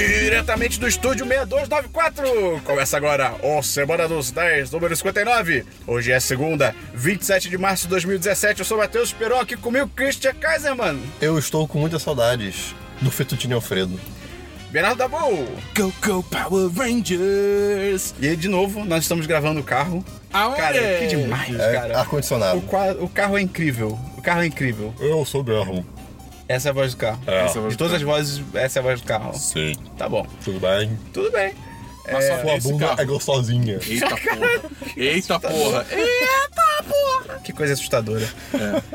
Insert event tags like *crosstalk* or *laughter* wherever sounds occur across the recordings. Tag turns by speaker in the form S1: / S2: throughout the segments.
S1: diretamente do estúdio 6294. Começa agora o Semana dos 10, número 59. Hoje é segunda, 27 de março de 2017. Eu sou Matheus Peron, aqui comigo Christian Kaiserman,
S2: Eu estou com muitas saudades do Fettuccine Alfredo.
S1: Bernardo Dabu.
S3: Go, go, Power Rangers! Ah,
S1: E de novo, nós estamos gravando o carro.
S3: Aonde?
S1: Cara, que demais,
S2: É
S1: cara. O,
S2: ar-condicionado.
S1: qua- o carro é incrível. O carro é incrível.
S2: Eu sou mesmo.
S1: Essa é a voz do carro.
S2: É.
S3: Essa é a voz
S1: de
S3: do
S1: todas as vozes, essa é a voz do carro.
S2: Sim.
S1: Tá bom.
S2: Tudo bem?
S1: Tudo bem.
S3: Mas só
S2: Sua
S3: esse
S2: bunda
S3: carro.
S2: é gostosinha.
S3: Eita porra! Eita porra!
S1: Que coisa assustadora.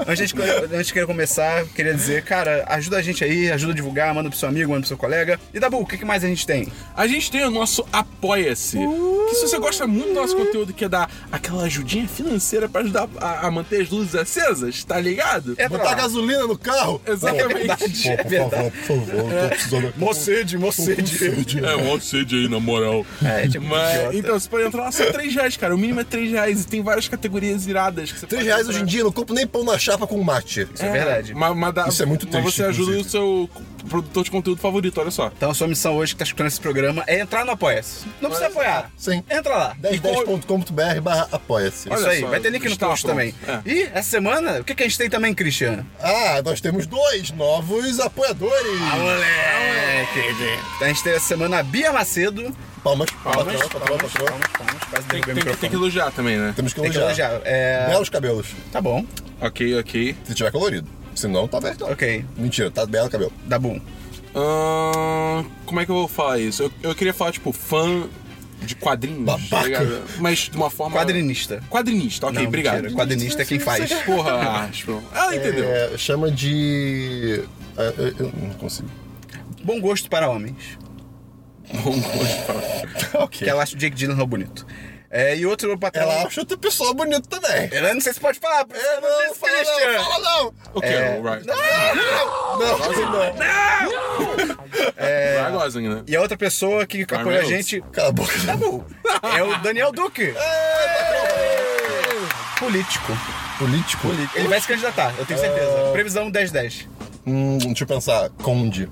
S1: Antes, de, antes de começar, eu queria dizer, cara, ajuda a gente aí, ajuda a divulgar, manda pro seu amigo, manda pro seu colega. E Dabu, o que, que mais a gente tem?
S3: A gente tem o nosso Apoia-se. Que se você gosta muito do nosso conteúdo, quer dar aquela ajudinha financeira pra ajudar a, a manter as luzes acesas, tá ligado?
S1: Entra
S2: Botar
S1: lá.
S2: gasolina no carro?
S3: Exatamente.
S1: verdade,
S2: Pô,
S1: é
S2: por
S1: verdade.
S2: favor, por favor, eu tô precisando.
S1: Mocede, mocede.
S3: É, mó sede aí, na moral.
S1: É, gente, é muito
S3: Mas,
S1: idiota.
S3: então, você pode entrar lá só 3 reais, cara. O mínimo é 3 reais e tem várias categorias iradas que você
S2: 3
S3: pode
S2: reais
S3: entrar.
S2: hoje em dia, eu não compro nem pão na chapa com mate.
S1: Isso é verdade.
S3: Mas, mas dá-
S2: Isso é muito
S3: Mas
S2: triste,
S3: você ajuda
S2: inclusive.
S3: o seu produtor de conteúdo favorito, olha só.
S1: Então a sua missão hoje que tá escutando esse programa é entrar no Apoia-se. Não precisa apoiar.
S2: Sim.
S1: Entra lá.
S2: 1010.com.br barra apoia-se.
S3: Olha
S1: Isso aí,
S3: só,
S1: vai ter link no
S3: está
S1: post
S3: pronto.
S1: também.
S3: É.
S1: E essa semana, o que, que a gente tem também, Cristiano?
S2: Ah, nós temos dois novos apoiadores.
S3: Ah,
S1: moleque! A gente teve essa semana a Bia Macedo.
S2: Palmas, palmas, palmas, palmas, palmas.
S1: palmas, palmas. Quase
S3: Tem,
S1: derrubei o
S3: tem- tem que
S1: microfone.
S3: elogiar também, né?
S2: Temos que
S1: Tem que
S2: elogiar.
S1: elogiar. É,
S2: Belos cabelos.
S1: Tá bom,
S3: Ok, ok.
S2: Se tiver colorido. Se não, tá verde.
S1: ok.
S2: Mentira, tá belo o cabelo.
S1: Dabu.
S3: Ahn, como é que eu vou falar isso? Eu, eu queria falar, tipo, fã de quadrinhos.
S2: Babaca.
S3: tá ligado? Mas de uma forma.
S1: Quadrinista.
S3: Quadrinista, ok,
S1: Não,
S3: obrigado.
S1: mentira, Quadrinista é quem faz.
S3: *laughs* Porra, Aspro. Ela entendeu.
S2: É, chama de. é, eu, eu não consigo.
S1: Bom gosto para homens.
S3: Bom gosto, fala.
S1: Que
S2: ok. Ela,
S1: ela acha o Jake Gyllenhaal bonito. É, e outro patrão...
S2: ela acha outra pessoa bonita também.
S1: Ela não sei se pode falar. porque você não disse,
S2: fala
S1: Christian.
S2: não, fala não.
S3: Ok,
S1: é.
S3: right.
S1: *laughs*
S2: Não, fala não.
S1: É.
S3: Ryan Gosling, né?
S1: E a outra pessoa que apoia a
S3: Reynolds.
S1: gente
S2: Cala a boca.
S1: é o Daniel Duque. Político.
S2: Político?
S1: Ele vai se candidatar, eu tenho certeza. Previsão 10-10.
S2: Hum, deixa eu pensar. Conde.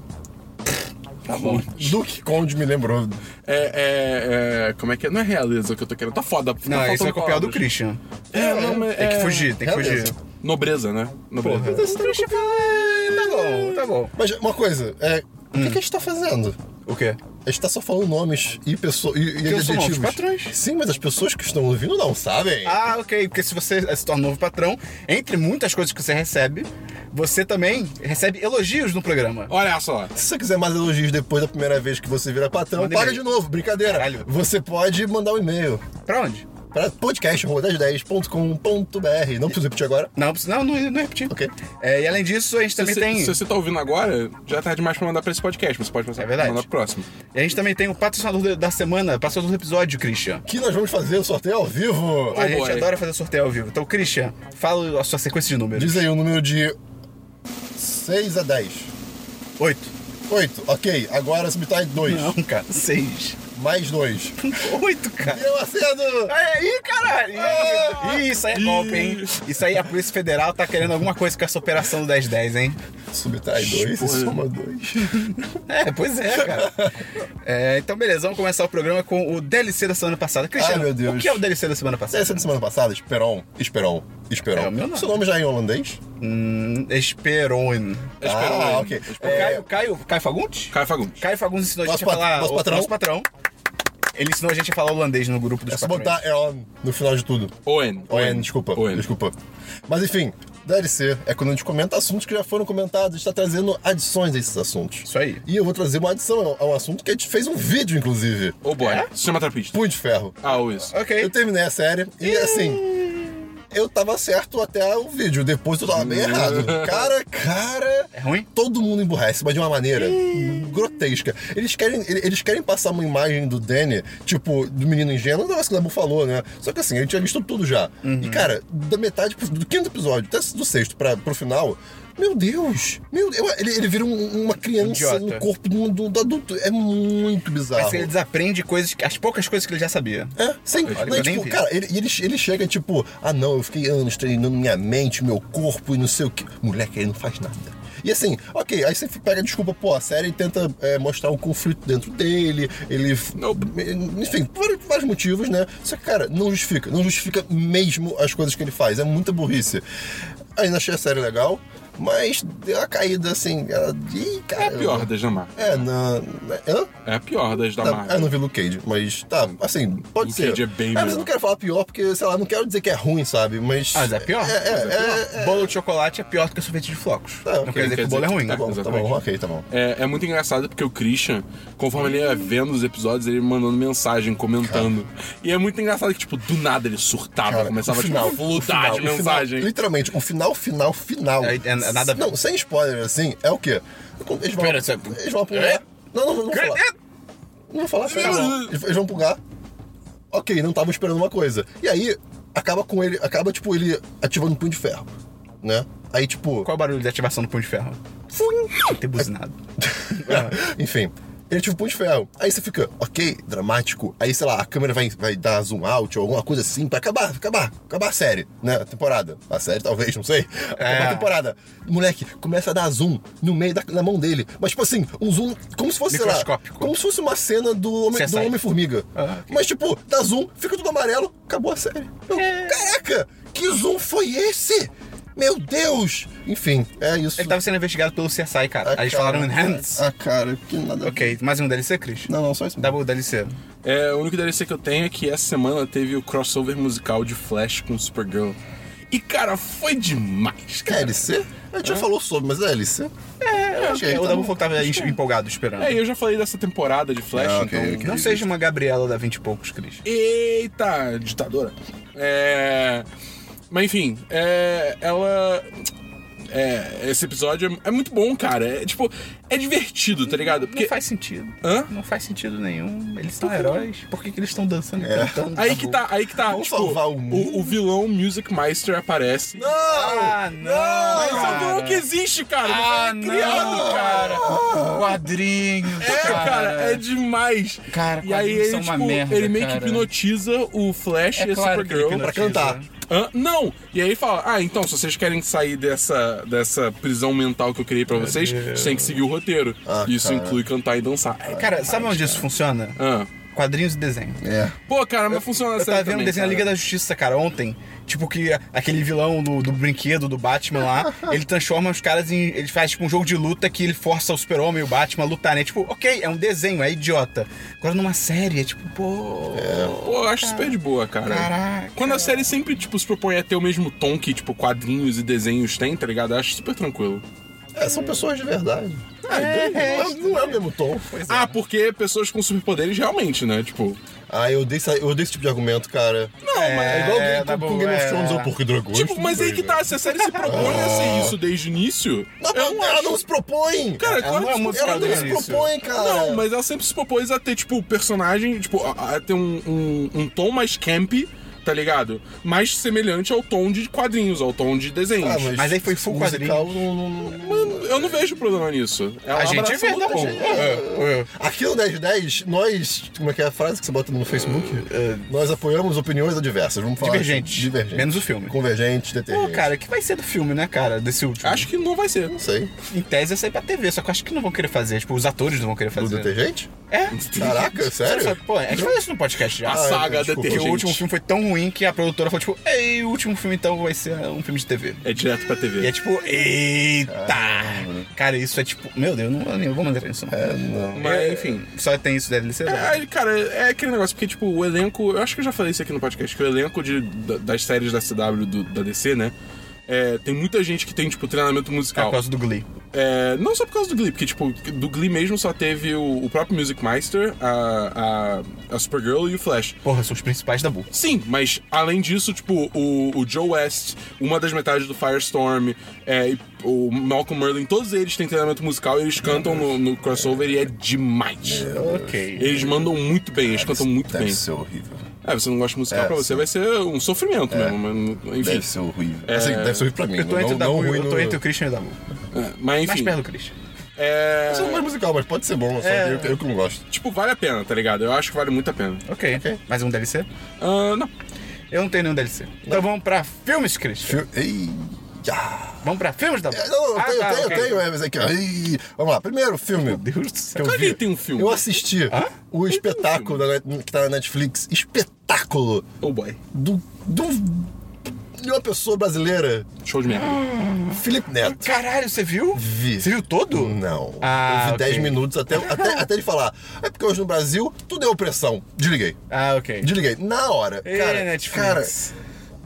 S3: Tá bom.
S2: Duque Conde me lembrou.
S3: É, é, é, Como é que é? Não é realeza que eu tô querendo. Tá foda. tá
S1: Não,
S3: faltando
S1: isso é copiar do
S3: palavras.
S1: Christian.
S3: É, não, mas.
S1: Tem que
S3: é-
S1: fugir, tem que fugir.
S2: realeza.
S3: Nobreza, né? Nobreza.
S1: Porra. Tá bom, tá bom.
S2: Mas uma coisa, é. O que, que a gente tá fazendo?
S1: O quê?
S2: A gente tá só falando nomes e pessoas. E, e
S1: eu sou
S2: adjetivos.
S1: novo, patrões.
S2: Sim, mas as pessoas que estão ouvindo não sabem.
S1: Ah, ok, porque se você se torna novo patrão, entre muitas coisas que você recebe, você também recebe elogios no programa.
S3: Olha só.
S2: Se você quiser mais elogios depois da primeira vez que você vira patrão,
S1: Manda
S2: paga
S1: e-mail.
S2: de novo, brincadeira.
S1: Caralho.
S2: Você pode mandar um e-mail
S1: Pra onde?
S2: para podcast.com.br. Não preciso repetir agora.
S1: Não, precisa- não, não, não repetir.
S2: Ok.
S1: É, e além disso, a gente
S3: Se,
S1: também
S3: você-
S1: tem.
S3: se você tá ouvindo agora, já tá demais pra mandar pra esse podcast. mas Você pode
S1: É verdade.
S3: mandar pro próximo.
S1: E a gente também tem o patrocinador da semana, patrocinador do episódio, Christian.
S2: Que nós vamos fazer o sorteio ao vivo.
S1: A
S3: Oh,
S1: gente
S3: boy.
S1: adora fazer sorteio ao vivo. Então, Christian, fala a sua sequência de números.
S2: Diz aí o número de 6 a 10.
S1: Oito.
S2: 8, ok. Agora subtrai 2.
S1: Não, cara. Seis.
S2: Mais 2.
S1: *laughs* Oito, cara.
S2: Eu acendo!
S1: Aí, É, caralho! Ih, Isso aí é golpe, hein? Isso aí a Polícia Federal tá querendo alguma coisa com essa operação do 1010, hein?
S2: Subtrai 2 e
S3: Porra.
S2: soma 2.
S1: É, pois é,
S2: *laughs*
S1: cara. É, então, beleza, vamos começar o programa com o DLC da semana passada. Cristiano,
S2: Ai, meu Deus.
S1: o que é o DLC da semana passada?
S2: Essa da semana passada, Esperon, Esperon, Esperon.
S1: É o meu nome.
S2: Seu nome já é em holandês?
S1: Hum, Esperon.
S2: ah, ok.
S1: O
S2: É,
S1: Caio, Caio, Caio Fagundes?
S3: Caio Fagundes.
S1: Caio Fagundes ensinou
S2: Nosso
S1: a gente a
S2: pat-
S1: falar...
S2: nosso
S1: o-
S2: patrão.
S1: Nosso patrão. Ele ensinou a gente a falar holandês no grupo dos
S2: é só
S1: patrões.
S2: botar é on no final de tudo.
S3: Owen.
S2: ON, é, desculpa.
S3: Owen.
S2: Desculpa. Mas enfim, DLC é quando a gente comenta assuntos que já foram comentados, está trazendo adições a esses assuntos.
S1: Isso aí.
S2: E eu vou trazer uma adição a um assunto que a gente fez um vídeo, inclusive.
S3: Ô, Oh, boy. Se chama trapista.
S2: Punho de ferro.
S3: Ah, ou isso.
S1: Ok.
S2: Eu terminei a série e assim. Eu tava certo até o vídeo, depois eu tava bem errado. Cara, cara.
S1: É ruim?
S2: Todo mundo emburrece, mas de uma maneira grotesca. Eles querem, ele- eles querem passar uma imagem do Danny, tipo, do menino ingênuo, um negócio que o Dabu falou, né? Só que
S1: Uhum.
S2: assim, ele tinha visto tudo já. E, cara, da metade pro, do quinto episódio até do sexto pra, pro final, Meu Deus! Meu Deus! Ele, ele vira um- uma criança
S1: Idiota.
S2: no corpo de um de um adulto. É muito bizarro.
S1: Assim, ele desaprende coisas, que- as poucas coisas que ele já sabia.
S2: É, sim.
S1: Olha,
S2: Não,
S1: eu nem
S2: tipo,
S1: vi.
S2: cara, ele, ele, ele chega tipo, ah não, eu fiquei anos treinando minha mente, meu corpo e não sei o que. Moleque, ele não faz nada. E assim, ok, aí você pega a desculpa, pô, a série tenta é, mostrar um conflito dentro dele, ele.
S3: Nope.
S2: Enfim, vários, vários motivos, né? Só que, cara, não justifica. Não justifica mesmo as coisas que ele faz. É muita burrice. Ainda achei a série legal, mas deu uma caída assim. Ela... Ih,
S3: É
S2: cara.
S3: a pior das da Marvel.
S2: É, na. na- Hã?
S3: É a pior das da
S2: Tá, eu
S3: Marvel.
S2: não vi Luke Cage, mas tá, assim, pode
S3: Luke
S2: ser.
S3: Cage é bem
S2: mas eu
S3: melhor.
S2: não quero falar pior, porque, sei lá, não quero dizer que é ruim, sabe? Mas.
S1: Ah, mas é pior?
S2: É, é,
S1: Mas
S2: é,
S1: pior. Bolo de chocolate é pior do que sorvete de flocos.
S2: Ah,
S1: não
S2: ok,
S1: quer dizer que
S3: quer
S1: o bolo é
S3: dizer
S1: ruim.
S3: que
S2: Tá bom, tá bom,
S3: Exatamente.
S2: ok, tá bom.
S3: É, é muito engraçado porque o Christian, conforme ele ia vendo os episódios, ele ia mandando mensagem, comentando. E é muito engraçado que, tipo, do nada ele surtava,
S2: Cara,
S3: começava
S2: o final,
S3: tipo, a
S2: o
S3: flutar
S2: final,
S3: de
S2: o final,
S3: mensagem.
S2: literalmente, o final, final, final.
S1: É, é nada-
S2: Não, sem spoiler, assim, é o quê? Eles vão,
S1: Pera, você-
S2: eles vão pro
S1: É?
S2: lugar. Não, não, não vou falar. Não vou falar, tá
S3: bom.
S2: Eles eles vão pro lugar. Ok, não estavam esperando uma coisa. E aí, acaba com ele, acaba, tipo, ele ativando um punho de ferro, né? Aí, tipo.
S1: Qual é o barulho de ativação do punho de ferro?
S2: Fui!
S1: Ter buzinado.
S2: *laughs* Enfim, ele ativa o punho de ferro. Aí você fica, ok, dramático. Aí, sei lá, a câmera vai, vai dar zoom out ou alguma coisa assim pra acabar, acabar, acabar a série, né? A temporada. A série talvez, não sei. Acabar
S1: É.
S2: a temporada. Moleque, começa a dar zoom no meio da na mão dele. Mas, tipo assim, um zoom como se fosse, sei lá,
S1: Microscópico.
S2: como se fosse uma cena do Homem- do
S1: CSI.
S2: Homem-Formiga.
S1: Ah, ok.
S2: Mas, tipo, dá zoom, fica tudo amarelo, acabou a série. Eu,
S1: É.
S2: Caraca, que zoom foi esse? Meu Deus! Enfim, é isso.
S1: Ele tá tava sendo investigado pelo CSI, cara.
S2: Ah,
S1: Aí eles
S2: cara.
S1: falaram Enhance.
S2: Ah, cara, que nada.
S1: Ok, mais um DLC, Chris?
S2: Não, não, só isso.
S1: Double DLC.
S3: É, o único DLC que eu tenho é que essa semana teve o crossover musical de Flash com Supergirl. E, cara, foi demais,
S2: É
S3: cara.
S2: LC? A gente já falou sobre, mas é LC? É, acho
S1: o Double Fogo tava empolgado esperando.
S3: É, e eu já falei dessa temporada de Flash,
S2: Ah, ok,
S3: então...
S2: ok.
S1: Não seja uma Gabriela da 20 e poucos, Cris.
S3: Tá Eita, ditadora. É... Mas enfim, é... ela. É, esse episódio é, é muito bom, cara. É tipo, é divertido, tá ligado? Porque.
S1: Não faz sentido.
S3: Hã?
S1: Não faz sentido nenhum. Eles são heróis. Por que, que eles estão dançando e
S2: É.
S1: cantando?
S3: Aí que tá, aí que tá.
S2: Vamos
S3: tipo,
S2: salvar o mundo?
S3: o, vilão Music Meister aparece.
S2: Não!
S1: Ah, não!
S3: Mas isso é um vilão
S1: cara.
S3: que existe, cara. Ele
S1: Ah,
S3: foi criado,
S1: não,
S3: cara.
S1: Quadrinhos,
S3: É, cara, é demais.
S1: Cara,
S3: e aí
S1: quadrinhos
S3: ele,
S1: são
S3: tipo,
S1: uma merda,
S3: ele meio que
S1: cara.
S3: hipnotiza o Flash
S1: É
S3: e a
S1: claro que
S3: Supergirl
S1: hipnotiza.
S2: Pra cantar.
S3: Hã? não! E aí fala, ah, então, se vocês querem sair dessa, dessa prisão mental que eu criei pra vocês, vocês têm que seguir o roteiro.
S2: Ah,
S3: Isso
S2: cara.
S3: inclui cantar e dançar. É,
S1: Ah, Cara, sabe onde isso funciona?
S3: Hã?
S1: Quadrinhos e desenho.
S2: É.
S3: Pô, cara, mas funciona
S1: Eu
S3: assim
S1: tava vendo
S3: também,
S1: um desenho da
S3: cara.
S1: Liga da Justiça, cara, ontem. Tipo que aquele vilão do, do brinquedo do Batman lá, ele transforma os caras em. Ele faz tipo um jogo de luta que ele força o Super-Homem e o Batman a lutar, né? Tipo, ok, é um desenho, é idiota. Agora numa série, é tipo, pô.
S3: Pô, eu acho super de boa, cara.
S1: Caraca.
S3: Quando a série sempre, tipo, se propõe a ter o mesmo tom que, tipo, quadrinhos e desenhos tem, tá ligado? Eu acho super tranquilo.
S2: É, são pessoas de verdade. Ah, não, é, não é o mesmo tom.
S3: Ah, porque pessoas com superpoderes realmente, né? Tipo.
S2: Ah, eu odeio, essa- eu odeio esse tipo de argumento, cara.
S3: Não,
S2: É,
S3: mas.
S2: igual
S1: é,
S2: alguém
S1: tá
S2: com,
S1: bom,
S2: com Game
S1: é.
S2: of Thrones ou Porco Dragões.
S3: Tipo,
S2: tudo
S3: mas aí
S2: bem,
S3: que
S2: né?
S3: tá, se a série se propõe a ser isso desde o início.
S2: Não,
S3: eu
S2: não, ela não se propõe.
S3: Cara,
S1: Ela não é
S3: claro que
S1: muito
S2: ela não se
S1: isso.
S2: propõe, cara.
S3: Não, mas ela sempre se propôs a ter, tipo, o personagem, tipo, a, a ter um, um, um tom mais campy, tá ligado? Mais semelhante ao tom de quadrinhos, ao tom de desenhos.
S2: Ah,
S3: mas...
S1: Mas aí foi full
S2: musical não- não- não-
S3: eu não vejo problema nisso. Ela
S1: A gente é
S3: abraça muito
S1: verdade.
S3: bom.
S1: É, é.
S2: Aqui no 1010, nós. Como é que é a frase que você bota no Facebook? Nós apoiamos opiniões adversas. Vamos falar.
S1: É. Divergentes.
S2: Divergente.
S1: Menos o filme.
S2: Convergente, detergente.
S1: Pô, cara, o que vai ser do filme, né, cara? Desse último.
S3: Acho que não vai ser.
S2: Não sei.
S1: Em tese ia sair pra TV, só que eu acho que não vão querer fazer. Tipo, os atores não vão querer
S2: Do
S1: fazer.
S2: detergente?
S1: É.
S2: *laughs* Caraca, sério? Ah,
S1: Pô, a gente faz isso no podcast já.
S3: A saga
S2: desculpa.
S1: Porque
S3: detergente.
S1: o último filme foi tão ruim que a produtora falou, tipo, ei, o último filme então vai ser um filme de TV.
S3: É direto pra TV.
S1: E é tipo, eita! Cara, isso é tipo, meu Deus, não, eu vou mandar isso. Não.
S2: É, não.
S3: Mas, enfim.
S1: Só tem isso da DLC.
S3: É,
S1: né?
S3: aí, cara, é aquele negócio, porque, tipo, o elenco. Eu acho que eu já falei isso aqui no podcast, que o elenco de, da- das séries da CW, do- da DC, né? É, tem muita gente que tem, tipo, treinamento
S1: É
S3: musical.
S1: por causa do Glee.
S3: É, não só por causa do Glee, porque, tipo, do Glee mesmo só teve o, o próprio Music Meister, a, a, a Supergirl e o Flash.
S1: Porra, são os principais da Bu.
S3: Sim, mas além disso, tipo, o, o Joe West, uma das metades do Firestorm, é, e o Malcolm Merlin, todos eles têm treinamento musical e eles cantam no, no crossover e é demais.
S1: Ok.
S3: Eles mandam muito bem, eles cantam muito
S2: Deve
S3: bem.
S2: ser horrível.
S3: É, você não gosta de musical,
S2: É,
S3: pra você
S2: sim.
S3: vai ser um sofrimento mesmo, mas enfim.
S2: Deve ser horrível. Assim, deve ser horrível pra mim.
S1: É. Eu tô,
S2: não,
S1: entre, o
S2: não
S1: Dabu,
S2: ruim
S1: eu tô
S2: no-
S1: entre o Christian e o Dabu.
S3: É, mas
S1: Mais
S3: enfim.
S1: perto do Christian.
S3: é,
S2: Isso é um mais musical, mas pode ser bom. Só
S1: É.
S2: que eu, eu que não gosto.
S3: tipo, vale a pena, tá ligado? Eu acho que vale muito a pena.
S1: Ok. Mais um DLC?
S3: Ah, não.
S1: Eu não tenho nenhum DLC. Então vamos pra filmes, Christian.
S2: Fio- Ei... Ah.
S1: Vamos pra filmes, Dabu.
S2: É, Não, eu
S1: Ah,
S2: tenho,
S1: tá,
S2: eu tenho,
S1: ok.
S2: eu tenho. É, mas aqui, ó. Ei, Vamos lá. Primeiro filme.
S1: Meu Deus do céu.
S2: Eu
S3: Claro que
S2: vi-
S3: tem um filme.
S2: Eu assisti
S1: um
S2: o espetáculo da Net- que tá na Netflix. Espetáculo
S3: Oh boy.
S2: do, do, de uma pessoa brasileira,
S3: Show de merda.
S2: Felipe Neto.
S1: Caralho, você viu?
S2: Vi. Hum.
S1: Você viu todo?
S2: Não.
S1: Ah,
S2: eu vi 10
S1: ok.
S2: minutos até, até, até ele falar. É porque hoje no Brasil tudo é opressão. Desliguei.
S1: Ah, ok.
S2: Desliguei. Na hora.
S1: Ê,
S2: Cara,
S1: Netflix.
S2: cara.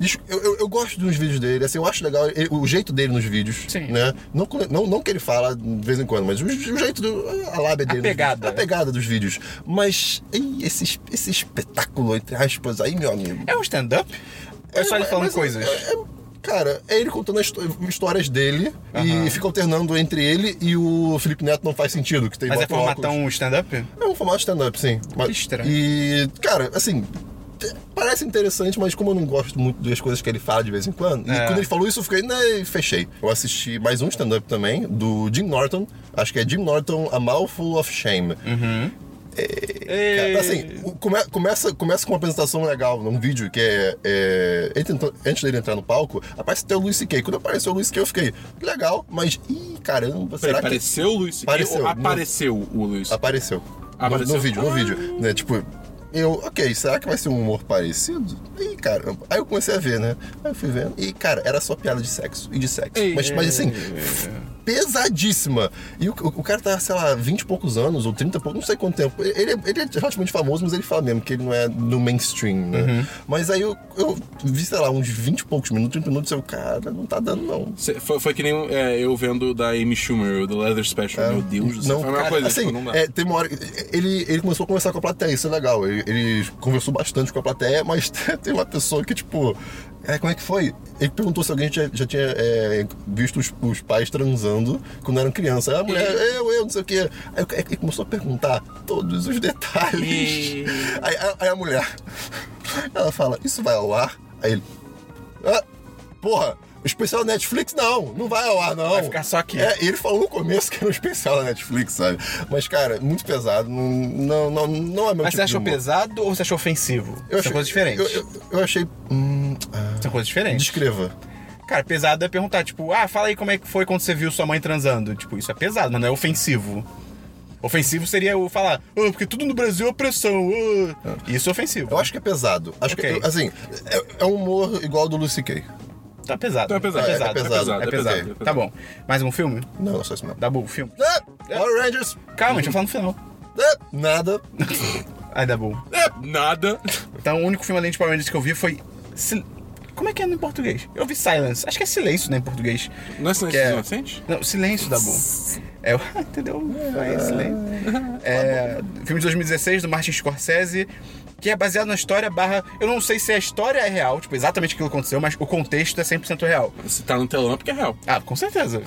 S2: bicho, Eu, eu, eu gosto dos vídeos dele, assim, eu acho legal ele- o jeito dele nos vídeos,
S1: Sim.
S2: né? Não, co- não, não que ele fala de vez em quando, mas o, o jeito, do, a lábia dele. nos
S1: pegada.
S2: vídeos, A pegada dos vídeos. Mas ei, esse, es- esse espetáculo, entre aspas, aí, meu amigo.
S1: É um stand-up? É só ele
S2: mas-
S1: falando
S2: mas-
S1: coisas?
S2: é- é- cara, é ele contando as histó- histórias dele e fica alternando entre ele e o Felipe Neto não faz sentido, que tem
S1: Mas é
S2: bota um óculos.
S1: formatão stand-up?
S2: É um formato stand-up, sim. Mas,
S1: estranho.
S2: E, cara, assim. t- Parece interessante, mas como eu não gosto muito das coisas que ele fala de vez em quando,
S1: É.
S2: e quando ele falou isso, eu fiquei, né, e fechei. Eu assisti mais um stand-up também, do Jim Norton. Acho que é Jim Norton, A Mouthful of Shame. Cara, assim, o- come- começa, começa com uma apresentação legal num vídeo que é. é, ele tenta- antes dele entrar no palco, aparece até o Luiz C.K. Quando apareceu o Luiz C.K., eu fiquei, legal, mas. Ih, caramba,
S3: Peraí,
S2: será que.
S3: apareceu o Luiz C.K.
S2: Apareceu,
S3: ou
S2: não.
S3: apareceu o Luiz?
S2: Apareceu.
S3: Apareceu?
S2: No, no vídeo, no
S3: Ah.
S2: vídeo. Né? Tipo, eu, ok, será que vai ser um humor parecido? Ih, caramba. Aí eu comecei a ver, né? Aí eu fui vendo. E, cara, era só piada de sexo e de sexo.
S3: Ei.
S2: Mas, mas assim, pesadíssima. E o, o cara tá, sei lá, 20 e poucos anos, ou 30 e poucos, não sei quanto tempo. Ele, ele é relativamente famoso, mas ele fala mesmo que ele não é no mainstream, né?
S3: Uhum.
S2: Mas aí eu, eu vi, sei lá, uns 20 e poucos minutos, 30 minutos, eu, cara, não tá dando, não.
S3: Cê- Foi, foi que nem é, eu vendo da Amy Schumer, do Leather Special. Meu Deus do céu.
S2: É, Não,
S3: foi a mesma
S2: cara,
S3: coisa,
S2: assim,
S3: tipo, não dá.
S2: é, tem uma hora. Ele, ele começou a conversar com a plateia, isso é legal. Ele, ele conversou bastante com a plateia, mas *laughs* tem uma pessoa que, tipo. É, como é que foi? Ele perguntou se alguém já, já tinha é, visto os, os pais transando quando eram criança. Aí a mulher, eu, eu, não sei o quê. Aí o- ele começou a perguntar todos os
S3: Ih.
S2: detalhes. Aí, a- aí a mulher, ela fala, isso vai ao ar? Aí ele, ah, porra, o especial da Netflix não, não vai ao ar não.
S1: Vai ficar só aqui.
S2: É, ele falou no começo que era um especial da Netflix, sabe? Mas, cara, muito pesado, não, não, não, não é meu
S1: Mas
S2: tipo
S1: você
S2: de
S1: achou
S2: humor.
S1: pesado ou você achou ofensivo?
S2: Eu
S1: São
S2: achei-
S1: coisas diferentes.
S2: Eu, eu- eu achei... hum, ah,
S1: São coisas diferentes.
S2: descreva.
S1: Cara, pesado é perguntar, tipo, ah, fala aí como é que foi quando você viu sua mãe transando. Tipo, isso é pesado, mas não é ofensivo. Ofensivo seria eu falar, "Ah, porque tudo no Brasil é opressão. ah." Isso é ofensivo.
S2: Eu acho que é pesado. Acho
S1: Ok.
S2: que, eu- assim, é, é um humor igual ao do Lucy Kay.
S1: Tá pesado.
S3: Tá pesado,
S1: É
S2: é
S1: pesado.
S2: pesado,
S1: É
S2: é
S1: pesado.
S3: pesado.
S1: Tá bom. Mais um filme?
S2: Não, não é só isso não.
S1: Dabu, filme.
S2: Ah,
S1: É.
S2: Power Rangers.
S1: Calma, a gente vai falar no final.
S2: Ah, nada.
S1: Ai, Dabu.
S3: É, nada.
S1: Então, o único filme além de Power Rangers que eu vi foi... Sil- Como é que é em português? Eu vi Silence. Acho que é Silêncio, né, em português.
S3: Não é silêncio
S1: Que é-
S3: inocente?
S1: Não, Silêncio, Dabu. É, o- *laughs* entendeu? É, silêncio. É, filme de 2016 do Martin Scorsese, que é baseado na história barra... Eu não sei se a história é real, tipo, exatamente aquilo que aconteceu, mas o contexto é 100% real.
S3: Se tá no telão é porque é real.
S1: Ah, com
S3: *laughs*
S1: certeza.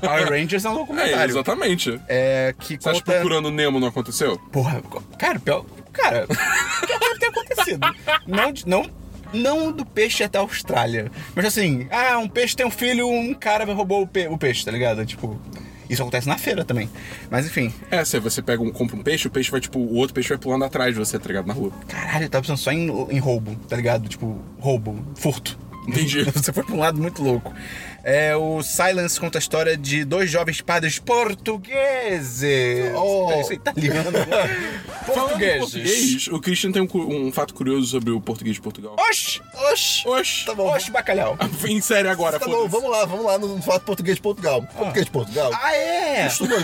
S1: Power Rangers é um
S3: É,
S1: documentário.
S3: exatamente.
S1: É, que
S3: Você acha que
S1: conta...
S3: procurando o Nemo não aconteceu?
S1: Porra, cara, pior. Cara, *laughs* o que deve ter acontecido? Não, de- não, não do peixe até a Austrália. Mas assim, ah, um peixe tem um filho, um cara roubou o, pe- o peixe, tá ligado? Tipo, isso acontece na feira também. Mas enfim,
S3: É, se você pega um, compra um peixe, o peixe vai, tipo, o outro peixe vai pulando atrás de você, tá ligado? Na rua.
S1: caralho, eu tava pensando só em, em roubo, tá ligado? Tipo, roubo, furto. *laughs*
S3: Entendi.
S2: *laughs*
S1: Você foi pra um lado muito louco. É, o Silence conta a história de dois jovens padres portugueses.
S2: Oh.
S1: Isso é italiano. *laughs* portugueses.
S3: Português, o Christian tem um, cu- um fato curioso sobre o português de Portugal.
S1: Oxi!
S2: Oxi.
S3: Oxe! *laughs*
S2: Tá bom.
S1: Oxi, bacalhau.
S3: Em série agora,
S2: Tá bom,
S3: foda-se.
S2: vamos lá, vamos lá no fato português de Portugal. Português de Portugal.
S1: Ah, é!
S2: Costuma,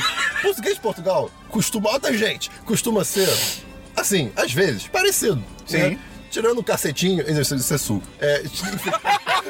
S2: português de Portugal costuma, outra gente, costuma ser, assim, às vezes, parecido.
S1: Sim.
S2: né? Tirando o cacetinho, exercício de ser sul. É, *laughs*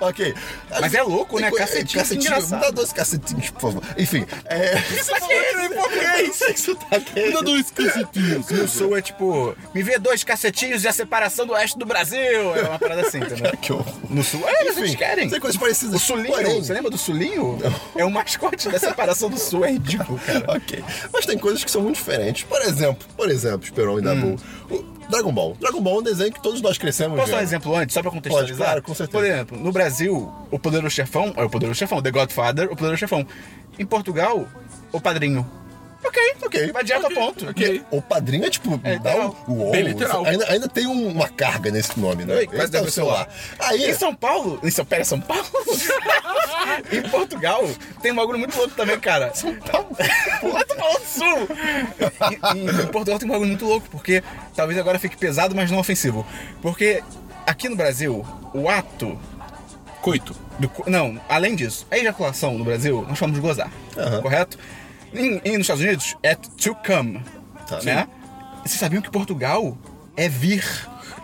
S2: ok.
S1: Mas é louco, né?
S2: Tem co-
S1: Cacetinho,
S2: cacetinho.
S1: engraçado.
S2: Me dá dois cacetinhos, por favor. Enfim. É...
S3: Você falou que era em
S1: É
S3: português!
S2: Isso tá aqui.
S3: Ainda
S1: *laughs*
S3: dois cacetinhos.
S1: O sul é tipo, me vê dois cacetinhos e a separação do oeste do Brasil. É uma parada assim, entendeu?
S2: Que horror.
S1: No sul, é, eles
S2: Enfim,
S1: querem.
S2: Tem coisas parecidas.
S1: O Sulinho,
S2: Porém,
S1: você lembra do Sulinho? É o mascote da separação do sul, é
S2: *laughs*
S1: ridículo, cara.
S2: Ok. Mas tem coisas que são muito diferentes. Por exemplo, por exemplo, Esperon e Dabu. O- Dragon Ball. Dragon Ball é um desenho que todos nós crescemos.
S1: Hum. Posso dar um
S2: vendo.
S1: exemplo antes, só pra contextualizar?
S2: Pode, claro, com certeza.
S1: Por exemplo, no Brasil, o Poderoso Chefão é o Poderoso Chefão, The Godfather, o Poderoso Chefão. Em Portugal, o Padrinho. Ok,
S2: Ok.
S1: Vai direto ao ponto.
S3: Ok.
S2: O padrinho é tipo.
S1: É,
S2: dá
S1: literal.
S2: um, uou,
S3: Bem literal.
S2: Ainda, ainda tem um- uma carga nesse nome, né?
S1: Oi, quase
S2: Esse é
S1: deu
S2: o
S1: meu
S2: celular. Aí.
S1: Em São Paulo. Em São, pera, São Paulo? *laughs* em Portugal, tem um bagulho muito louco também, cara. São *laughs* Paulo? Lá do Paulo do Sul! E- e em Portugal tem um bagulho muito louco, porque talvez agora fique pesado, mas não ofensivo. Porque aqui no Brasil, o ato
S3: Coito.
S1: do co- não, além disso, a ejaculação no Brasil, nós chamamos de gozar,
S2: Aham.
S1: correto? Em, em- nos Estados Unidos, é to come,
S2: Tá.
S1: né? Vocês sabiam que Portugal é vir?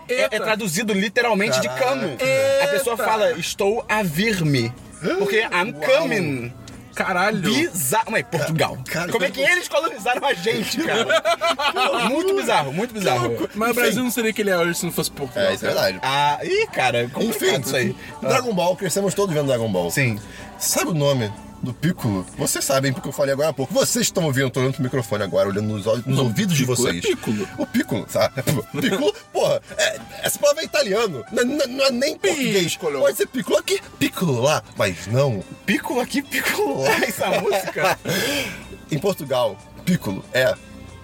S1: É, é
S3: Eita.
S1: traduzido literalmente
S2: Caraca.
S1: de camo. A pessoa fala, estou a vir-me. Porque I'm coming.
S3: Caralho.
S1: Bizarro. Mas Portugal.
S2: Cara,
S1: Como é que eles colonizaram a gente, cara? muito bizarro, muito bizarro.
S3: Mas o Brasil não seria que ele é hoje se não fosse Portugal.
S2: É, isso é
S3: cara.
S2: verdade.
S1: Ah, ih, cara, complicado
S2: Enfim,
S1: isso aí.
S2: Dragon Ball, crescemos todos vendo Dragon Ball.
S1: Sim.
S2: Sabe o nome do Piccolo? Vocês sabem, porque eu falei agora há pouco. Vocês estão ouvindo, eu tô olhando pro microfone agora, olhando nos, olhos- nos ouvidos de
S3: Piccolo é
S2: vocês.
S3: Piccolo.
S2: O Piccolo, sabe? *laughs* Piccolo, porra, é- essa palavra é italiano, não, não- não é nem português.
S3: Piccolo.
S2: Pode ser Piccolo aqui, Piccolo lá, mas não.
S1: Pico aqui, pico lá. Essa
S2: *laughs*
S1: música.
S2: Em Portugal, Piccolo é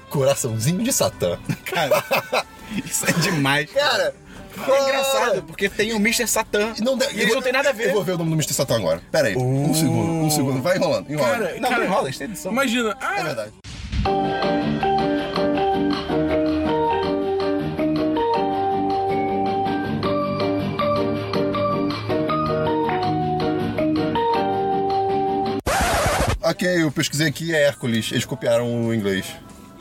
S2: coraçãozinho de Satã.
S1: Cara, *laughs* isso é demais.
S2: Cara,
S1: *laughs* É engraçado, porque tem o Mr. Satã.
S2: E, não, de-
S1: e eles não têm nada a ver. Uh.
S2: Eu vou ver o nome do Mr. Satã agora. Pera aí, um segundo, um segundo, vai enrolando, enrola.
S3: Cara,
S1: Não,
S3: cara,
S1: não rola, isso tem edição.
S3: Imagina.
S2: é
S3: Ah,
S2: verdade. Ok, eu pesquisei aqui, é Hércules. Eles copiaram o inglês.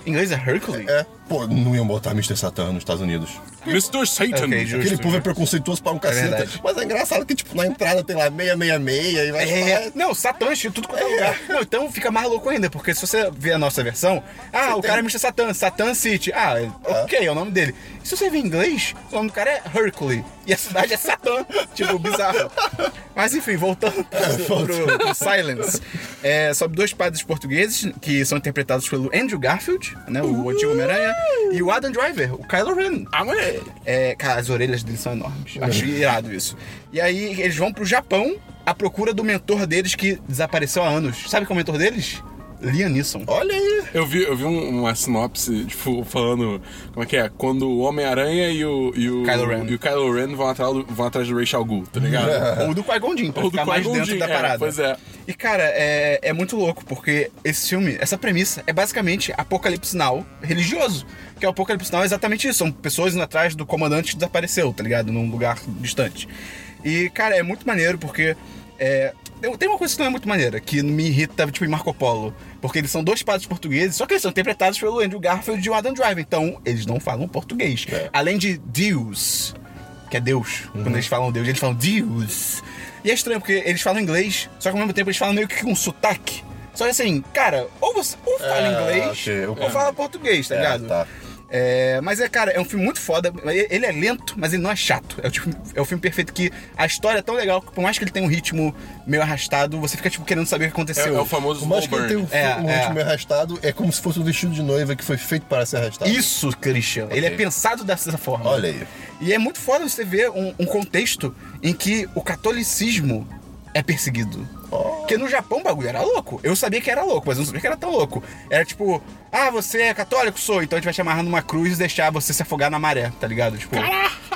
S1: Em inglês é Hercules?
S2: É? Pô, não iam botar Mr. Satan nos Estados Unidos.
S3: Mr. Satan.
S1: Ok, justo.
S2: Aquele povo é preconceituoso para um caceta.
S1: verdade.
S2: Mas é engraçado que, tipo, na entrada tem lá 666 e vai
S1: É, não, Satã em tudo quanto é lugar. Não, então fica mais louco ainda, porque se você vê a nossa versão, ah, o cara é Mr. Satã, Satã City. Ah, ok, é o nome dele. Se você vê em inglês, o nome do cara é Hercules. E a cidade é Satã. *laughs* tipo, bizarro. Mas enfim, voltando pro, pro- pro Silence. É, sobre dois padres portugueses que são interpretados pelo Andrew Garfield, né, o antigo Homem-Aranha, e o Adam Driver, o Kylo Ren.
S3: Ah, moleque.
S1: É, cara, as orelhas dele são enormes. Acho irado isso. E aí eles vão pro Japão à procura do mentor deles que desapareceu há anos. Sabe qual é o mentor deles? Liam Neeson.
S2: Olha aí!
S3: Eu vi, eu vi um- uma sinopse, tipo, falando. Como é que é? Quando o Homem-Aranha e o. E o
S1: Kylo Ren.
S3: E o Kylo Ren vão atrás do, vão atrás do Rachel Gu, tá ligado?
S1: *laughs* Ou do Qui-Gon Jinn, pra
S3: Ou do
S1: ficar mais
S3: Qui-Gon
S1: dentro
S3: Jinn,
S1: da
S3: é,
S1: parada.
S3: pois é.
S1: E, cara, é, é muito louco, porque esse filme, essa premissa, é basicamente Apocalipse Now religioso. Que o Apocalipse Now é exatamente isso. São pessoas indo atrás do comandante que desapareceu, tá ligado? Num lugar distante. E, cara, é muito maneiro, porque... É, eu- tem uma coisa que não é muito maneira, que me irrita, tipo, em Marco Polo. Porque eles são dois padres portugueses, só que eles são interpretados pelo Andrew Garfield e o Adam Driver. Então, eles não falam português.
S3: É.
S1: Além de Deus, que é Deus.
S2: Uhum.
S1: Quando eles falam Deus, eles falam Deus. E é estranho, porque eles falam inglês, só que ao mesmo tempo eles falam meio que com sotaque. Só que assim, cara, ou você ou fala
S2: É,
S1: inglês,
S2: ok, eu
S1: ou fala português, tá
S2: É,
S1: ligado?
S2: tá.
S1: É, mas é, cara, é um filme muito foda. Ele é lento, mas ele não é chato. É o, tipo- é o filme perfeito que a história é tão legal que, por mais que ele tenha um ritmo meio arrastado, você fica, tipo, querendo saber o que
S3: É,
S1: aconteceu.
S3: é o famoso
S2: Por mais que ele tenha
S3: Slowburn.
S2: um,
S1: É,
S2: um
S1: é.
S2: ritmo arrastado, é como se fosse um vestido de noiva que foi feito para ser arrastado.
S1: Isso, Christian. Ele é pensado dessa forma.
S2: Olha aí.
S1: E é muito foda você ver um, um contexto em que o catolicismo é perseguido. Porque no Japão o bagulho era louco. Eu sabia que era louco, mas eu não sabia que era tão louco. Era tipo, ah, você é católico? Sou, então a gente vai te amarrar numa cruz e deixar você se afogar na maré, tá ligado? Tipo,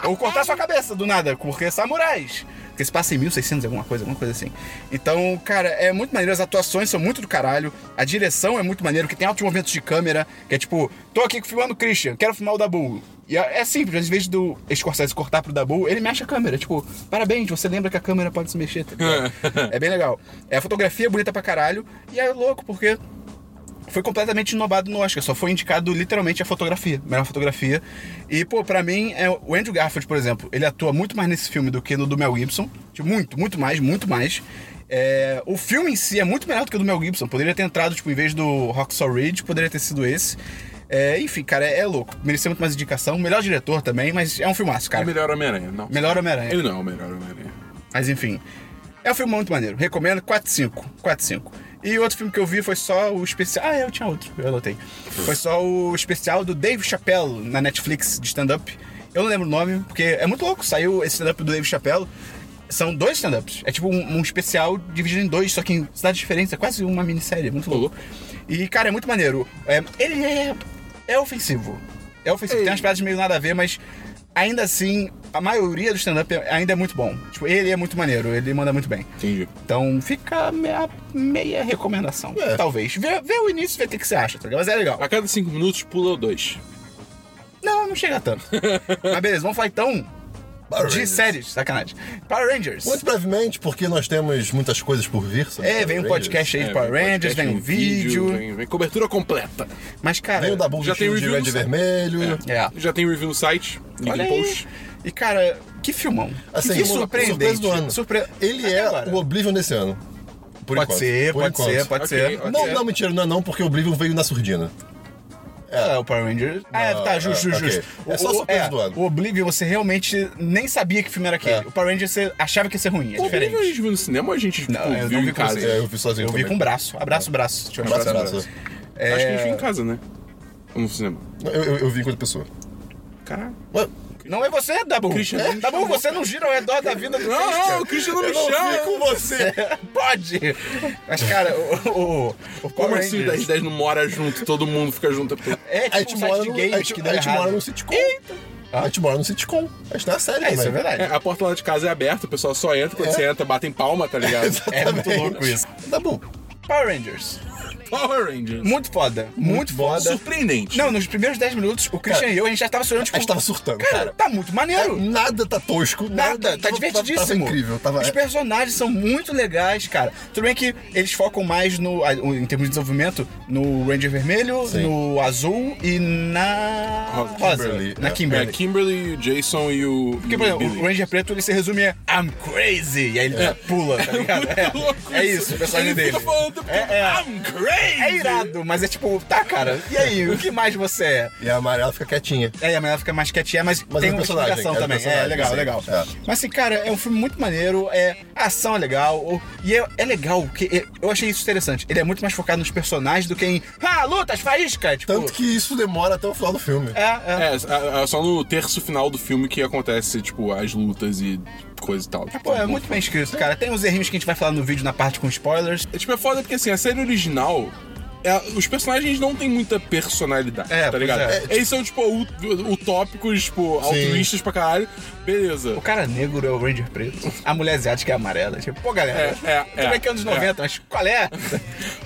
S1: ou cortar sua cabeça do nada, porque samurais. Porque se passa em 1600, alguma coisa, alguma coisa assim. Então, cara, é muito maneiro. As atuações são muito do caralho. A direção é muito maneiro, que tem altos movimentos de câmera. Que é tipo, tô aqui filmando o Christian, quero filmar o Dabu. E é é simples, às vezes do Scorsese cortar pro Dabu, ele mexe a câmera. Tipo, parabéns, você lembra que a câmera pode se mexer, tá ligado? é bem legal. É, a fotografia é bonita pra caralho. E é louco, porque foi completamente inovado no Oscar, só foi indicado literalmente a fotografia, melhor fotografia. E, pô, pra mim, é, o Andrew Garfield, por exemplo, ele atua muito mais nesse filme do que no do Mel Gibson. Tipo, muito, muito mais, muito mais. É, o filme em si é muito melhor do que o do Mel Gibson. Poderia ter entrado, tipo, em vez do Rocksaw Ridge, poderia ter sido esse. É, enfim, cara, é, é louco. Mereceu muito mais indicação. Melhor diretor também, mas é um filmaço,
S3: É o
S1: cara.
S3: melhor Homem-Aranha, não.
S1: Melhor Homem-Aranha.
S3: Ele não é o melhor Homem-Aranha.
S1: Mas enfim, é um filme muito maneiro. Recomendo 4-5. 4-5. E outro filme que eu vi foi só o especial. Ah, eu tinha outro, eu anotei. Foi só o especial do Dave Chappelle na Netflix de stand-up. Eu não lembro o nome, porque é muito louco. Saiu esse stand-up do Dave Chappelle. São dois stand-ups. É tipo um, um especial dividido em dois, só que em cidades diferentes. É quase uma minissérie, muito louco. E, cara, é muito maneiro. É, ele é, é ofensivo. É ofensivo. Tem umas piadas meio nada a ver, mas ainda assim, a maioria do stand-up é- ainda é muito bom. Tipo, ele é muito maneiro, ele manda muito bem.
S3: Entendi.
S1: Então fica a meia, meia recomendação.
S2: É.
S1: Talvez. Vê, vê o início e vê o que que você acha, tá ligado? Mas é legal.
S3: A cada cinco minutos pula o dois.
S1: Não, não chega
S2: *laughs*
S1: tanto. Mas beleza, vamos falar então
S2: Power
S1: de
S2: Rangers.
S1: séries, sacanagem. Power Rangers.
S2: Muito brevemente, porque nós temos muitas coisas por vir. sobre
S1: É, vem um
S2: Power Rangers.
S1: podcast aí de Power Rangers,
S3: podcast,
S1: vem um vídeo.
S3: vem, vem cobertura completa.
S1: Mas, cara.
S2: Vem o Dabu
S3: Já tem um
S2: vestido de
S3: review
S2: verde e
S3: no site.
S2: vermelho.
S1: É.
S3: Já tem review no site, link
S1: Olha
S3: no
S1: aí. É
S3: post.
S1: E, cara, que filmão.
S3: É.
S2: Assim,
S1: que
S2: uma
S1: surpreendente.
S2: surpresa do ano.
S1: Surpre-
S2: Ele
S1: Até
S2: é
S1: agora.
S2: o Oblivion desse ano. Por
S1: Pode
S2: enquanto.
S1: ser,
S2: Por
S1: pode
S2: enquanto.
S1: ser, pode
S3: Ok,
S1: ser.
S3: ok.
S2: Não, não, mentira, não é não, porque o Oblivion veio na surdina.
S1: É, o Power Rangers. Ah, é, tá, justo,
S2: é,
S1: justo,
S2: ok.
S1: justo.
S2: É só
S1: O-
S2: surpresa do ano.
S1: O Oblivion, você realmente nem sabia que filme era aquele.
S2: É.
S1: O Power Rangers, você achava que ia ser ruim, é
S3: Pô,
S1: diferente.
S3: Oblivion a gente viu no cinema ou a gente tipo,
S1: Não, eu não
S3: viu
S1: vi
S3: em
S1: com
S3: casa?
S1: vocês.
S2: É, eu vi sozinho
S1: Eu vi
S2: também. É.
S1: com braço. Abraço, braço. Deixa eu
S2: Abraço,
S1: mostrar
S2: abraço.
S1: É,
S3: Acho que a gente viu em casa, né? Ou no cinema.
S2: Eu, eu, eu vi enquanto pessoa.
S3: Caralho.
S2: Ué,
S1: Não é você, Dabu.
S3: Christian
S1: É?
S3: não
S1: Dabu,
S3: chamou.
S1: você não gira ao redor da vida do
S3: Não,
S1: Christian.
S3: não, o Christian não me
S2: eu não
S3: chama.
S2: vi com você.
S1: *laughs* Pode! Mas, cara, o, o, o Power
S3: Como assim o
S1: Rangers-
S3: 10 10 não mora junto, todo mundo fica junto?
S1: É tipo
S2: A gente
S1: um
S2: mora
S1: site de
S2: no,
S1: games
S2: a gente,
S1: que dá
S2: a gente
S1: errado.
S2: mora num sitcom. A gente mora num sitcom. A gente tá na série
S1: É,
S2: também.
S1: isso é
S3: *laughs* É,
S1: verdade.
S3: a porta lá de casa é aberta, o pessoal só entra, quando você entra, batem palma,
S1: *laughs*
S3: tá ligado?
S1: É muito louco isso.
S2: Tá bom.
S1: Power Rangers.
S3: Power Rangers.
S1: Muito foda. Muito foda.
S3: Surpreendente.
S1: Não, nos primeiros 10 minutos, o Christian e eu, a gente já tava se olhando, tipo...
S2: A gente tava surtando,
S1: Cara,
S2: cara.
S1: tá muito maneiro.
S2: Nada tá tosco, nada.
S1: Nada, tá
S2: tava-
S1: divertidíssimo.
S2: Tava, tava incrível. Tava,
S1: Os personagens são muito legais, cara. Tudo bem que eles focam mais no, ah, em termos de desenvolvimento no Ranger Vermelho,
S2: Sim.
S1: no Azul e na
S3: Rosa.
S2: Kimberly,
S1: na
S2: é.
S1: Kimberly.
S3: É, Kimberly, o Jason e o.
S1: Porque, por exemplo,
S3: *laughs*
S1: o Ranger Preto ele se resume a I'm crazy, e aí ele
S2: *laughs* É
S1: pula, tá ligado? É, é isso, o personagem dele.
S3: É, I'm crazy!
S1: É irado, mas é tipo, tá, cara, e aí, o que mais você é?
S2: E a amarela fica quietinha.
S1: É, a mulher fica mais quietinha, mas,
S2: Mas
S1: tem
S2: é
S1: uma
S2: personagem,
S1: explicação
S2: é
S1: também. É,
S2: personagem,
S1: legal,
S2: sim.
S1: legal.
S2: É.
S1: Mas assim, cara, é um filme muito maneiro, é, a ação é legal, o- e é, é legal, que é- eu achei isso interessante. Ele é muito mais focado nos personagens do que em, ah, lutas, faísca, tipo...
S2: Tanto que isso demora até o final do filme.
S1: É, é.
S3: É, a- a- só no terço final do filme que acontece, tipo, as lutas e coisa e tal. Tipo,
S1: Pô, é muito bem escrito, cara. Tem uns errinhos que a gente vai falar no vídeo na parte com spoilers.
S3: É, tipo, é foda porque assim, a série original. é, os personagens não têm muita personalidade,
S1: É,
S3: tá
S1: pois
S3: ligado?
S1: é.
S3: Eles são, tipo, ut- utópicos, tipo, altruístas pra caralho. Beleza.
S1: O cara negro é o Ranger preto, a mulher asiática é amarela. Tipo, pô, galera,
S3: É, é,
S1: tudo
S3: é,
S1: bem que é anos
S3: é.
S1: 90, mas qual é?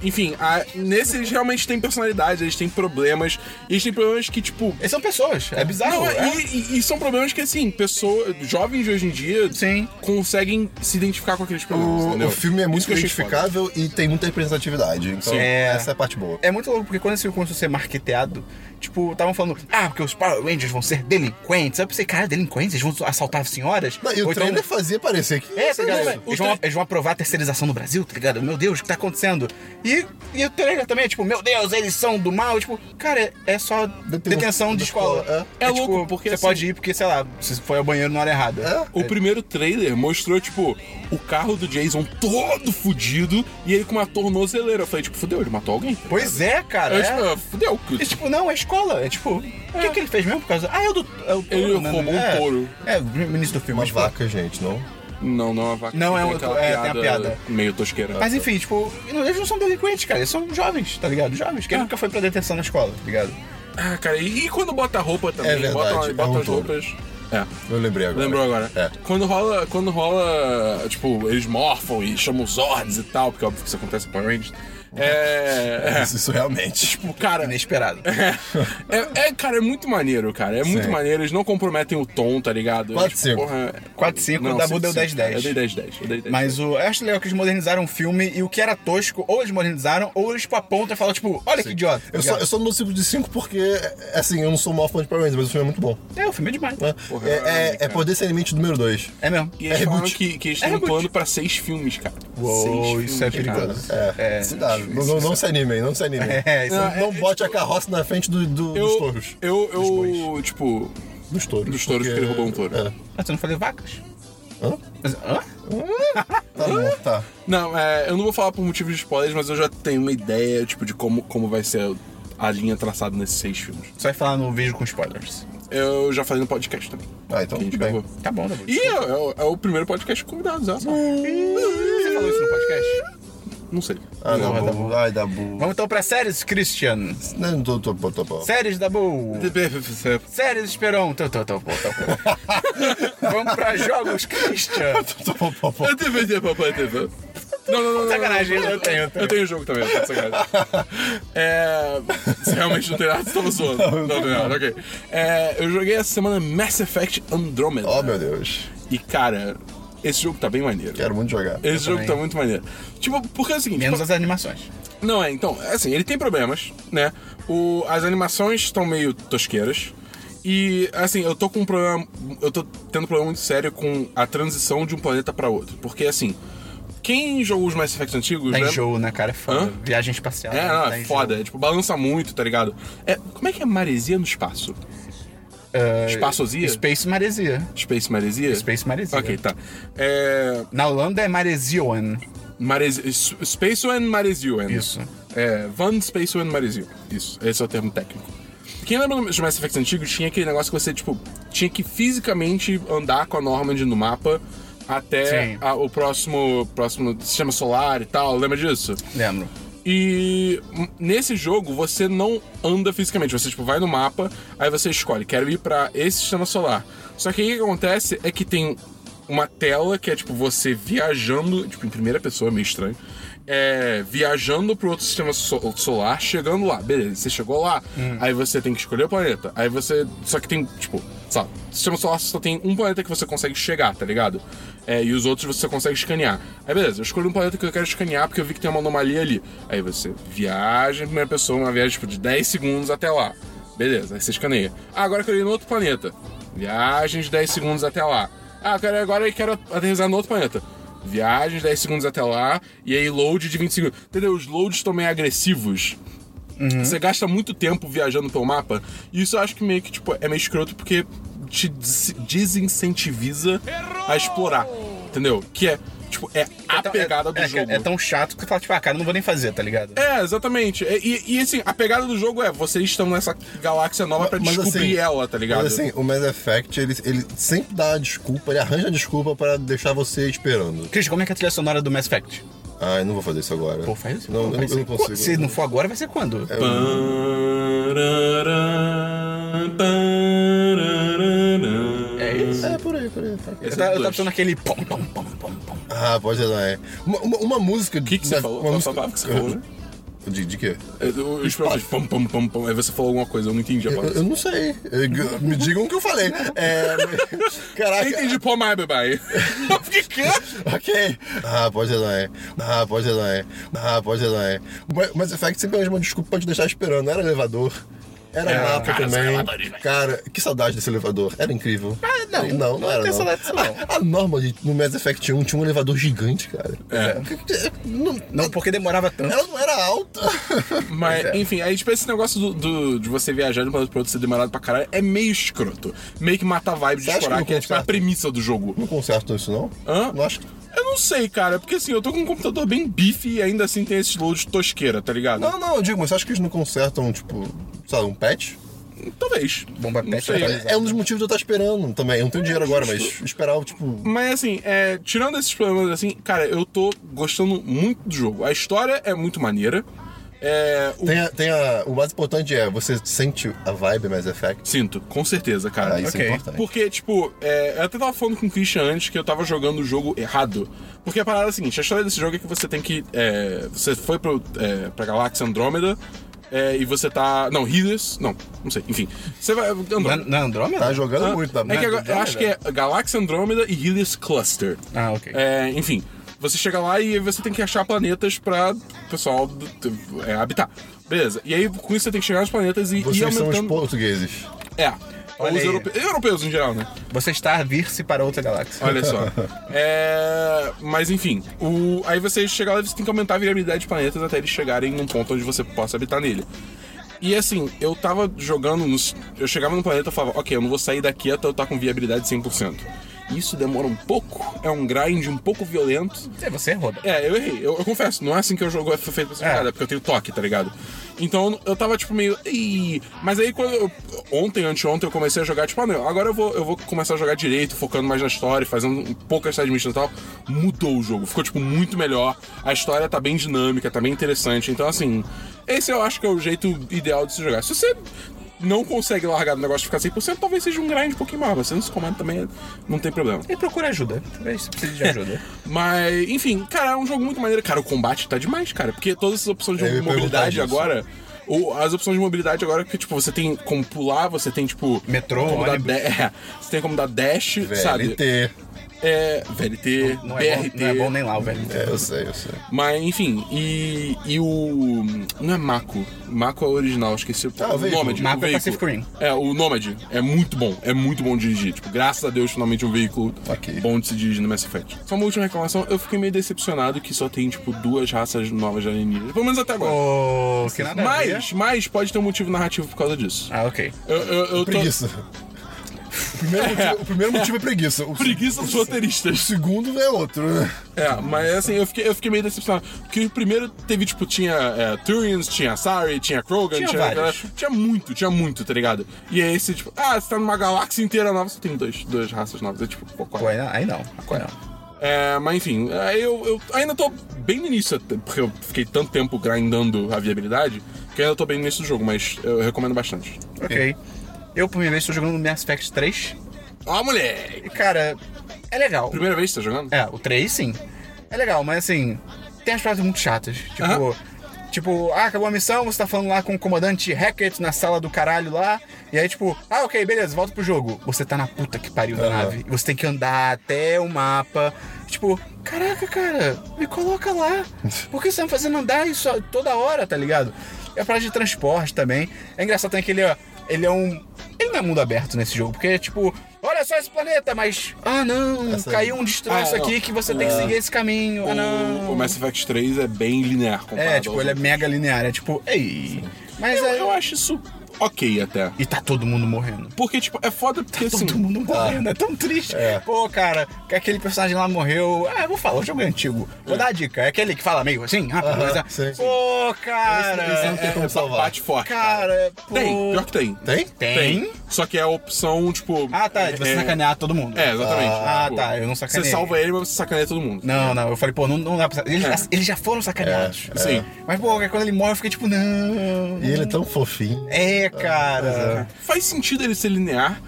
S3: Enfim, a- nesse eles realmente têm personalidade, eles têm problemas. E eles têm problemas que, tipo.
S1: Eles são pessoas, é bizarro.
S3: Não,
S1: é.
S3: e, e- e são problemas que, assim, pessoas. jovens de hoje em dia.
S1: Sim.
S3: Conseguem se identificar com aqueles problemas.
S2: O,
S3: entendeu?
S2: o filme é
S3: Isso
S2: muito
S3: que eu achei foda.
S2: identificável e tem muita representatividade. Então,
S1: Sim. É.
S2: essa é a parte boa.
S1: É muito louco, porque quando esse filme começou a ser marketeado, tipo, estavam falando, ah, porque os Power Rangers vão ser delinquentes. Aí eu pensei, cara, delinquentes? Eles vão assaltar senhoras?
S2: Não, e o
S1: Ou então-
S2: trailer né? fazia parecer que.
S1: É, tá ligado?
S3: Não, o
S1: eles, vão,
S3: tra-
S1: eles vão aprovar a terceirização no Brasil, tá ligado? Meu Deus, o que tá acontecendo? E, e o trailer também é tipo, meu Deus, eles são do mal. Tipo, cara, é- é só detenção de
S2: da
S1: escola. tipo,
S2: escola,
S3: é. É louco, porque,
S1: Você
S3: assim-
S1: pode ir porque, sei lá, você foi ao banheiro na hora
S2: É?
S1: errada.
S3: O primeiro trailer mostrou, tipo, o carro do Jason todo fudido e ele com uma tornozeleira. Eu falei, tipo, fudeu, ele matou alguém?
S1: Pois é, cara.
S3: Eu,
S1: é.
S3: tipo, ah, fudeu.
S1: E tipo, não, é escola. É tipo, o que, que ele fez mesmo por causa. Ah, é o do. É o touro,
S3: Ele
S1: né?
S3: roubou um
S1: é,
S3: touro.
S1: É, no início do filme.
S2: Uma
S1: mas, tipo,
S2: vaca, gente, não?
S3: Não, não é uma vaca.
S1: Não, é
S3: Tem
S1: um-
S3: aquela
S1: é, tem a piada.
S3: Meio tosqueira.
S1: Mas enfim, tipo, não- eles não são delinquentes, cara. Eles são jovens, tá ligado? Jovens.
S2: É.
S1: Quem nunca foi pra detenção na escola, tá ligado?
S3: Ah, cara, e, e quando bota a roupa também?
S2: É verdade,
S3: bota
S2: é
S3: bota
S2: um
S3: as
S2: touro.
S3: roupas. É.
S2: Eu lembrei agora.
S3: Lembrou agora?
S2: É.
S3: Quando rola, quando rola, tipo, eles morfam e chamam os Zords e tal, porque é óbvio que isso acontece com Power Rangers.
S1: *laughs*
S3: É. é,
S2: Isso, isso realmente.
S3: Tipo,
S2: *laughs*
S3: cara,
S1: Inesperado.
S3: é, é, cara, é muito maneiro, cara. É muito maneiro, eles não comprometem o tom, tá ligado?
S2: Quatro,
S3: Eles,
S2: cinco.
S3: porra, é-
S1: 4, 5,
S3: Não,
S1: Dabu
S3: cinco,
S1: deu
S3: cinco.
S1: 10, 10.
S3: Eu dei 10, 10. Eu dei 10.
S1: Mas o, eu acho legal que eles modernizaram o filme e o que era tosco, ou eles modernizaram, ou eles tipo, apontam e falam, tipo, olha que idiota. tá
S2: Eu só,
S1: ligado?
S2: eu só não dou 5 de 5 porque, assim, eu não sou mau fã de Power Rangers, mas o filme é muito bom.
S1: É, o filme é demais.
S2: né?
S3: Porra,
S2: é, é-
S3: cara.
S2: é Poder Sem Limite número 2.
S1: É mesmo.
S3: E eles
S2: É
S3: falaram
S2: reboot.
S3: que, que eles
S1: É
S3: têm um
S1: reboot.
S3: plano pra seis filmes, cara.
S1: Uou,
S3: seis
S1: isso é
S3: filmes, cara.
S1: perigoso.
S2: É,
S1: É,
S2: se dá. Não, não- não se animem, não se animem.
S1: É, isso
S2: não
S1: é-
S2: não bote a carroça na frente do- do- dos
S3: Eu,
S2: touros.
S3: eu, eu tipo,
S2: Dos touros.
S3: Dos touros, porque ele roubou um touro.
S2: É.
S1: Ah, você não falou vacas?
S2: Hã?
S1: Mas, hã?
S2: Tá bom, tá.
S3: Não, é, eu não vou falar por motivo de spoilers, mas eu já tenho uma ideia, tipo, de como, como vai ser a linha traçada nesses seis filmes.
S1: Você vai falar no vídeo com spoilers.
S3: Eu já falei no podcast também.
S2: Ah, então
S3: que a gente
S2: tudo bem.
S3: gravou.
S1: Tá bom, tá bom.
S3: E é, é o- é o primeiro podcast com convidados, olha só.
S1: Você falou isso no podcast?
S3: Não sei.
S2: Ah,
S1: Não,
S2: Dabu.
S1: Dabu.
S2: Ai, Dabu.
S1: Vamos então pra séries, Christian.
S2: Não, tô, tô, tô, tô, tô.
S1: Séries da Bull. Séries, Esperon. Tô, tô, tô, tô, tô,
S2: *laughs*
S1: tô. Vamos pra jogos, Christian.
S2: Tô, tô, tô, tô.
S3: Eu TV, TV, papai, TV. Não, não, não, não.
S1: Sacanagem,
S3: não, não,
S1: eu tenho, eu tenho.
S3: Eu tenho jogo também, eu tô de sacanagem. É. Você realmente não tem nada, você tava zoando. Não, não, não, ok. É, eu joguei essa semana Mass Effect Andromeda.
S2: Oh, meu Deus.
S3: E cara, esse jogo tá bem maneiro.
S2: Quero muito jogar.
S3: Esse jogo
S1: também.
S3: tá muito maneiro. Tipo, porque é o seguinte.
S1: Menos
S3: tipo,
S1: as animações.
S3: Não, é, então, é assim, ele tem problemas, né? O, as animações estão meio tosqueiras. E, assim, eu tô com um problema. Eu tô tendo um problema muito sério com a transição de um planeta pra outro. Porque, assim, quem jogou os Mass Effects antigos.
S1: Tá
S3: né?
S1: em jogo, né, cara? É foda.
S3: Hã?
S1: Viagem espacial.
S3: É,
S1: né?
S3: não,
S1: Tá
S3: é
S1: em
S3: foda.
S1: jogo.
S3: É, tipo, balança muito, tá ligado? É, como é que é maresia no espaço?
S1: Ah,
S3: Espaçosia?
S1: Space Maresia.
S3: Space maresia?
S1: Space Maresia.
S3: Ok, tá. É.
S1: Na Holanda é Maresion.
S3: Maresi... S- Space and Maresil. and-
S1: Isso.
S3: É, Van Space and Maresil. Isso, esse é o termo técnico. Quem lembra dos Mass Effects antigos, tinha aquele negócio que você, tipo, tinha que fisicamente andar com a Normand no mapa até
S1: Sim.
S3: a- o próximo, próximo sistema solar e tal. Lembra disso?
S1: Lembro.
S3: E hum, nesse jogo você não anda fisicamente, você tipo vai no mapa, aí você escolhe, quero ir pra esse sistema solar. Só que aí o que acontece é que tem uma tela que é tipo você viajando, tipo em primeira pessoa, meio estranho. É, viajando pro outro sistema so- solar, chegando lá, beleza, você chegou lá, aí você tem que escolher o planeta. Aí você. Só que tem, tipo, sabe, sistema solar só tem um planeta que você consegue chegar, tá ligado? É, e os outros você consegue escanear. Aí beleza, eu escolhi um planeta que eu quero escanear porque eu vi que tem uma anomalia ali. Aí você viaja em primeira pessoa, uma viagem tipo, de 10 segundos até lá. Beleza, aí você escaneia. Ah, agora eu quero ir no outro planeta. Viagem de 10 segundos até lá. Ah, eu quero, agora eu quero aterrissar no outro planeta. Viagem de 10 segundos até lá. E aí load de 20 segundos. Entendeu? Os loads estão meio agressivos. Você gasta muito tempo viajando pelo mapa. E isso eu acho que meio que tipo, é meio escroto porque te des- desincentiviza a explorar. Entendeu? Que é, tipo, é a
S1: tão-
S3: pegada do
S1: é,
S3: jogo.
S1: É, tão chato que você fala, tipo, ah, cara, eu não vou nem fazer, tá ligado?
S3: É, exatamente. E, e, assim, a pegada do jogo é vocês estão nessa galáxia nova pra
S2: Mas,
S3: descobrir
S2: assim,
S3: ela, tá ligado?
S2: Mas assim, o Mass Effect, ele, ele sempre dá a desculpa, ele arranja a desculpa pra deixar você esperando.
S1: Christian, como é que é a trilha sonora do Mass Effect?
S2: Ah, eu não vou fazer isso agora.
S1: Pô, faz isso. é
S2: Não, eu, não- eu não consigo.
S1: Se não for agora, vai ser quando?
S2: É,
S1: É isso?
S2: é, por aí, por aí. tá.
S1: Eu
S3: Esse
S1: tava,
S3: é
S1: eu tava
S3: do dois.
S1: pensando naquele pom, pom, pom, pom, pom.
S2: Ah, pode ser, não é. Uma, uma, uma música...
S3: O que, que você falou?
S2: Uma
S3: Qual foi a palavra que você falou, né?
S2: De, de quê?
S3: Eu- Os pessoas pam, pam, pam, pam. Aí você falou alguma coisa, eu não entendi a
S2: Eu,
S3: palavra.
S2: eu não sei. Eu- me digam o que eu falei.
S3: *laughs*
S2: É, mas-
S3: Eu
S2: caraca.
S3: entendi pô, mais, bebê. Eu fiquei quieto.
S2: Ok. Ah, pode ser, não é. Ah, pode ser, não é. Ah, pode ser, não é. Mas- Mas o Fact sempre é uma desculpa pra te deixar esperando. Era elevador. Era
S1: É,
S2: mapa
S3: cara, os
S2: também.
S3: elevadores, velho.
S2: Cara, que saudade desse elevador. Era incrível.
S1: Ah, não.
S2: Não, não
S1: Não
S2: era.
S1: tenho
S2: Não.
S1: saudade disso, não.
S2: A, a norma de- no Mass Effect 1 tinha um elevador gigante, cara.
S3: É.
S2: Não-
S1: Não, porque demorava tanto.
S2: ela não era alta.
S3: Mas,
S1: Pois é.
S3: enfim, aí, tipo, esse negócio do, do- de você viajar de um planeta pro outro ser demorado pra caralho é meio escroto. Meio que mata a vibe de
S2: Você acha
S3: explorar,
S2: que
S3: que é, tipo, a
S2: conserta?
S3: premissa do jogo.
S2: Não conserta isso, não?
S3: Hã?
S2: Não acho que.
S3: Eu não sei, cara, porque assim, eu tô com um computador bem bife e ainda assim tem esse load de tosqueira, tá ligado?
S2: Não, não, eu digo, mas você acha que eles não consertam, tipo, sabe, um patch?
S3: Talvez.
S1: Bomba
S3: Não
S1: pet
S3: sei.
S1: atualizada.
S2: É um dos motivos de eu estar esperando também. Eu
S1: É,
S2: não tenho dinheiro agora, mas esperava, tipo.
S3: Mas assim, é, tirando esses problemas assim, cara, eu tô gostando muito do jogo. A história é muito maneira. É, o
S2: Tem a, tem a- o mais importante é, você sente a vibe Mass Effect?
S3: Sinto, com certeza, cara.
S2: Ah, isso
S1: ok.
S2: é importante.
S3: Porque, tipo, é, eu até tava falando com o Christian antes que eu tava jogando o jogo errado. Porque a parada é a seguinte, a história desse jogo é que você tem que. é, você foi pro, é, pra Galáxia Andrômeda é, e você tá. Não, Healers. Não, não sei. Enfim. Você vai.
S1: Na,
S3: Andrômeda.
S1: na é, Andrômeda?
S2: Tá jogando muito, tá?
S3: é que agora, eu
S1: Andrômeda?
S3: acho que é Galáxia Andrômeda e Healers Cluster.
S1: Ah, ok.
S3: É, enfim, você chega lá e você tem que achar planetas pra o pessoal do- é, habitar. Beleza. E aí, com isso, você tem que chegar nos planetas e ir
S2: Vocês são
S3: aumentando.
S2: os portugueses.
S3: É. Ou
S1: Olha
S3: os
S1: aí.
S3: europe- europeus em geral, né?
S1: Você está a vir-se para outra galáxia.
S3: *laughs* Olha só. É, Mas enfim, o... aí você chega lá e você tem que aumentar a variabilidade de planetas até eles chegarem num ponto onde você possa habitar nele. E assim, eu tava jogando nos. Eu chegava no planeta e falava, ok, eu não vou sair daqui até eu estar com viabilidade 100%. Isso demora um pouco, é um grind um pouco violento.
S1: É, você errou. Dan.
S3: É, eu errei, eu, eu confesso, não é assim que o jogo é feito pra ser
S1: É.
S3: jogado, é porque eu tenho toque, tá ligado? Então eu tava tipo meio. "Ih", Mas aí quando eu, ontem, anteontem, eu comecei a jogar, tipo, ah, não, agora eu vou, eu vou começar a jogar direito, focando mais na história, fazendo um- poucas side missions e tal. Mudou o jogo, ficou tipo muito melhor. A história tá bem dinâmica, tá bem interessante. Então, assim, esse eu acho que é o jeito ideal de se jogar. Se você não consegue largar do negócio e ficar 100%, talvez seja um grind um pouquinho mais, mas se não se comanda também não tem problema.
S1: E procura ajuda. Talvez você precise de
S3: *laughs*
S1: ajuda.
S3: Mas, enfim, cara, é um jogo muito maneiro. Cara, o combate tá demais, cara. Porque todas as opções de
S2: Eu ia
S3: mobilidade
S2: perguntar disso.
S3: agora. Ou as opções de mobilidade agora que, tipo, você tem como pular, você tem, tipo.
S1: Metrô,
S3: como dar
S1: ônibus.
S3: da- *laughs* é, Você tem como dar dash, sabe?
S2: VLT.
S3: É. VLT,
S1: Não é, bom,
S3: BRT.
S1: não é bom nem lá, velho.
S2: É, eu sei, eu sei.
S3: Mas, enfim, e. E o. Não é Mako. Mako é o original, esqueci o
S2: Ah, o
S3: o
S2: veículo.
S3: Nômade.
S1: Mako
S3: o
S1: é
S3: veículo.
S1: Pacific Rim.
S3: É, o Nômade. É muito bom. É muito bom de dirigir. Tipo, graças a Deus, finalmente um veículo
S2: Ok.
S3: bom de se dirigir no Mass Effect. Só uma última reclamação. Eu fiquei meio decepcionado que só tem, tipo, duas raças novas de alienígenas. Pelo menos até agora.
S1: Ô, que nada a ver.
S3: mas, mas pode ter um motivo narrativo por causa disso.
S1: Ah, ok.
S3: Eu, eu, eu tô...
S2: Preguiça. O primeiro motivo, o primeiro motivo é preguiça. O,
S3: Preguiça dos roteiristas.
S2: o segundo é outro, né?
S3: É, mas assim, eu fiquei, eu fiquei meio decepcionado. Porque o primeiro teve, tipo, tinha é, Turians, tinha Sari, tinha Krogan,
S1: Tinha
S3: tinha.
S1: vários.
S3: tinha muito, tinha muito, tá ligado? E aí esse, tipo, ah, você tá numa galáxia inteira nova, você tem dois, duas raças novas. É tipo, pô, qual
S1: Pô, aí
S3: é?
S1: não. Aí não. Aí não.
S3: É, mas enfim, aí eu, eu ainda tô bem no início, até porque eu fiquei tanto tempo grindando a viabilidade, que ainda tô bem no início do jogo, mas eu recomendo bastante.
S1: Ok. Eu, por minha vez, estou jogando Mass Effect 3.
S3: Ó, moleque!
S1: E, cara, é legal.
S3: Primeira vez que você tá jogando?
S1: É, o 3 sim. É legal, mas assim, tem as frases muito chatas. Tipo,
S3: Aham.
S1: tipo, ah, acabou a missão, você tá falando lá com o comandante Hackett na sala do caralho lá. E aí, tipo, ah, ok, beleza, volta pro jogo. Você tá na puta que pariu da
S2: Aham.
S1: nave. Você tem que andar até o mapa. Tipo, caraca, cara, me coloca lá. Por que você tá me fazendo andar isso toda hora, tá ligado? É frase de transporte também. É engraçado também que ele é, ele é um. Ele não é mundo aberto nesse jogo, porque é tipo, olha só esse planeta, mas. Ah, não,
S2: Essa-
S1: caiu um destro
S3: Ah,
S1: isso
S3: não.
S1: aqui que você tem que seguir esse caminho. Ah,
S3: O,
S1: não.
S3: o Mass Effect 3 é bem linear comparado
S1: É, tipo,
S3: aos
S1: ele é
S3: outros.
S1: mega linear. É tipo, ei. Mas
S3: Eu,
S1: aí.
S3: eu acho isso ok até.
S1: E tá todo mundo morrendo. Tá
S3: Porque, tipo, é foda porque
S2: Tá
S3: assim.
S1: Todo mundo morrendo, é tão triste.
S2: É.
S1: Pô, cara, que aquele personagem lá morreu. Ah, eu vou falar, o jogo é antigo. Vou dar a dica. É aquele que fala meio assim, rápido.
S2: Aham,
S1: mas é-
S2: sim,
S1: Pô,
S2: sim. Esse- esse não
S1: cara. é-
S2: tem como salvar.
S3: Bate é um forte.
S1: Cara, é, pô.
S3: Tem, pior que tem.
S2: Tem?
S1: Tem?
S3: Só que é a opção, tipo.
S1: Ah, tá. De você
S3: é,
S1: sacanear todo mundo.
S3: É, exatamente.
S1: Ah,
S3: Tipo,
S1: tá. Eu não sacaneei. Né?
S3: Você salva ele, mas você sacaneia todo mundo.
S1: Não, não. Eu falei, pô, não, não dá pra. Eles,
S3: É.
S1: já, eles já foram sacaneados.
S3: É, sim.
S1: Mas, pô, quando ele morre, eu fiquei tipo, não.
S2: E ele é tão fofinho.
S1: É, cara.
S3: Faz sentido ele ser linear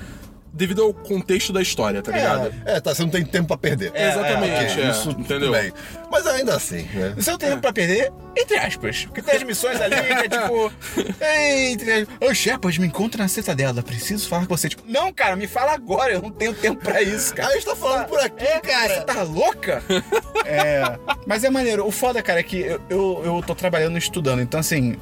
S3: devido ao contexto da história, tá ligado?
S2: É, tá, você não tem tempo pra perder.
S3: É, exatamente,
S2: ok,
S3: é,
S2: isso tudo
S3: entendeu?
S2: bem. Mas ainda assim, né?
S1: Isso é um tempo pra perder, entre aspas. Porque tem as missões ali que é tipo. Ei, entre aspas. Ô, Shepard, me encontra na cidadela. Preciso falar com você. Tipo, não, cara, me fala agora. Eu não tenho tempo pra isso, cara.
S2: Aí está tá falando por aqui,
S1: Você
S2: cara.
S1: tá louca? *laughs* é. Mas é maneiro. O foda, cara, é que eu, eu, eu tô trabalhando e estudando. Então, assim.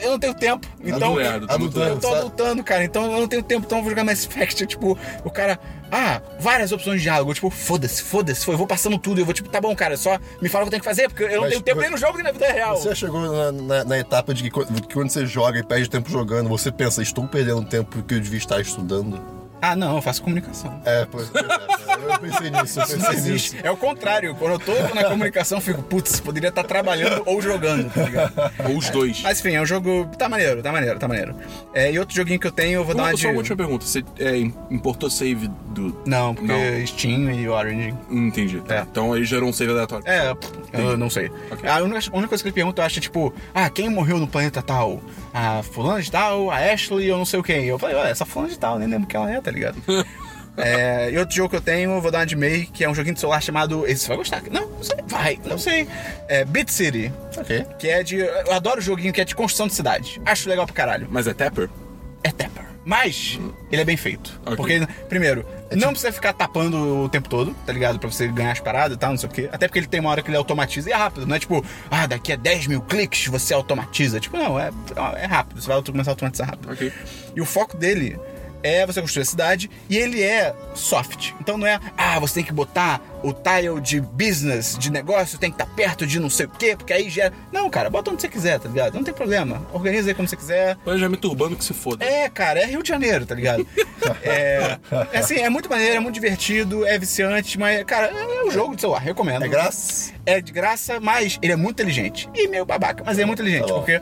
S1: Eu não tenho tempo. Então.
S3: Adulterado, tá
S2: adulterado.
S1: Eu tô
S2: Sabe?
S1: adultando, cara, então eu não tenho tempo, então eu vou jogar Mass Effect. É Tipo, o cara, ah, várias opções de diálogo. Tipo, foda-se, foda-se, eu vou passando tudo. Eu vou, tipo, tá bom, cara, só me fala o que eu tenho que fazer, porque eu não
S2: Mas
S1: tenho tempo
S2: vo-
S1: nem no jogo nem na vida real.
S2: Você já chegou na, na- na etapa de que, co- que quando você joga e perde tempo jogando, você pensa, estou perdendo tempo porque eu devia estar estudando?
S1: Ah, não, eu faço comunicação.
S2: É, pois é, eu pensei nisso, eu
S1: Não
S2: pensei nisso.
S1: existe. É o contrário. Quando eu tô na comunicação, eu fico, putz, poderia estar trabalhando ou jogando, tá ligado?
S3: Ou os dois.
S1: Mas enfim, é um jogo. Tá maneiro, tá maneiro, tá maneiro. É, e outro joguinho que eu tenho, eu vou dar
S3: Uma-
S1: uma
S3: só
S1: de.
S3: uma última pergunta. Você é, importou save do.
S1: Não, porque
S3: Não.
S1: Steam e Orange.
S3: Entendi. tá.
S1: É.
S3: Então ele gerou um save aleatório.
S1: É, eu não sei. A, única, a única coisa que ele pergunta, eu acho, é tipo, ah, quem morreu no planeta tal? A fulana de tal, a Ashley, eu não sei o quem. Eu falei, olha, essa fulana de tal, nem lembro quem ela é, tá ligado? É, e outro jogo que eu tenho, eu vou dar uma de meio, que é um joguinho de celular chamado. Esse você vai gostar? Não, não sei, vai, não sei. É Beat City,
S2: Ok.
S1: que é de. Eu adoro joguinho que é de construção de cidade. Acho legal pra caralho.
S3: Mas é Tapper?
S1: É Tepper. Mas ele é bem feito.
S3: Ok.
S1: Porque, primeiro, não precisa ficar tapando o tempo todo, tá ligado? Pra você ganhar as paradas e tal, não sei o quê. Até porque ele tem uma hora que ele automatiza e é rápido, não é tipo, ah, daqui a 10 mil cliques você automatiza. Tipo, não, é, é rápido, você vai auto- começar a automatizar rápido.
S3: Ok.
S1: E o foco dele é você construir a cidade e ele é soft. Então não é, ah, você tem que botar o tile de business, de negócio, tem que estar perto de não sei o quê, porque aí gera. Não, cara, bota onde você quiser, tá ligado? Não tem problema. Organiza aí como você quiser.
S3: Planejamento urbano que se foda.
S1: É, cara, é Rio de Janeiro, tá ligado? é, é assim, é muito maneiro, é muito divertido, é viciante, mas, cara, é um jogo de celular, recomendo.
S2: É graça.
S1: É de graça, mas ele é muito inteligente. E meio babaca, mas ele é muito inteligente,
S2: Tá bom.
S1: porque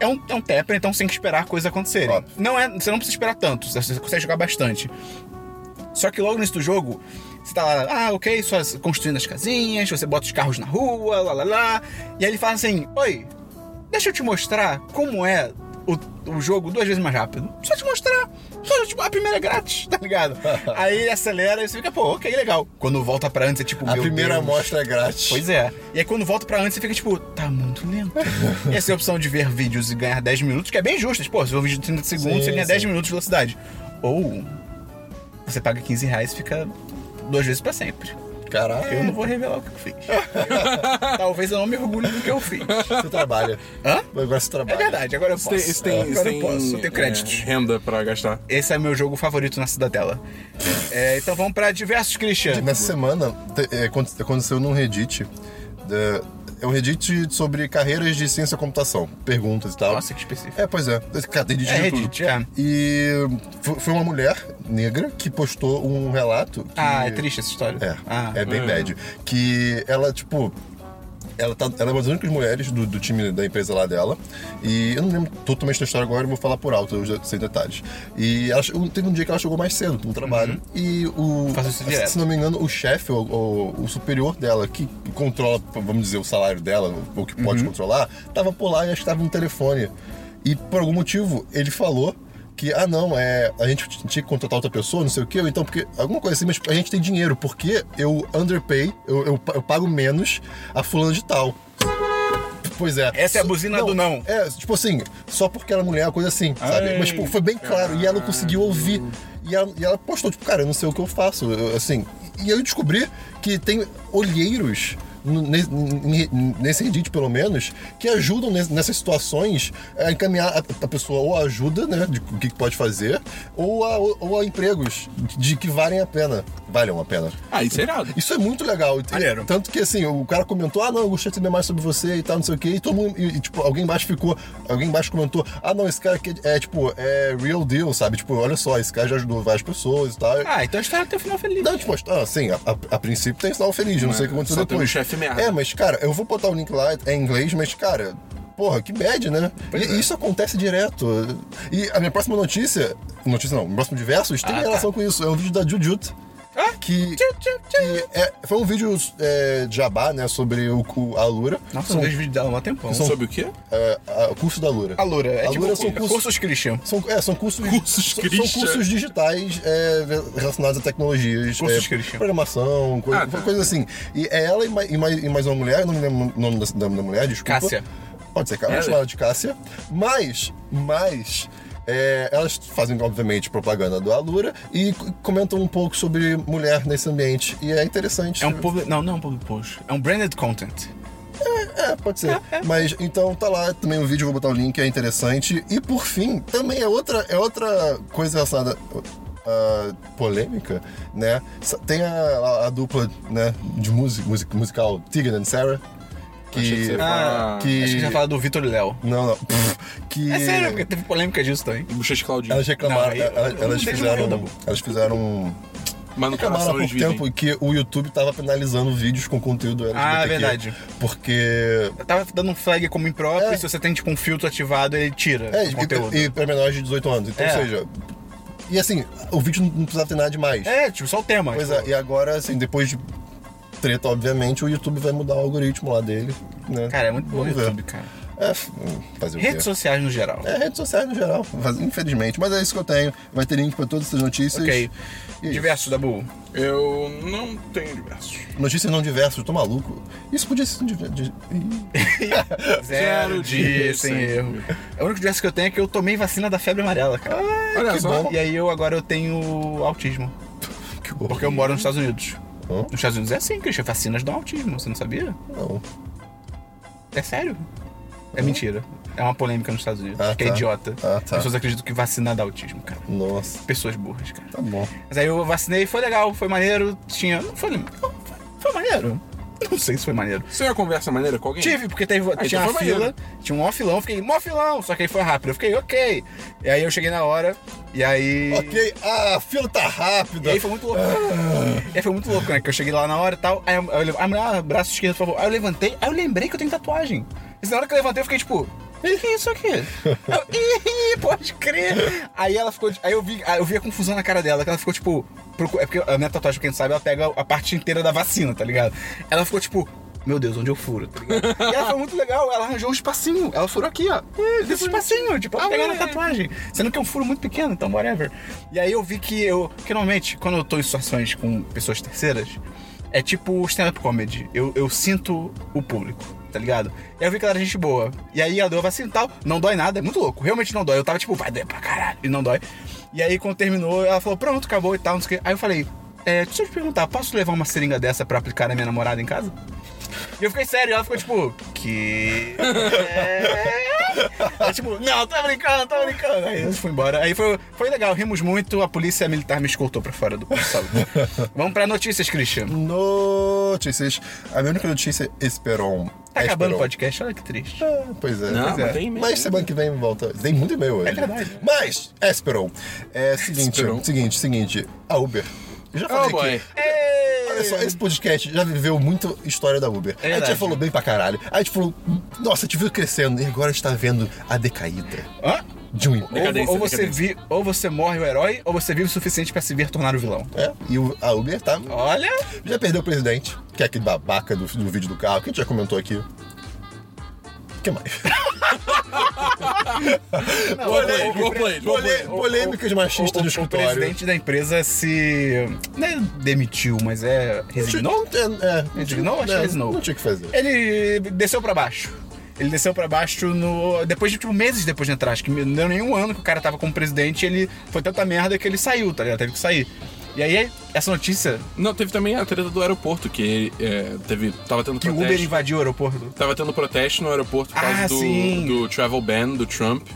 S1: é um, é um Tepper, então você tem que esperar coisas acontecerem.
S2: Óbvio.
S1: Não é, você não precisa esperar tanto, você consegue jogar bastante. Só que logo no início do jogo, você tá lá, ah, ok, só construindo as casinhas, você bota os carros na rua, lá lá lá. E aí ele fala assim: Oi, deixa eu te mostrar como é o, o jogo duas vezes mais rápido. Só te mostrar. Só te, a primeira é grátis, *laughs* tá
S2: *laughs*
S1: ligado? aí ele acelera e você fica, pô, ok, legal. Quando volta pra antes, é tipo,
S2: A
S1: meu
S2: primeira
S1: Deus.
S2: amostra é grátis.
S1: Pois é. E aí quando volta pra antes, você fica tipo, tá muito
S3: *laughs*
S1: lento. e essa é a opção de ver vídeos e ganhar 10 minutos, que é bem justa. Tipo, se for um vídeo de 30 segundos,
S2: Sim,
S1: você ganha
S2: sim.
S1: 10 minutos de velocidade. Ou você paga 15 reais e fica duas vezes pra sempre.
S2: é. Caralho.
S1: Eu não vou revelar o que eu
S3: *laughs*
S1: fiz. Talvez eu não me orgulhe do que eu fiz.
S2: Você trabalha.
S1: Hã?
S2: Agora você trabalha.
S1: É verdade, agora eu
S3: Isso
S1: posso.
S3: tem, isso tem, isso
S1: agora
S3: tem,
S1: eu posso, eu tenho
S3: é,
S1: créditos.
S3: renda pra gastar.
S1: Esse é meu jogo favorito na Cidadela. É, então vamos pra diversos, Christian.
S2: Nessa semana, te- é, aconte- aconteceu num Reddit. da- É um Reddit sobre carreiras de ciência da computação. Perguntas e tal.
S1: Nossa, que específico.
S2: É, pois é. Cara, tem Reddit
S1: É
S2: de tudo.
S1: Reddit, é.
S2: E fo- foi uma mulher negra que postou um relato. que-
S1: Ah, é triste essa história.
S2: É,
S1: Ah.
S2: é bem bad. Que ela, tipo. Ela, tá, ela é uma das únicas mulheres do, do time da empresa lá dela. E eu não lembro totalmente da história agora, eu vou falar por alto, eu já sei detalhes. E ela, che- teve um dia que ela chegou mais cedo no
S1: Uhum.
S2: trabalho. E o.
S1: Faço isso direto.
S2: Se não me engano, o chefe, ou- ou o, superior dela, que controla, vamos dizer, o salário dela, ou que
S1: Uhum.
S2: pode controlar, tava por lá e acho que tava no telefone. E por algum motivo, ele falou que, ah não, é, a gente tinha que contratar outra pessoa, não sei o quê, ou então porque. Alguma coisa assim, mas a gente tem dinheiro, porque eu underpay, eu, eu, pa- eu pago menos a fulana de tal. Pois é.
S1: Essa é a buzina do não.
S2: É, tipo assim, só porque ela é mulher, é uma coisa assim, sabe? Mas, tipo, foi bem claro. E ela conseguiu ouvir. E ela, e ela postou, tipo, cara, eu não sei o que eu faço. eu- assim. E eu descobri que tem olheiros. no- ne- ne- Nesse Reddit, pelo menos, que ajudam nes- nessas situações a encaminhar a, a pessoa ou a ajuda, né? De o que que pode fazer, ou a, ou a empregos de que valem a pena. Valham a pena.
S3: Ah, isso é irado.
S2: Isso é muito legal. E-
S1: Maneiro.
S2: Tanto que assim, o cara comentou, ah não, eu gostei de saber mais sobre você e tal, não sei o quê. E todo mundo, e, e, tipo, alguém embaixo ficou, alguém embaixo comentou, ah não, esse cara aqui é, é, tipo, é real deal, sabe? Tipo, olha só, esse cara já ajudou várias pessoas e tal.
S3: É.
S1: Ah, então a história tem um final feliz.
S2: Não, tipo, ah, sim, a, a- a princípio tem sinal feliz, eu não sei o que aconteceu
S3: só tem um
S2: depois.
S3: chefe merda.
S2: É, mas cara, eu vou botar o link lá, é em inglês, mas cara, porra, que bad, né? E,
S3: é.
S2: e isso acontece direto. E a minha próxima notícia, notícia não, meu próximo diversos tem
S1: Ah, tá.
S2: relação com isso, é um vídeo da Jujutsu.
S1: Ah,
S2: Que,
S1: tchu, tchu, tchu.
S2: que é- foi um vídeo é, de jabá, né, sobre o, cu- a Lura.
S1: Nossa, eu
S2: são,
S1: não vejo vídeo dela há um tempão.
S2: São-
S3: Sobre o quê?
S2: é, a- o curso da Lura.
S1: A Lura, é
S2: a
S1: tipo
S2: Lura são
S1: cursos,
S2: cursos...
S1: cursos Christian.
S2: São, é, são cursos,
S3: Cursos
S2: são, são
S3: Christian.
S2: cursos digitais é, relacionados a tecnologias,
S1: Cursos
S2: é,
S1: Christian.
S2: programação, coi-
S3: Ah, tá.
S2: coisa assim. E é ela e mais, e mais- e mais uma mulher, eu não me lembro o nome da, da- da mulher, desculpa.
S1: Cássia.
S2: Pode ser, Cássia,
S3: Ela.
S2: vamos chamar ela de Cássia. Mas, mas, é, elas fazem, obviamente, propaganda do Alura e c- comentam um pouco sobre mulher nesse ambiente. E é interessante.
S1: É um public. Não, não é um public post. É um branded content.
S2: É, pode
S1: *laughs*
S2: ser. Mas então tá lá também o vídeo, vou botar o link, é interessante. E por fim, também é outra, é outra coisa relacionada à polêmica, né? Sa- Tem a, a- a dupla né, de música, music, musical Tegan and Sarah.
S3: Achei que
S2: Que.
S3: você ia falar
S2: que-
S1: Acho Ah, que já falar do Vitor e Léo.
S2: Não, *laughs* não. pff, que.
S1: É sério, porque teve polêmica disso também.
S3: Bochecha Claudinho.
S2: Elas
S1: Não,
S2: reclamaram.
S1: eu-
S2: elas,
S1: eu não
S2: elas
S1: vejo
S2: fizeram.
S3: tá
S1: nada, pô.
S2: Elas fizeram.
S3: Mas
S2: reclamaram
S3: no
S2: há
S3: coração eles
S2: pouco tempo
S3: vivem.
S2: que o YouTube tava penalizando vídeos com conteúdo LGBTQ.
S1: Ah, verdade.
S2: Porque
S1: Eu tava dando um flag como impróprio,
S2: É.
S1: e se você tem tipo um filtro ativado, ele tira
S2: É,
S1: o conteúdo.
S2: e, e para menores de 18 anos. Então,
S1: É.
S2: ou seja. E assim, o vídeo não precisava ter nada demais.
S1: É, tipo, só o tema.
S2: Pois
S1: tipo,
S2: é, e agora, assim, depois de treta, obviamente, o YouTube vai mudar o algoritmo lá dele. Né?
S1: Cara, é muito bom o
S2: Vamos ver.
S1: YouTube, cara.
S2: É, f- fazer o quê?
S1: Redes sociais no geral.
S2: É, redes sociais no geral, faz- infelizmente. Mas é isso que eu tenho. Vai ter link pra todas essas notícias.
S1: Ok.
S2: E isso.
S1: Diversos,
S2: *laughs*
S1: Dabu.
S3: Eu não tenho diversos.
S2: Notícias não diversas, eu tô maluco. Isso podia ser. um diver- de- Ih,
S1: Zero
S3: Zero
S1: dias
S3: dias
S1: sem
S3: sem
S1: erro. O único diverso que eu tenho é que eu tomei vacina da febre amarela, cara.
S3: Olha
S2: que
S3: só.
S2: bom.
S1: E aí eu agora eu tenho autismo.
S2: Que horror.
S1: Porque eu moro nos Estados Unidos.
S2: Hã?
S1: Nos Estados Unidos é assim, Christian. Vacinas dão autismo, você não sabia?
S2: Não.
S1: É sério? É mentira. É uma polêmica nos Estados Unidos,
S2: Ah,
S1: que é
S2: tá.
S1: idiota.
S2: Ah,
S1: As
S2: tá.
S1: pessoas acreditam que vacina dá autismo, cara.
S2: Nossa,
S1: Pessoas burras, cara.
S2: tá bom.
S1: Mas aí eu vacinei, foi legal, foi maneiro, tinha. Não foi. Não, foi- foi maneiro. Não sei se foi maneiro.
S3: Você é uma conversa maneira com alguém?
S1: Tive, porque teve,
S3: então
S1: tinha uma
S3: foi
S1: fila,
S3: maneiro.
S1: tinha um mó filão, eu fiquei mó filão, só que aí foi rápido. Eu fiquei, ok. E aí eu cheguei na hora, e aí.
S2: Ok, ah, a fila tá
S1: E
S2: rápida.
S1: aí foi muito louco. e aí foi muito louco, né? Que eu cheguei lá na hora e tal. Aí eu, aí eu levo- ah, meu, ah, braço esquerdo, por favor. Aí eu levantei, aí eu lembrei que eu tenho tatuagem. Mas na hora que eu levantei, eu fiquei tipo. "Ih, que é isso aqui? Eu, Ih, pode crer! Aí ela ficou. Aí eu vi, aí eu vi a confusão na cara dela, que ela ficou tipo. procu- É porque a minha tatuagem, pra quem não sabe, ela pega a parte inteira da vacina, tá ligado? Ela ficou tipo. Meu Deus, onde eu furo? Tá ligado? e ela foi muito legal, ela arranjou um espacinho. Ela furou aqui, ó. Desse espacinho, tipo, ela pegou na tatuagem. Sendo que é um furo muito pequeno, então whatever. E aí eu vi que eu. Que normalmente, quando eu tô em situações com pessoas terceiras, é tipo stand-up comedy. Eu, eu sinto o público, tá ligado? E aí eu vi que ela era gente boa. E aí ela deu a vacina e tal. Não dói nada, é muito louco. Realmente não dói. Eu tava tipo, vai doer pra caralho. E não dói. E aí quando terminou, ela falou, pronto, acabou e tal, não sei o quê. Aí eu falei, é, deixa eu te perguntar, posso levar uma seringa dessa pra aplicar na minha namorada em casa? E eu fiquei sério, ela ficou tipo,
S2: *laughs*
S1: que. Ela, tipo, não, tá brincando, tá brincando. Aí eu fui embora. Aí foi, foi legal, rimos muito, a polícia militar me escoltou pra fora do posto de
S2: *laughs*
S1: saúde. Vamos pra notícias, Christian.
S2: Hum, Notícias. A minha única notícia é Esperon.
S1: Tá
S2: É
S1: acabando o
S2: Esperon.
S1: podcast, olha que triste.
S2: Ah, Pois é.
S3: Não,
S2: pois
S3: mas
S2: é.
S3: tem e-mail
S2: Mas
S3: ainda.
S2: semana que vem volta. Tem muito e-mail hoje.
S1: É verdade.
S2: Mas, Esperon. É seguinte,
S3: Esperon.
S2: seguinte, seguinte. A Uber. Eu já falei
S3: Oh,
S2: aqui.
S3: boy.
S2: É, Olha só, esse podcast já viveu muito história da Uber. a
S3: É
S2: gente
S1: verdade.
S2: já falou bem pra caralho. A gente falou, nossa, te viu crescendo e agora está vendo a decaída
S1: Hã?
S2: de um emprego.
S3: Decadência,
S1: Ou, ou você
S3: decadência.
S1: vi, ou você morre o herói, ou você vive o suficiente pra se ver tornar o vilão.
S2: É, e o- a Uber tá.
S1: Olha!
S2: Já perdeu o presidente, que é aquele babaca do, do vídeo do carro, que a gente já comentou aqui. O que mais?
S3: Olha aí,
S1: o-
S3: boa play, boa play.
S2: Pole- polêmicas
S1: o,
S2: machistas no
S1: o, o
S2: escritório.
S1: presidente da empresa se. Não é demitiu, mas é. resignou?
S2: É, é,
S1: Resignou? Acho que
S2: é,
S1: resignou.
S2: Não tinha o que fazer.
S1: Ele desceu pra baixo. Ele desceu pra baixo no. Depois de tipo, meses depois de entrar. Acho que não deu nenhum ano que o cara tava como presidente. Ele foi tanta merda que ele saiu, tá ligado? Teve que sair. E aí, essa notícia
S3: Não, teve também a treta do aeroporto, que é, teve. Tava tendo
S1: que o Uber
S3: protesto.
S1: invadiu o aeroporto.
S3: Tava tendo protesto no aeroporto por causa
S1: Ah,
S3: do,
S1: sim.
S3: do travel ban do Trump.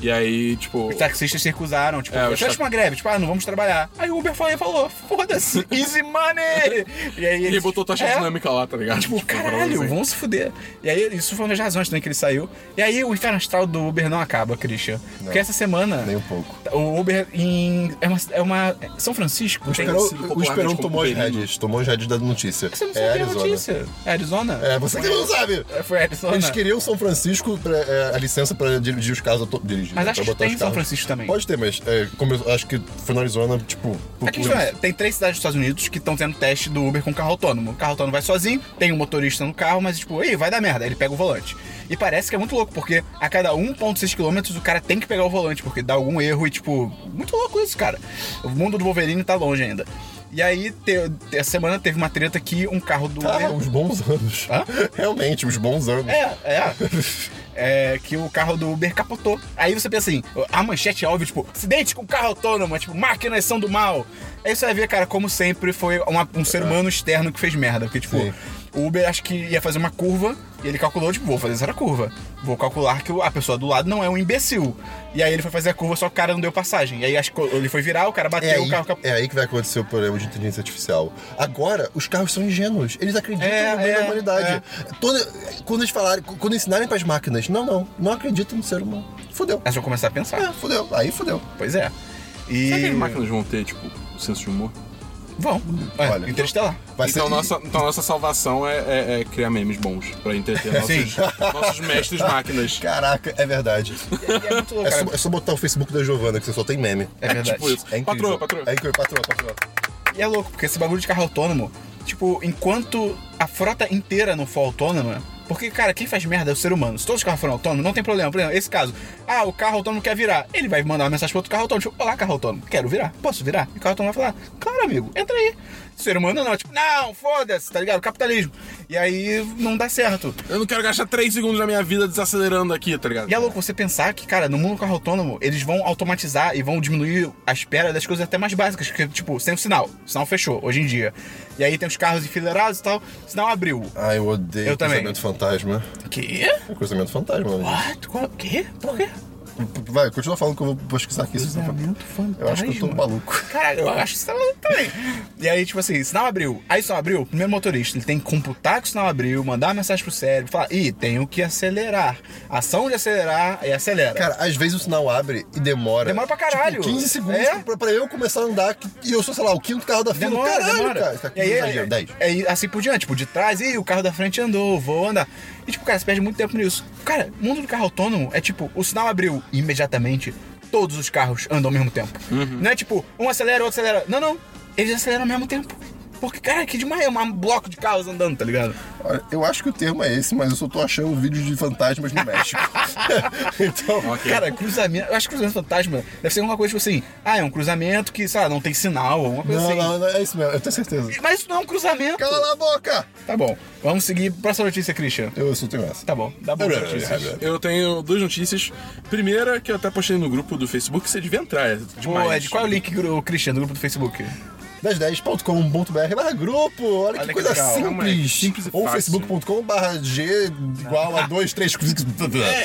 S3: E aí, tipo.
S1: Os taxistas se recusaram, tipo,
S3: É,
S1: é,
S3: os
S1: fecha
S3: tax-
S1: uma greve, tipo, ah, não vamos trabalhar. Aí o Uber foi e falou, foda-se, easy money! E aí
S3: Ele botou taxa
S1: é,
S3: dinâmica lá, tá ligado?
S1: Tipo,
S3: uma parada
S1: caralho,
S3: assim.
S1: vão se fuder. E aí, isso foi uma das razões também que ele saiu. E aí, o inferno astral do Uber não acaba, Christian. Porque essa semana,
S2: Nem um pouco.
S1: o Uber em... É uma... É uma é São Francisco?
S2: O
S1: Tem-
S2: Esperon-
S3: sido
S2: o
S3: popularmente
S2: Esperon
S3: como
S2: tomou as
S3: Uberino.
S2: rédeas, tomou as rédeas da notícia.
S1: Você não
S2: é
S1: sabia a
S2: Arizona.
S1: notícia. É Arizona?
S2: É, você que não sabe!
S1: É, Foi Arizona.
S2: Eles queriam São Francisco pra, é, a licença pra dirigir os carros. auto- Dirigir,
S1: Mas
S2: né,
S1: acho
S2: pra
S1: que
S2: botar
S1: tem
S2: os
S1: São
S2: carros.
S1: Francisco também.
S2: Pode ter, mas é, como eu acho que foi na Arizona, tipo.
S1: A questão é, tem três cidades dos Estados Unidos que estão tendo teste do Uber com carro autônomo. O carro autônomo vai sozinho, tem um motorista no carro, mas tipo, ei, vai dar merda, aí ele pega o volante. E parece que é muito louco, porque a cada 1.6 km o cara tem que pegar o volante, porque dá algum erro e tipo, muito louco isso, cara. O mundo do Wolverine tá longe ainda. E aí, te, te- essa semana teve uma treta que um carro do
S2: Ah,
S1: Uber...
S2: uns bons anos.
S1: Hã?
S2: Realmente, uns bons anos.
S1: É, é. *laughs* É que o carro do Uber capotou. Aí você pensa assim, a manchete é óbvia, tipo, acidente com carro autônomo, é tipo, máquinas são do mal. Aí você vai ver, cara, como sempre foi uma- um ser humano externo que fez merda. Porque, tipo,
S2: É. Sim.
S1: o Uber acho que ia fazer uma curva e ele calculou, tipo, vou fazer essa curva. Vou calcular que o- a pessoa do lado não é um imbecil. E aí ele foi fazer a curva, só que o cara não deu passagem. E aí acho que ele foi virar, o cara bateu,
S2: É
S1: o um
S2: aí,
S1: carro capotou.
S2: é aí que vai acontecer o problema de inteligência artificial. Agora, os carros são ingênuos. Eles acreditam
S1: É,
S2: no bem
S1: é,
S2: da humanidade. Toda- quando eles falarem, quando ensinarem pras máquinas, não, não, não acreditam no ser humano. Fudeu.
S1: Aí você vai começar a pensar.
S2: É, fudeu. Aí fudeu.
S1: Pois é. E.
S3: Será que as máquinas vão ter, tipo, senso de humor?
S1: Vão. É,
S2: Olha.
S1: Interestelar.
S2: Vai
S3: então,
S2: ser.
S3: nossa, então nossa salvação é, é- é criar memes bons pra entreter nossos,
S1: Sim.
S3: nossos mestres máquinas.
S2: Caraca, é verdade.
S1: E é muito louco,
S2: É
S1: cara.
S2: só, é só botar o Facebook da Giovana, que você só tem meme.
S1: É verdade.
S3: Tipo isso.
S2: É incrível.
S3: patroa, patroa.
S2: É incrível, patroa, patroa.
S1: E é louco, porque esse bagulho de carro autônomo, tipo, enquanto a frota inteira não for autônoma. Porque, cara, quem faz merda é o ser humano. Se todos os carros forem autônomos, não tem problema. Por exemplo, esse caso. Ah, o carro autônomo quer virar. Ele vai mandar uma mensagem pro outro carro autônomo. Tipo, olá, carro autônomo. Quero virar. Posso virar? é E o carro autônomo vai falar, claro, amigo, entra aí. O ser humano não. Tipo, não, foda-se, tá ligado? Capitalismo. E aí não dá certo.
S3: Eu não quero gastar 3 segundos da minha vida desacelerando aqui, tá ligado?
S1: E é louco você pensar que, cara, no mundo do carro autônomo, eles vão automatizar e vão diminuir a espera das coisas até mais básicas, que tipo, sem o sinal. O sinal fechou, hoje em dia. E aí tem os carros enfileirados e tal, o sinal abriu.
S2: Ah, eu odeio
S1: Eu também.
S2: cruzamento fantasma.
S1: Que?
S2: É cruzamento fantasma. né?
S1: What? Qual- Quê? Por quê?
S2: Vai, continua falando que eu vou pesquisar aqui. se você tá- Eu acho que eu tô maluco.
S1: Caralho, eu acho que você tá maluco também. E aí, tipo assim, sinal abriu. Aí sinal abriu, o primeiro motorista, ele tem que computar que o sinal abriu, mandar uma mensagem pro cérebro, falar, ih, tenho que acelerar. Ação de acelerar, aí acelera.
S2: Cara, às vezes o sinal abre e demora.
S1: Demora pra caralho.
S2: Tipo, 15 segundos
S1: É?
S2: pra, pra eu começar a andar que- e eu sou, sei lá, o quinto carro da fila.
S1: Demora,
S2: caralho,
S1: demora.
S2: cara. Tá
S1: E aí,
S2: exagero, 10.
S1: é, é, assim por diante, tipo, de trás, e o carro da frente andou, vou andar. E tipo, cara, você perde muito tempo nisso. Cara, o mundo do carro autônomo é tipo, o sinal abriu imediatamente, todos os carros andam ao mesmo tempo. Não é tipo, um acelera, outro acelera. Não, não. Eles aceleram ao mesmo tempo. Porque, cara, que demais, é um bloco de carros andando, tá ligado?
S2: Olha, eu acho que o termo é esse, mas eu só tô achando vídeos de fantasmas no
S1: *laughs*
S2: México. *laughs* então,
S3: Ok.
S1: Cara, cruzamento. Eu acho que cruzamento fantasma deve ser alguma coisa tipo assim, ah, é um cruzamento que, sei lá, não tem sinal, alguma coisa
S2: não,
S1: assim.
S2: não, não, é isso mesmo, eu tenho certeza.
S1: Mas isso não é um cruzamento.
S2: Cala a boca!
S1: Tá bom. Vamos seguir pra próxima notícia, Christian.
S2: Eu só tenho essa.
S1: Tá bom, dá boas notícias.
S3: Eu tenho duas notícias. Primeira, que eu até postei no grupo do Facebook, você devia entrar, é demais. É
S1: Pô, Ed, qual é o link, gru- Christian, do grupo do Facebook?
S2: 1010.com.br barra grupo,
S1: Olha
S2: olha,
S1: que
S2: que coisa
S1: legal.
S2: simples.
S3: Calma aí, simples e
S2: Ou
S3: fácil.
S2: facebook.com barra g igual a 2, 3,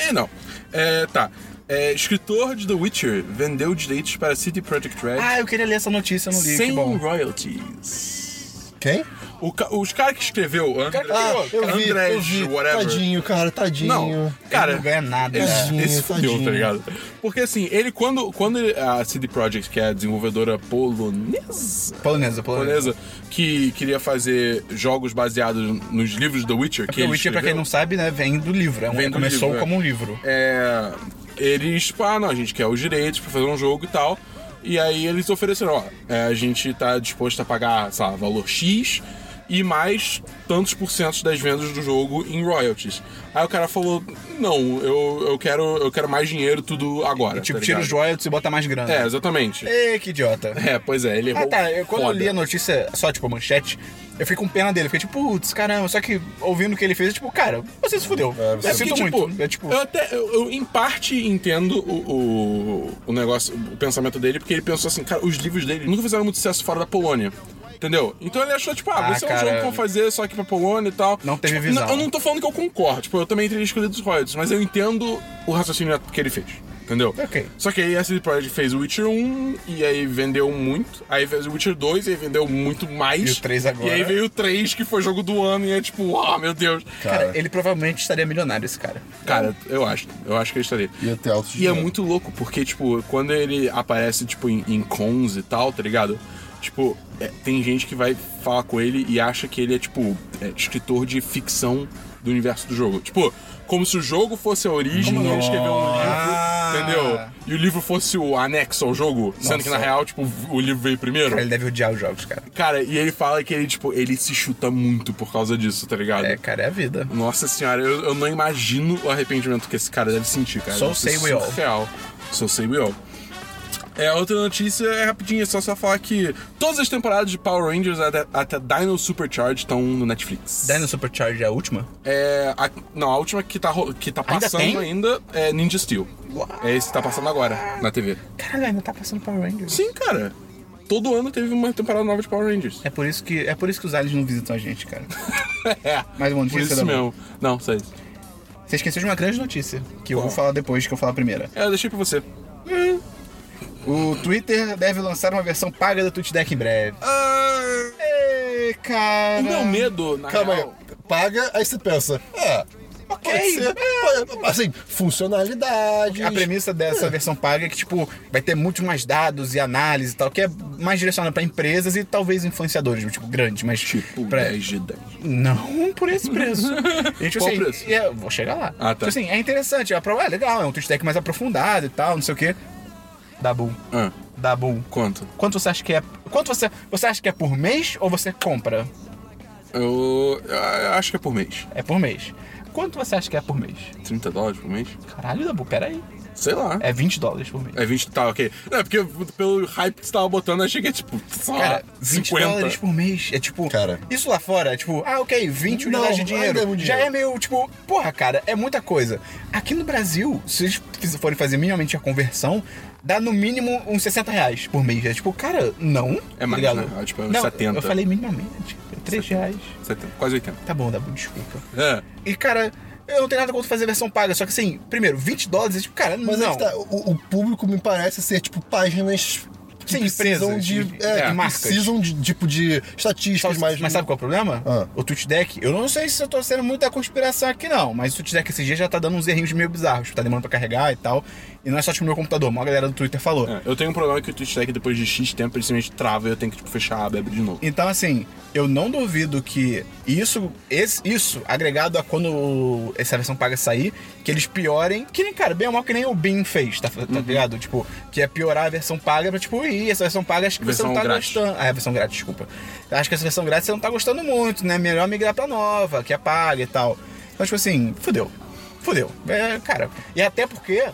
S3: É, não. É, tá. É, escritor de The Witcher vendeu os direitos para City Project Red
S1: Ah, eu queria ler essa notícia no livro, que
S3: sem
S1: bom.
S3: royalties.
S2: Quem?
S3: O ca- os caras que escreveu, André,
S1: que escreveu,
S2: eu vi, eu
S3: Andrés,
S2: vi.
S3: whatever.
S2: Tadinho, cara, tadinho.
S3: Não,
S1: Ele
S3: cara,
S1: não ganha nada.
S3: Esse,
S2: Tadinho,
S3: esse fudeu, tá
S2: tadinho.
S3: ligado? Porque assim, ele quando, quando ele- a CD Projekt, que é a desenvolvedora polonesa,
S1: Polonesa, É polonesa.
S3: polonesa, que queria fazer jogos baseados nos livros do Witcher, que
S1: Porque o
S3: ele
S1: Witcher, pra quem
S3: escreveu,
S1: não sabe, né, vem do livro. É um-
S3: Vem do
S1: começou
S3: livro, é.
S1: como um livro.
S3: é, eles, tipo, ah, não, a gente quer os direitos pra fazer um jogo e tal. E aí eles ofereceram, ó, é, a gente tá disposto a pagar, sei lá, valor X e mais tantos por cento das vendas do jogo em royalties. Aí o cara falou, não, eu, eu, quero, eu quero mais dinheiro tudo agora.
S1: Tipo,
S3: tá
S1: tira os
S3: ligado?
S1: royalties e bota mais grana.
S3: É, exatamente.
S1: Ei, que idiota.
S3: É, pois é, ele errou.
S1: Ah, tá. Eu, quando eu
S3: foda.
S1: li a notícia, só tipo a manchete, eu fiquei com pena dele. Fiquei tipo, putz, caramba. Só que ouvindo o que ele fez, eu, tipo, cara, você se fudeu.
S2: É, você-
S1: eu
S3: Porque,
S1: sinto muito. É tipo,
S3: eu até, eu, eu, em parte entendo o, o, o negócio, o pensamento dele, porque ele pensou assim, cara, os livros dele nunca fizeram muito sucesso fora da Polônia. Entendeu? Então ele achou, tipo, ah,
S1: Ah,
S3: você é um
S1: cara.
S3: jogo que eu vou fazer só aqui pra Polônia e tal.
S1: Não teve
S3: Tipo,
S1: visão.
S3: n- Eu não tô falando que eu concordo, tipo, eu também teria escolhido os royalties, mas eu entendo o raciocínio que ele fez. Entendeu?
S1: Ok.
S3: Só que aí a CD Projekt fez o Witcher 1 e aí vendeu muito. Aí fez o Witcher 2 e aí vendeu muito mais.
S1: E o 3 agora.
S3: E aí veio o 3, que foi jogo do ano, e é tipo, ó, meu Deus.
S1: cara, ele provavelmente estaria milionário, esse cara.
S3: Cara, eu acho. Eu acho que ele estaria.
S2: Ia ter altos
S3: E é
S2: dinheiro.
S3: muito louco, porque, tipo, quando ele aparece, tipo, em, em cons e tal, tá ligado? Tipo, é, tem gente que vai falar com ele e acha que ele é, tipo, é, escritor de ficção do universo do jogo. Tipo, como se o jogo fosse a origem e ele escreveu um livro,
S1: Ah.
S3: entendeu? E o livro fosse o anexo ao jogo, sendo que na
S1: Nossa.
S3: real, tipo, o livro veio primeiro.
S1: Cara, ele deve odiar os jogos, cara.
S3: Cara, e ele fala que ele, tipo, ele se chuta muito por causa disso, tá ligado?
S1: É, cara, é a vida.
S3: Nossa senhora, eu, eu não imagino o arrependimento que esse cara deve sentir, cara.
S1: So
S3: Deve
S1: say
S3: ser
S1: we all.
S3: surreal. So say we all. É, a outra notícia é rapidinha, é só só falar que todas as temporadas de Power Rangers até, até Dino Supercharge estão no Netflix.
S1: Dino Supercharge é a última?
S3: É, a- não, a última que tá, ro- que tá
S1: Ainda
S3: passando
S1: tem?
S3: ainda, é Ninja Steel. É esse que tá passando agora na TV.
S1: Caralho, ainda tá passando Power Rangers.
S3: Sim, cara. Todo ano teve uma temporada nova de Power
S1: *laughs*
S3: Rangers.
S1: É por isso que, é por isso que os aliens não visitam a gente, cara.
S3: É.
S1: Mais uma
S3: Por
S1: notícia
S3: isso
S1: da
S3: mesmo. Não, só isso.
S1: Você esqueceu de uma grande notícia, que eu vou
S3: Qual?
S1: falar depois que eu falar a primeira.
S3: É, eu deixei pra você.
S1: O Twitter deve lançar uma versão paga do Twitch Deck em breve.
S3: Ah!
S1: Ei, cara.
S3: o meu medo, na
S2: Calma aí,
S3: real...
S2: paga, aí você pensa, é,
S1: Ok.
S2: pode ser, pode- assim, funcionalidade.
S1: A premissa
S3: Ah.
S1: dessa versão paga é que, tipo, vai ter muito mais dados e análise e tal, que é mais direcionada pra empresas e talvez influenciadores, tipo, grandes, mas.
S3: Tipo,
S1: pra-
S3: 10 de 10.
S1: Não *laughs* por esse preço. E, tipo,
S3: Qual
S1: assim,
S3: preço?
S1: e é- vou chegar lá.
S3: Ah, tá.
S1: Tipo assim, é interessante, é, pro- é legal, é um twist deck mais aprofundado e tal, não sei o quê. Dá bom,
S3: Ah,
S1: dá bom.
S3: quanto?
S1: Quanto você acha que é. Quanto você. Você acha que é por mês ou você compra?
S3: Eu, eu acho que é por mês.
S1: É por mês. Quanto você acha que é por mês?
S3: 30 dólares por mês?
S1: Caralho, Dabu, peraí.
S3: Sei lá.
S4: É 20 dólares por mês.
S3: É 20, tá, ok. Não, é porque pelo hype que você tava botando, eu achei que é tipo, sei lá,
S1: Cara, 20 dólares por mês. É tipo.
S2: Cara.
S1: Isso lá fora é tipo, ah, ok, 20
S2: Não,
S1: unidades de
S2: ainda
S1: dinheiro.
S2: é muito
S1: Já
S2: dinheiro.
S1: é meio, tipo, porra, cara, é muita coisa. Aqui no Brasil, se eles fiz- forem fazer minimamente a conversão, dá no mínimo uns 60 reais por mês. É tipo, cara, não.
S3: É
S1: tá
S3: mais,
S1: ligado?
S3: né? É, tipo, é uns
S1: não,
S3: 70.
S1: Eu falei minimamente. 3 reais.
S3: 70, quase 80.
S1: Tá bom, dá bom, desculpa.
S3: É.
S1: E, cara, eu não tenho nada contra fazer a versão paga. Só que assim, primeiro, 20 dólares é tipo, cara,
S2: Mas é
S1: não.
S2: que tá, o, o público me parece ser, tipo, páginas que
S1: Sim,
S2: precisam
S1: empresas,
S2: de...
S1: de-
S2: é,
S1: é,
S2: que
S1: marcas.
S2: precisam de, tipo, de estatísticas
S1: Sabe-
S2: mais...
S1: mas sabe qual é o problema?
S2: Ah.
S1: O TweetDeck, eu não sei se eu tô sendo muita conspiração aqui não, mas o TweetDeck esses dias já tá dando uns errinhos meio bizarros, tipo, tá demorando pra carregar e tal. E não é só tipo meu computador, a maior galera do Twitter falou.
S3: É, Eu tenho um problema que o Twitch Tech, depois de X tempo, ele simplesmente trava e eu tenho que tipo, fechar a aba e abrir de novo.
S1: Então, assim, eu não duvido que isso, esse- isso agregado a quando o- essa versão paga sair, que eles piorem, que nem, cara, bem ou mal que nem o Bin fez, tá, tá
S3: Uhum.
S1: ligado? Tipo, que é piorar a versão paga pra, tipo, ih, essa versão paga acho que
S3: Versão
S1: você não tá
S3: grátis.
S1: gostando. Ah, é a versão grátis, desculpa. Acho que essa versão grátis você não tá gostando muito, né? Melhor migrar pra nova, que é paga e tal. Então, tipo assim, fudeu. Fudeu. É, cara, e até porque,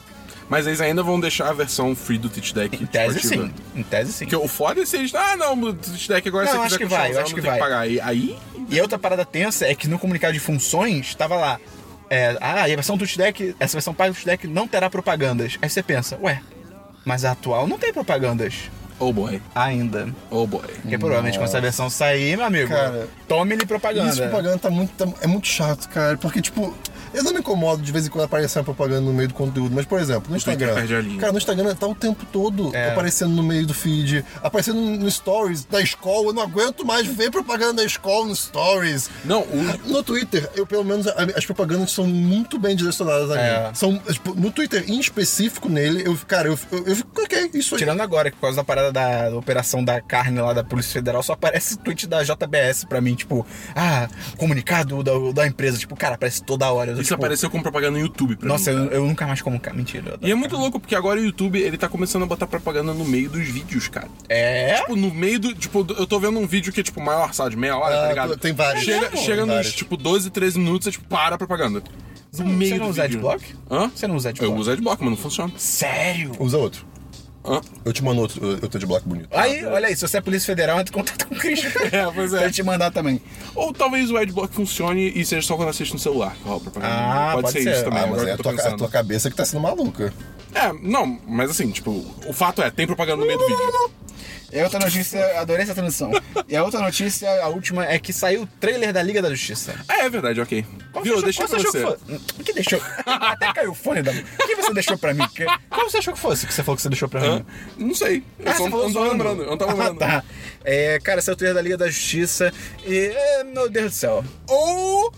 S3: Mas eles ainda vão deixar a versão free do Twitch Deck
S1: em tese
S3: tipo, ativa.
S1: sim, em tese sim.
S3: Porque o foda é se eles. Ah, não, o Twitch Deck agora
S1: Não,
S3: você
S1: acho
S3: quiser
S1: que
S3: continuar
S1: vai, eu
S3: usando,
S1: acho que
S3: tem
S1: vai.
S3: pagar. E aí.
S1: E a outra parada tensa é que no comunicado de funções tava lá. é, ah, e a versão do Deck, essa versão paga do Deck não terá propagandas. Aí você pensa, ué, mas a atual não tem propagandas
S3: Oh boy.
S1: ainda.
S3: Oh boy.
S1: Porque provavelmente quando essa versão sair, meu amigo,
S2: Cara,
S1: tome-lhe propaganda.
S2: Isso, propaganda tá muito, tá- é muito chato, cara. Porque, tipo, eu não me incomodo de vez em quando aparecer uma propaganda no meio do conteúdo. Mas, por exemplo, no Instagram.
S3: perde a linha.
S2: Cara, no Instagram tá o tempo todo
S1: É.
S2: aparecendo no meio do feed, aparecendo no stories da escola. Eu não aguento mais ver propaganda da escola no stories.
S3: Não, o-
S2: No Twitter, eu pelo menos a- as propagandas são muito bem direcionadas a mim.
S1: É.
S2: São, tipo, no Twitter em específico nele, eu, cara, eu, eu, eu fico, ok, isso aí.
S1: Tirando agora, que por causa da parada da, da operação da carne lá da Polícia Federal, só aparece tweet da JBS pra mim, tipo, ah, comunicado da, da empresa. Tipo, cara, aparece toda hora. Eu,
S3: isso
S1: tipo,
S3: apareceu com propaganda no YouTube pra
S1: Nossa,
S3: mim.
S1: eu, eu nunca mais como carne. Mentira. tá? eu adoro
S3: E é muito louco, porque agora o YouTube, ele tá começando a botar propaganda no meio dos vídeos, cara.
S1: É?
S3: Tipo, no meio do. Tipo, eu tô vendo um vídeo que é tipo maior, sabe, de meia hora,
S2: Ah,
S3: tá ligado?
S2: tem vários.
S3: Chega,
S2: Tem
S3: chega
S2: vários.
S3: nos, tipo, 12, 13 minutos, é tipo, para a propaganda. No
S1: não-
S3: meio
S1: você não
S3: do
S1: usa
S3: vídeo.
S1: Adblock?
S3: Hã?
S1: Você não usa adblock?
S3: Eu uso adblock, mas não funciona.
S1: Sério?
S2: Usa outro.
S3: Hã?
S2: Eu te mando outro, eu- eu tô de bloco bonito.
S1: Aí, olha aí, se você é Polícia Federal, entra em contato com o Christian.
S3: *laughs* É, pois é.
S1: Pra te mandar também.
S3: Ou talvez o adblock funcione e seja só quando assiste no celular que rola propaganda.
S1: Ah,
S3: pode,
S1: pode
S3: ser,
S1: ser.
S3: isso também,
S2: Ah, mas
S3: agora
S2: é
S3: que
S2: a
S3: eu tô
S2: tua, a
S3: pensando.
S2: tua cabeça que tá sendo maluca.
S3: É, não, mas assim, tipo, o fato é, tem propaganda no meio do
S1: *laughs*
S3: vídeo.
S1: E a É outra notícia, adorei essa transição. E a outra notícia, a última, é que saiu o trailer da Liga da Justiça.
S3: Ah, é verdade, ok. Viu, eu deixei pra
S1: achou
S3: você.
S1: que fosse? O que deixou? Até caiu o fone da mão. O que você deixou pra mim? Que- Qual você achou que fosse que você falou que você deixou pra
S3: Hã?
S1: mim?
S3: Não sei. Eu
S1: Ah, você
S3: só não,
S1: falou
S3: não tava
S1: zoando.
S3: lembrando. Eu não
S1: *laughs*
S3: tava
S1: Ah,
S3: lembrando.
S1: tá. É, cara, saiu o trailer da Liga da Justiça e... é, Meu Deus do céu.
S3: Oh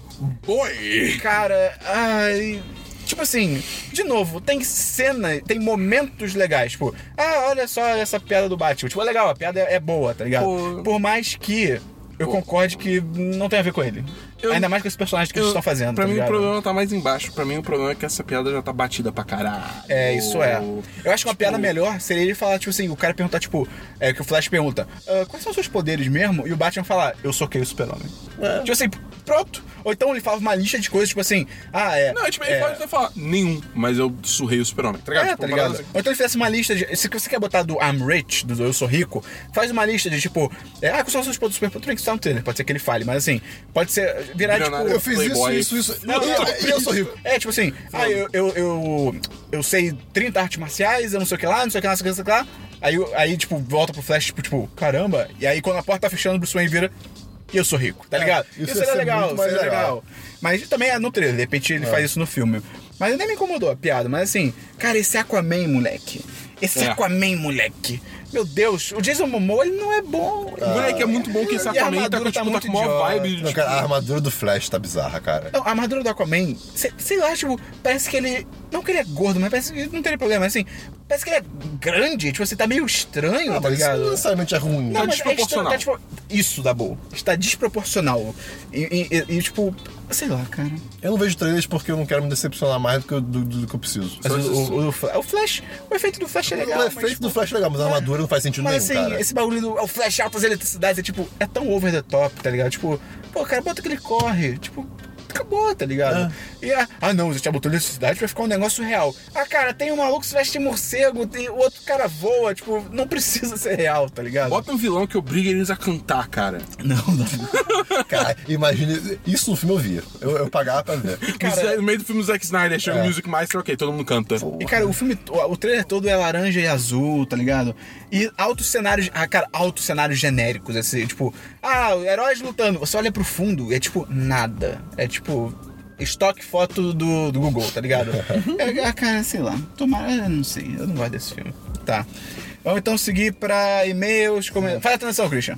S3: boy!
S1: Cara, ai. Tipo assim, de novo, tem cena, tem momentos legais. Tipo, ah, olha só essa piada do Batman. Tipo, é legal, a piada é é boa, tá ligado?
S3: Pô.
S1: Por mais que eu concorde que não tem a ver com ele.
S3: Eu-
S1: Ainda mais com esses personagens que eles
S3: Eu-
S1: estão fazendo.
S3: Pra
S1: tá
S3: mim
S1: ligado?
S3: o problema tá mais embaixo. Pra mim o problema é que essa piada já tá batida pra caralho.
S1: É, isso é.
S3: Tipo,
S1: Eu acho que uma piada melhor seria ele falar, tipo assim, o cara perguntar, tipo, é, que o Flash pergunta, "Ah, quais são os seus poderes mesmo? E o Batman falar, eu soquei o super-homem.
S3: É.
S1: Tipo assim, pronto. Ou então ele fala uma lista de coisas, tipo assim, ah, é.
S3: Não, tipo, ele
S1: é,
S3: pode até falar nenhum, mas eu surrei o super-homem, tá ligado?
S1: É,
S3: Tipo,
S1: tá
S3: uma parada
S1: ligado?
S3: assim.
S1: Ou então ele fizesse uma lista de. Se você quer botar do I'm rich, do Eu Sou Rico, faz uma lista de tipo. É, ah, quais são os seus pontos super. Tudo bem que isso tá no trailer, pode ser que ele fale, mas assim, pode ser. Virar
S3: Milionário.
S1: tipo.
S2: Eu fiz
S3: Playboy.
S2: isso, isso, isso.
S1: Não,
S2: e,
S1: não,
S2: e eu sou rico.
S1: É, tipo assim, ah, eu, eu, eu, eu sei 30 artes marciais, eu não sei o que lá, não sei o que lá, não sei o que lá. não sei o que lá. Aí, o- aí tipo, volta pro Flash, tipo, tipo, caramba. E aí, quando a porta tá fechando, o Bruce Wayne vira, e eu sou rico, tá ligado?
S2: isso
S1: isso
S2: ia
S1: seria
S2: ser
S1: legal,
S2: muito mais
S1: seria
S2: legal.
S1: legal. Mas também é no trailer, de repente ele faz isso no filme. Mas nem me incomodou a piada, mas assim, cara, esse Aquaman, moleque. Esse
S3: É.
S1: Aquaman, moleque. Meu Deus, o Jason Momoa, ele não é bom.
S3: Moleque, é muito bom que esse
S1: E a
S3: Aquaman tá
S1: armadura
S3: com,
S1: tá
S3: tipo, tá
S1: muito
S3: com maior
S1: idiota. Ah.
S3: vibe.
S2: Não,
S3: tipo,
S2: cara, a armadura do Flash tá bizarra, cara.
S1: Não, a armadura do Aquaman, sei, sei lá, tipo, parece que ele. Não que ele é gordo, mas parece que não teria problema, mas assim, parece que ele é grande, tipo, você tá meio estranho,
S2: Ah,
S1: tá
S2: mas isso
S1: ligado?
S2: não necessariamente é ruim.
S1: Não,
S3: tá
S1: mas é estranho,
S3: desproporcional.
S1: tá, tipo, isso, Dabu. Está desproporcional. E, e- e- e, tipo, sei lá, cara.
S2: Eu não vejo trailers porque eu não quero me decepcionar mais do que eu, do- do que eu preciso.
S1: Mas
S3: Só
S1: o,
S3: isso.
S1: o- o Fla- o Flash, o efeito do Flash é legal.
S2: o
S1: mas,
S2: efeito
S1: tipo,
S2: do Flash é legal, mas a armadura não faz sentido
S1: Mas
S2: nenhum,
S1: assim,
S2: cara.
S1: esse bagulho do é o Flash altas eletricidades é tipo, é tão over the top, tá ligado? Tipo, pô, cara, bota que ele corre. Tipo, acabou, tá ligado? E é, ah não, você botou eletricidade pra ficar um negócio real. Ah, cara, tem um maluco que se veste de morcego, tem o outro cara voa, tipo, não precisa ser real, tá ligado?
S3: Bota um vilão que obriga eles a cantar, cara.
S1: *laughs* Não, não.
S2: Cara, imagina. Isso no filme eu via. Eu, eu pagava pra ver.
S1: Cara, é.
S3: O Zack- é no meio do filme do Zack Snyder, chega o Music Master, ok, todo mundo canta.
S1: E, cara, o filme, o o trailer todo é laranja e azul, tá ligado? E altos cenários, ah, cara, altos cenários genéricos, assim, tipo, ah, heróis lutando. Você olha pro fundo e é tipo, nada. É tipo, estoque foto do, do Google, tá ligado? é, é, cara, sei lá, tomara, eu não sei, eu não gosto desse filme. Tá. Vamos então seguir pra e-mails, comentários. Faz atenção, Christian.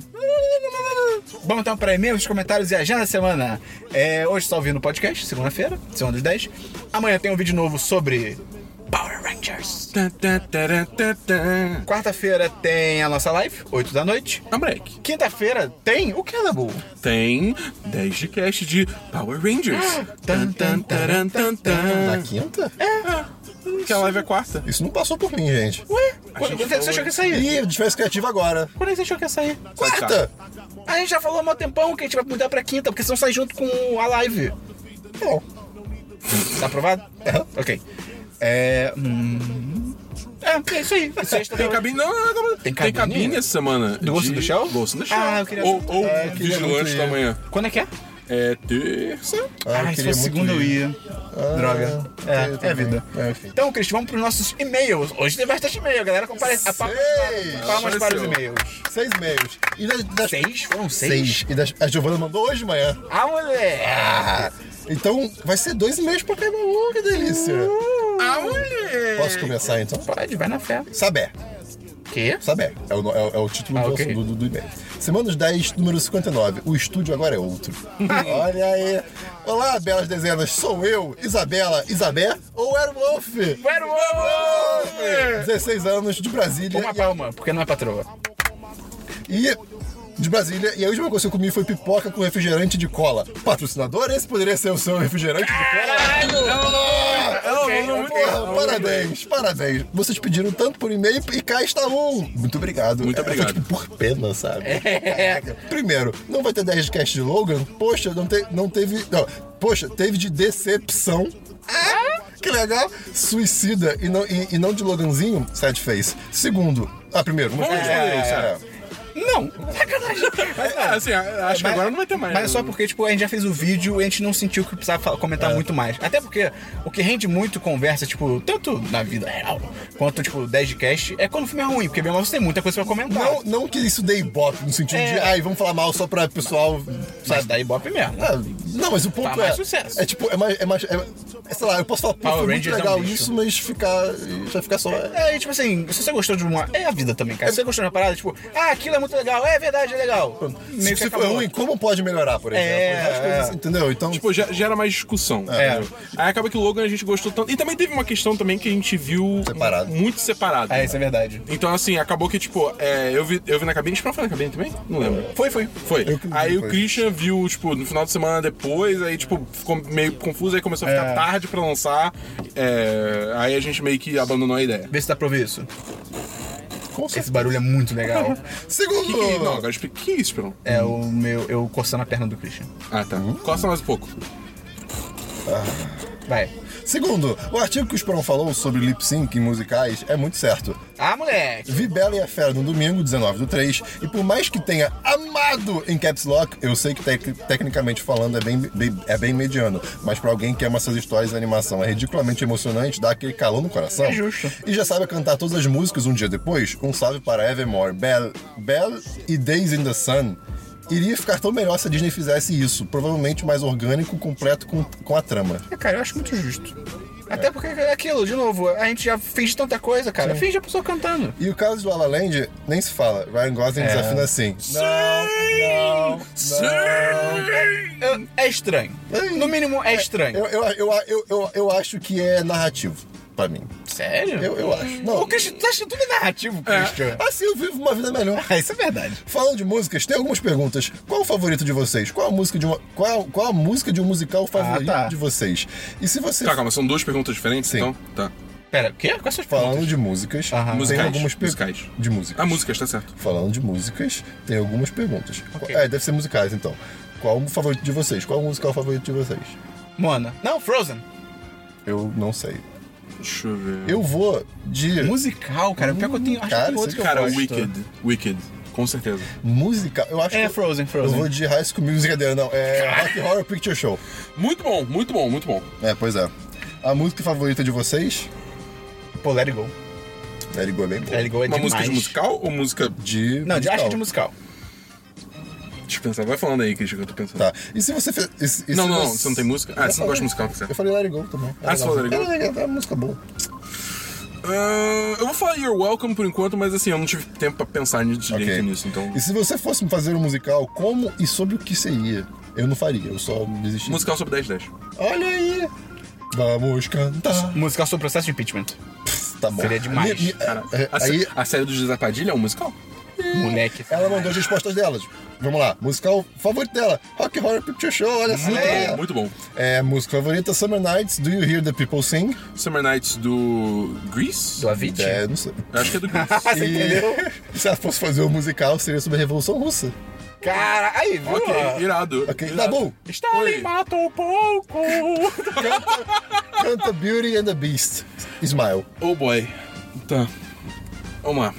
S1: Vamos então para e-mails, comentários e agenda da semana. É, hoje só ouvindo o podcast, segunda-feira, segunda dos 10. Amanhã tem um vídeo novo sobre Power Rangers.
S3: Tá, tá, tá, tá, tá.
S1: Quarta-feira tem a nossa live, 8 da noite.
S3: Tá, moleque.
S1: Quinta-feira tem o Cannibal.
S3: Tem 10 de cast de Power Rangers.
S1: *gasps* Tan, tan, taran, tan,
S2: Na
S1: tan.
S2: quinta?
S3: É. Que a live é quarta.
S2: Isso não passou por mim, gente.
S1: Ué, quando quando é que você achou que ia sair?
S2: Ih, diferença criativa agora.
S1: Quando é que você achou que ia sair?
S2: Quarta!
S1: A gente já falou há mó tempão que a gente vai mudar pra quinta, porque senão sai junto com a live.
S2: Bom,
S1: Tá aprovado? É. Ok. É. hum, É, é isso aí. Sexta
S3: Tem cabine. Não, não, não, não.
S1: Tem
S3: Tem cabine
S1: cabine
S3: essa semana. Do
S1: Ghost in the Shell?
S3: Ghost in the Shell.
S1: Ah, eu queria-
S3: Ou, ou
S2: É, eu queria
S3: Vigilante
S2: muito
S3: da
S2: ir.
S3: manhã.
S1: Quando é que é?
S3: É terça.
S2: Ah, eu
S1: Ah, se
S2: queria
S1: fosse
S2: muito
S1: segunda eu
S2: ir. Ah,
S1: ia. Droga.
S2: eu
S1: É, é
S2: também.
S1: a vida.
S2: É, enfim.
S1: então, Cristian, vamos para os nossos e-mails. Hoje tem bastante e-mail, galera. Compare... A palmas,
S2: Seis.
S1: para, palmas para os
S3: Apareceu.
S1: e-mails.
S2: Seis e-mails. E das, das-
S1: Seis? Foram seis?
S2: Seis. E das, a Giovana mandou hoje de manhã.
S1: Ah, moleque!
S2: Ah, então vai ser dois e-mails pra cada um, que delícia.
S3: Ah, moleque.
S2: Posso começar então?
S1: Pode, vai na fé.
S2: Saber.
S1: Quê?
S2: Saber. É o, no- é o- é o título
S1: Ah,
S2: do,
S1: ok.
S2: do, do- do e-mail. Semana dos 10, número 59. O estúdio agora
S1: *laughs*
S2: é outro. Olha aí. Olá, belas dezenas. Sou eu, Isabela, Isabé ou Airwolf?
S1: Quero ovo!
S2: 16 anos, de Brasília.
S1: Uma
S2: E a-
S1: palma, porque não é patroa.
S2: E de Brasília, e a última coisa que eu comi foi pipoca com refrigerante de cola. Patrocinador, esse poderia ser o seu refrigerante de cola?
S3: Ela
S1: Ok,
S3: mandou muito.
S1: ok.
S2: Porra, parabéns, parabéns. Vocês pediram tanto por e-mail e cá está um. Muito obrigado.
S3: Muito
S2: É, foi,
S3: obrigado.
S2: tipo, por pena, sabe?
S1: É,
S2: Caraca. Primeiro, não vai ter 10 de cast de Logan? Poxa, não, te- não teve. Não, poxa, teve de decepção. Ah, que legal. Suicida e não, e, e não de Loganzinho? Sad Face. Segundo. Ah, primeiro. Vamos
S3: Vamos
S2: responder
S3: responder
S2: isso,
S3: isso,
S2: é.
S1: Não! Sacanagem!
S3: *laughs*
S1: Mas não.
S3: Ah, Assim, acho
S1: É,
S3: que
S1: Mas-
S3: agora não vai ter mais. né?
S1: Mas é só porque, tipo, a gente já fez o vídeo e a gente não sentiu que precisava falar- comentar
S3: É.
S1: muito mais. Até porque o que rende muito conversa, tipo, tanto na vida real quanto, tipo, 10 de cast, é quando o filme é ruim, porque mesmo assim tem muita coisa pra comentar.
S2: Não, não que isso dê ibope, no sentido
S1: É.
S2: de, ai, vamos falar mal só pra pessoal.
S1: Mas
S2: Sabe?
S1: dá ibope mesmo.
S2: Ah, Não, mas o ponto
S1: Tá mais
S2: é.
S1: sucesso.
S2: É tipo, é mais. É mais é, é, sei lá, eu posso falar, pô,
S1: Power
S2: foi muito
S1: Rangers é um
S2: legal
S1: lixo.
S2: isso, mas ficar. Já ficar só. É,
S1: É, e, tipo assim, se você gostou de uma. É a vida também, cara. Se você gostou de uma parada, tipo, ah, aquilo é muito legal, é verdade, é legal.
S2: se
S1: Meio que
S2: se for
S1: acabou.
S2: ruim, como pode melhorar, por exemplo?
S1: É,
S2: As coisas
S1: é.
S2: assim, entendeu? Então.
S3: Tipo, ge- gera mais discussão.
S1: É.
S3: entendeu? Aí acaba que o Logan a gente gostou tanto. E também teve uma questão também que a gente viu
S2: Separado.
S3: muito separado.
S1: É, isso é verdade.
S3: Então, assim, acabou que, tipo, é, eu, vi, eu vi na cabine. A gente não foi na cabine também? Não lembro.
S1: Foi, foi.
S3: Foi.
S2: Eu que vi
S3: Aí o
S2: depois.
S3: Christian viu, tipo, no final de semana depois, aí, tipo, ficou meio confuso, aí começou a ficar
S1: É.
S3: tarde pra lançar. é, aí a gente meio que abandonou a ideia.
S1: Vê se dá pra ouvir isso.
S2: com certeza.
S1: Esse barulho é muito legal.
S2: Segundo!
S3: Que que, não, agora explica. O que é isso, Perão?
S1: é o meu. Eu coçando a perna do Christian.
S3: Ah, tá. Costa mais um pouco.
S1: Vai.
S2: Segundo, o artigo que o Esperão falou sobre lip sync em musicais é muito certo.
S1: Ah, moleque!
S2: Vi Bela e a Fera no domingo, 19 do 3, e por mais que tenha amado em Caps Lock, eu sei que tec- tecnicamente falando é bem, bem- é bem mediano, mas pra alguém que ama essas histórias e animação é ridiculamente emocionante, dá aquele calor no coração.
S1: É justo.
S2: E já sabe cantar todas as músicas um dia depois? Um salve para Evermore, Belle, Belle e Days in the Sun. Iria ficar tão melhor se a Disney fizesse isso, provavelmente mais orgânico, completo com, com a trama.
S1: É, cara, eu acho muito justo. Até porque é aquilo, de novo, a gente já finge tanta coisa, cara. Finge a pessoa cantando.
S2: E o caso do La La Land, nem se fala. Ryan
S1: É.
S2: Gosling desafina assim. Não, não, não.
S1: É- É estranho. No mínimo, é estranho.
S2: Eu, eu, eu, eu, eu, eu acho que é narrativo pra mim.
S1: Sério?
S2: Eu, eu acho. Não.
S1: O Christian, tu acha tudo narrativo, Christian?
S2: Assim eu vivo uma vida melhor.
S1: Ah, *laughs* isso é verdade.
S2: Falando de músicas, tem algumas perguntas. Qual o favorito de vocês? Qual a música de uma, qual, qual a música de um musical favorito
S1: tá.
S2: de vocês? E se você
S3: Tá, calma, são duas perguntas diferentes,
S2: Sim.
S3: então? Tá.
S1: Pera, o quê? Quais são as
S2: falando
S1: perguntas?
S2: de músicas,
S1: Aham.
S2: tem
S3: Musicais,
S2: algumas per-
S3: musicais.
S2: de músicas.
S3: Ah, músicas, tá certo.
S2: Falando de músicas, tem algumas perguntas.
S1: Ok.
S2: É, deve ser musicais então. Qual o favorito de vocês? Qual música é o favorito de vocês?
S1: Mona. Não, Frozen.
S2: Eu não sei.
S3: Deixa eu ver.
S2: Eu vou de
S1: Musical, cara. Pior que eu tenho. Acho que
S2: cara,
S1: tem outro
S2: esse
S1: que eu
S3: Cara,
S1: gosto.
S3: Wicked. Wicked. Com certeza.
S2: musical. Eu acho
S1: É,
S2: que
S1: Frozen,
S2: eu
S1: Frozen.
S2: vou de High School Musical, não, é Rock Horror Picture Show.
S3: Muito bom, muito bom, muito bom.
S2: É, pois é. A música favorita de vocês?
S1: Pô, Let It Go.
S2: Let It Go é bem boa.
S1: Let It Go é
S3: Uma
S1: demais.
S3: música de musical ou música
S2: De
S3: de.
S1: Não, de, acho que é de
S2: musical.
S1: musical.
S3: Deixa eu pensar. Vai falando aí, Christian, que eu tô pensando.
S2: Tá. E se você fez. e se- e
S3: Não,
S2: se
S3: não, não, você não tem música? Ah, você não gosta de musical, certo?
S2: Eu falei Let It Go também.
S3: Ah, você falou Let It Go?
S2: É, é, é uma música boa.
S3: Ah, eu vou falar You're Welcome por enquanto, mas assim, eu não tive tempo pra pensar ni- direito
S2: Ok.
S3: nisso, então.
S2: E se você fosse fazer um musical, como e sobre o que seria? Eu não faria, eu só desistiria.
S3: Musical sobre 10-10.
S2: Olha aí! Vamos cantar.
S1: Musical sobre processo de impeachment.
S2: Tá bom.
S1: Seria demais.
S2: Me- me-
S3: Cara,
S2: é,
S3: a,
S2: aí
S3: a série do José Padilha é um musical?
S1: Moleque.
S2: ela mandou as respostas delas. Vamos lá. Musical favorito dela: Rock Horror Picture Show, olha só.
S3: É, muito bom.
S2: É, música favorita: Summer Nights, Do You Hear the People Sing?
S3: Summer Nights do Grease?
S1: Do Avicii?
S2: É, não sei.
S3: Eu acho que é
S2: *laughs*
S3: do Grease.
S1: Ah, você entendeu?
S2: E se ela fosse fazer um musical, seria sobre a Revolução Russa.
S1: Cara, aí, viu?
S3: ok, irado.
S2: Ok, tá
S3: irado.
S2: bom.
S1: Stalin
S3: Oi.
S1: matou pouco.
S2: Canta Beauty and the Beast. Smile.
S3: Oh boy. Tá. Vamos lá.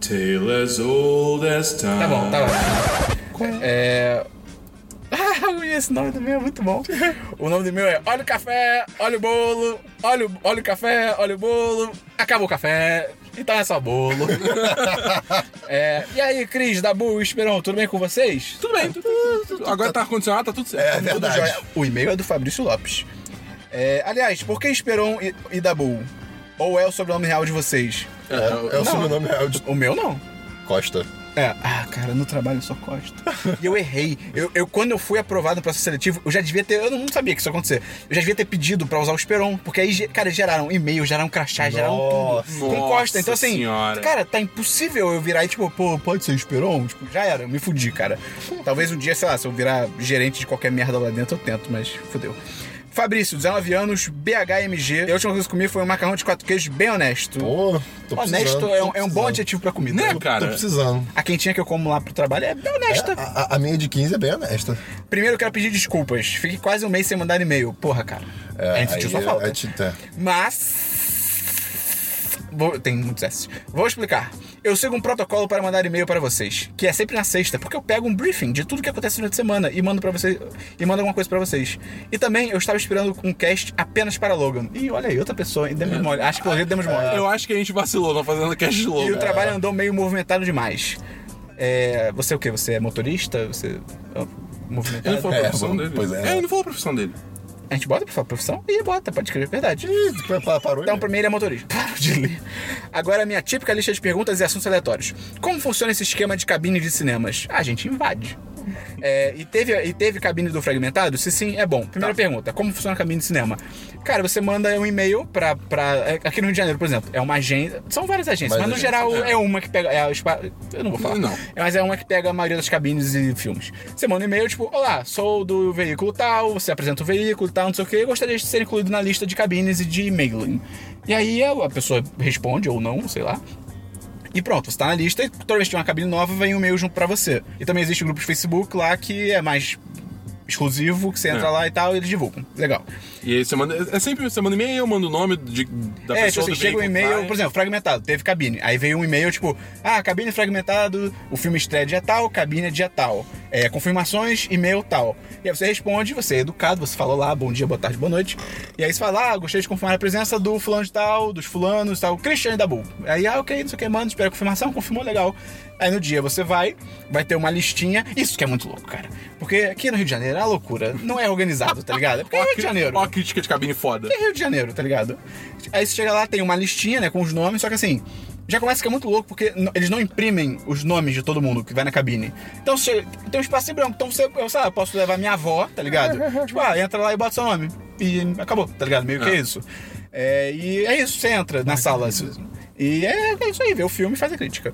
S3: Tale as old as time.
S1: Tá bom, tá bom. É. *laughs* Ah, eu conheço esse nome do meu, é muito bom. O nome do meu é Olha o café, olha o bolo, olha o, olha o café, olha o bolo, acabou o café, então é só
S3: *laughs*
S1: bolo. É, e aí, Cris, Dabu, Esperão, tudo bem com vocês?
S3: Tudo bem, tudo, tudo, tudo. Agora tá ar-condicionado, tá tudo certo.
S2: É verdade.
S1: Tudo jóia. O e-mail é do Fabrício Lopes. É, aliás, por que Esperon e, e Dabu? Ou é o sobrenome real de vocês?
S3: É,
S2: É, é o
S3: eu-
S2: sobrenome real de
S1: O meu não.
S2: Costa.
S1: É, ah, cara, no trabalho eu só costa. *laughs* E eu errei. Eu, eu- quando eu fui aprovado no processo seletivo, eu já devia ter. Eu não sabia que isso ia acontecer. Eu já devia ter pedido pra usar o Esperon. Porque aí, ge- cara, geraram e-mail, geraram crachá, geraram tudo. Com
S3: Nossa
S1: Costa. Então, assim,
S3: Senhora.
S1: cara, tá impossível eu virar e, tipo, pô, pode ser Esperon? Tipo, já era, eu me fudi, cara. Talvez um dia, sei lá, se eu virar gerente de qualquer merda lá dentro, eu tento, mas fudeu. Fabrício, 19 anos, BHMG. E a última coisa que comi foi um macarrão de quatro queijos bem honesto.
S2: Pô, tô
S1: honesto
S2: precisando,
S1: é um, é um
S2: tô
S1: bom
S2: precisando.
S1: adjetivo pra comida.
S3: Né,
S1: Eu-
S3: cara?
S2: Tô precisando.
S1: a quentinha que eu como lá pro trabalho é bem honesta.
S2: A, a- a minha de 15 é bem honesta.
S1: Primeiro eu quero pedir desculpas. Fiquei quase um mês sem mandar e-mail. Porra, cara. a gente sentiu
S2: aí
S1: sua falta.
S2: é- é te- tá.
S1: Mas. Vou, tem muitos S. Vou explicar. Eu sigo um protocolo para mandar e-mail para vocês, que é sempre na sexta, porque eu pego um briefing de tudo que acontece durante a semana e mando para vocês e mando alguma coisa para vocês. E também eu estava esperando um cast apenas para Logan. E olha aí, outra pessoa em Demos Mole. Acho que pelo jeito Demos Mole.
S3: Eu acho que a gente vacilou, não fazendo cast de
S1: E o
S3: logo.
S1: trabalho andou meio movimentado demais. É, você é o quê? Você é motorista? Você. é
S3: Ele não
S1: Movimentado?
S3: falou a
S2: É,
S3: profissão
S2: bom,
S3: dele.
S2: pois é.
S3: ele não falou a profissão dele.
S1: A gente bota pra falar profissão? Ih, bota, pode escrever, verdade.
S2: Ih, pa- pa- Parou
S1: Então,
S2: aí.
S1: pra mim, ele é motorista. Paro de ler. Agora, a minha típica lista de perguntas e assuntos aleatórios. Como funciona esse esquema de cabine de cinemas? A gente invade. É, e, teve, e teve cabine do fragmentado? Se sim, é bom. Primeira pergunta, como funciona a cabine de cinema? Cara, você manda um e-mail pra, pra... é, Aqui no Rio de Janeiro, por exemplo, é uma agência... São várias agências,
S2: Várias
S1: mas no geral
S3: agências,
S1: é. uma que pega... É a, espa- eu não vou falar.
S3: Não.
S1: É, Mas é uma que pega a maioria das cabines e filmes. Você manda um e-mail, tipo, olá, sou do veículo tal, você apresenta o veículo tal, não sei o que, gostaria de ser incluído na lista de cabines e de mailing. E aí a pessoa responde ou não, sei lá. E pronto, você tá na lista e toda vez que tem uma cabine nova, vem um e-mail junto pra você. E também existe um grupo de Facebook lá que é mais exclusivo, que você entra
S3: É.
S1: lá e tal, e eles divulgam. Legal.
S3: E aí você manda. É sempre você manda e-mail, eu mando o nome de, da
S1: é, tipo
S3: pessoa.
S1: assim,
S3: do
S1: chega um
S3: veículo,
S1: e-mail,
S3: tá?
S1: por exemplo, fragmentado, teve cabine. Aí veio um e-mail, tipo, ah, cabine fragmentado, o filme estreia dia tal, cabine é dia tal. É, confirmações, e-mail tal. E aí você responde, você é educado, você fala lá, bom dia, boa tarde, boa noite. E aí você fala, ah, gostaria de confirmar a presença do fulano de tal, dos fulanos tal, Christian da Bull. Aí, ah, ok, não sei o que, manda, espera a confirmação, confirmou, legal. Aí no dia você vai, vai ter uma listinha. Isso que é muito louco, cara. Porque aqui no Rio de Janeiro é uma loucura. Não é organizado, tá ligado? É porque é
S3: Ó,
S1: Rio
S3: cri-
S1: de Janeiro.
S3: Ó, a crítica de cabine foda.
S1: É Rio de Janeiro, tá ligado? Aí você chega lá, tem uma listinha, né, com os nomes, só que assim, já começa a ficar muito louco, porque n- eles não imprimem os nomes de todo mundo que vai na cabine. Então você tem um espaço branco, então você, eu, sei lá, eu posso levar minha avó, tá ligado? tipo, ah, entra lá e bota seu nome. E acabou, tá ligado? Meio que é isso. assim. É, e é isso, você entra na sala. E é, é isso aí, vê o filme e faz a crítica.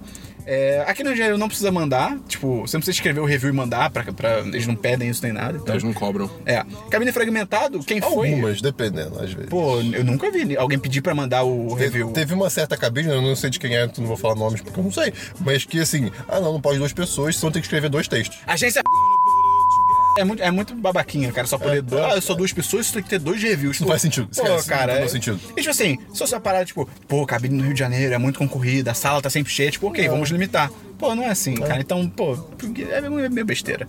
S1: É, aqui no Engenheiro não precisa mandar, tipo, você não precisa escrever o review e mandar, pra, pra- eles não pedem isso nem nada. Então.
S3: Eles não cobram.
S1: É. Cabine fragmentado, quem foi?
S2: Algumas, dependendo, às vezes.
S1: Pô, eu nunca vi alguém pedir pra mandar o
S2: Te-
S1: review.
S2: Teve uma certa cabine, eu não sei de quem é, tu não vou falar nomes porque eu não sei, mas que assim, ah não, não pode duas pessoas, senão tem que escrever dois textos.
S1: Agência. É muito, é muito babaquinha, cara. Só poder.
S2: é,
S1: ah, eu sou duas pessoas, isso tem que ter dois reviews. Não
S2: faz sentido,
S1: Pô,
S2: esquece,
S1: cara.
S2: não
S1: é-
S2: faz sentido.
S1: E tipo assim, se você parar, tipo, pô, cabine no Rio de Janeiro é muito concorrida, a sala tá sempre cheia, tipo, ok, vamos limitar. Pô, não é assim, cara. Então, pô, é meio besteira.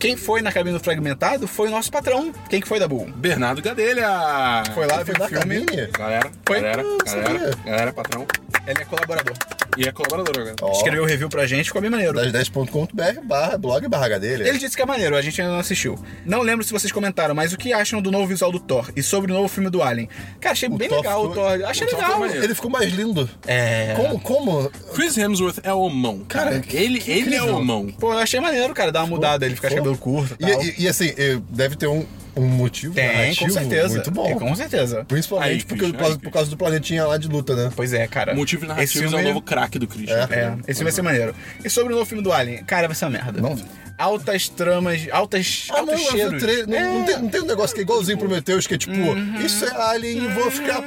S1: Quem foi na cabine do fragmentado foi o nosso patrão. Quem que foi da Bull?
S3: Bernardo Gadelha!
S1: Foi lá, viu
S2: Foi
S1: o
S2: na
S1: filme.
S2: cabine?
S3: Galera,
S1: Foi?
S3: galera,
S1: Não
S3: galera,
S2: sabia.
S3: galera, patrão.
S1: Ele é colaborador.
S3: E é colaborador agora.
S2: Ó,
S1: Escreveu o review pra gente, ficou bem maneiro.
S2: das10.com.br barra blog barra gadelha.
S1: Ele disse que é maneiro, a gente ainda não assistiu. Não lembro se vocês comentaram, mas o que acham do novo visual do Thor e sobre o novo filme do Alien? Cara, achei bem
S2: Thor
S1: legal o
S2: foi-
S1: Thor. Achei
S3: o Thor
S1: legal.
S3: foi maneiro.
S2: Ele ficou mais lindo.
S1: É.
S2: Como? Como?
S3: Chris Hemsworth é o mão. Cara,
S2: Cara, que-
S3: ele,
S2: que
S3: ele é
S2: incrível.
S3: o mão.
S1: Pô, eu achei maneiro, cara, dar uma mudada, ele Ah, ficar de cabelo curto e tal.
S2: E, e- e, assim, eh, deve ter um, um motivo
S1: Tem, com
S2: narrativo
S1: certeza.
S2: muito bom.
S1: É, com certeza.
S2: Principalmente
S3: Aí,
S2: porque,
S3: Christian,
S2: por, causa,
S3: aí,
S2: por causa do planetinha lá de luta, né?
S1: Pois é, cara.
S3: Motivo narrativo
S1: Esse
S3: é o
S1: filme-
S3: novo craque do Christian.
S1: É, esse vai ser maneiro. E sobre o novo filme do Alien? Cara, vai ser uma merda.
S2: Não vi.
S1: Altas tramas, altas,
S2: Ah, não,
S1: altos
S2: eu vi o
S1: cheiros.
S2: trailer. Não,
S1: É. Uhum.
S2: não tem, não tem um negócio que é igualzinho Prometheus, que é tipo, isso é alien e vou ficar.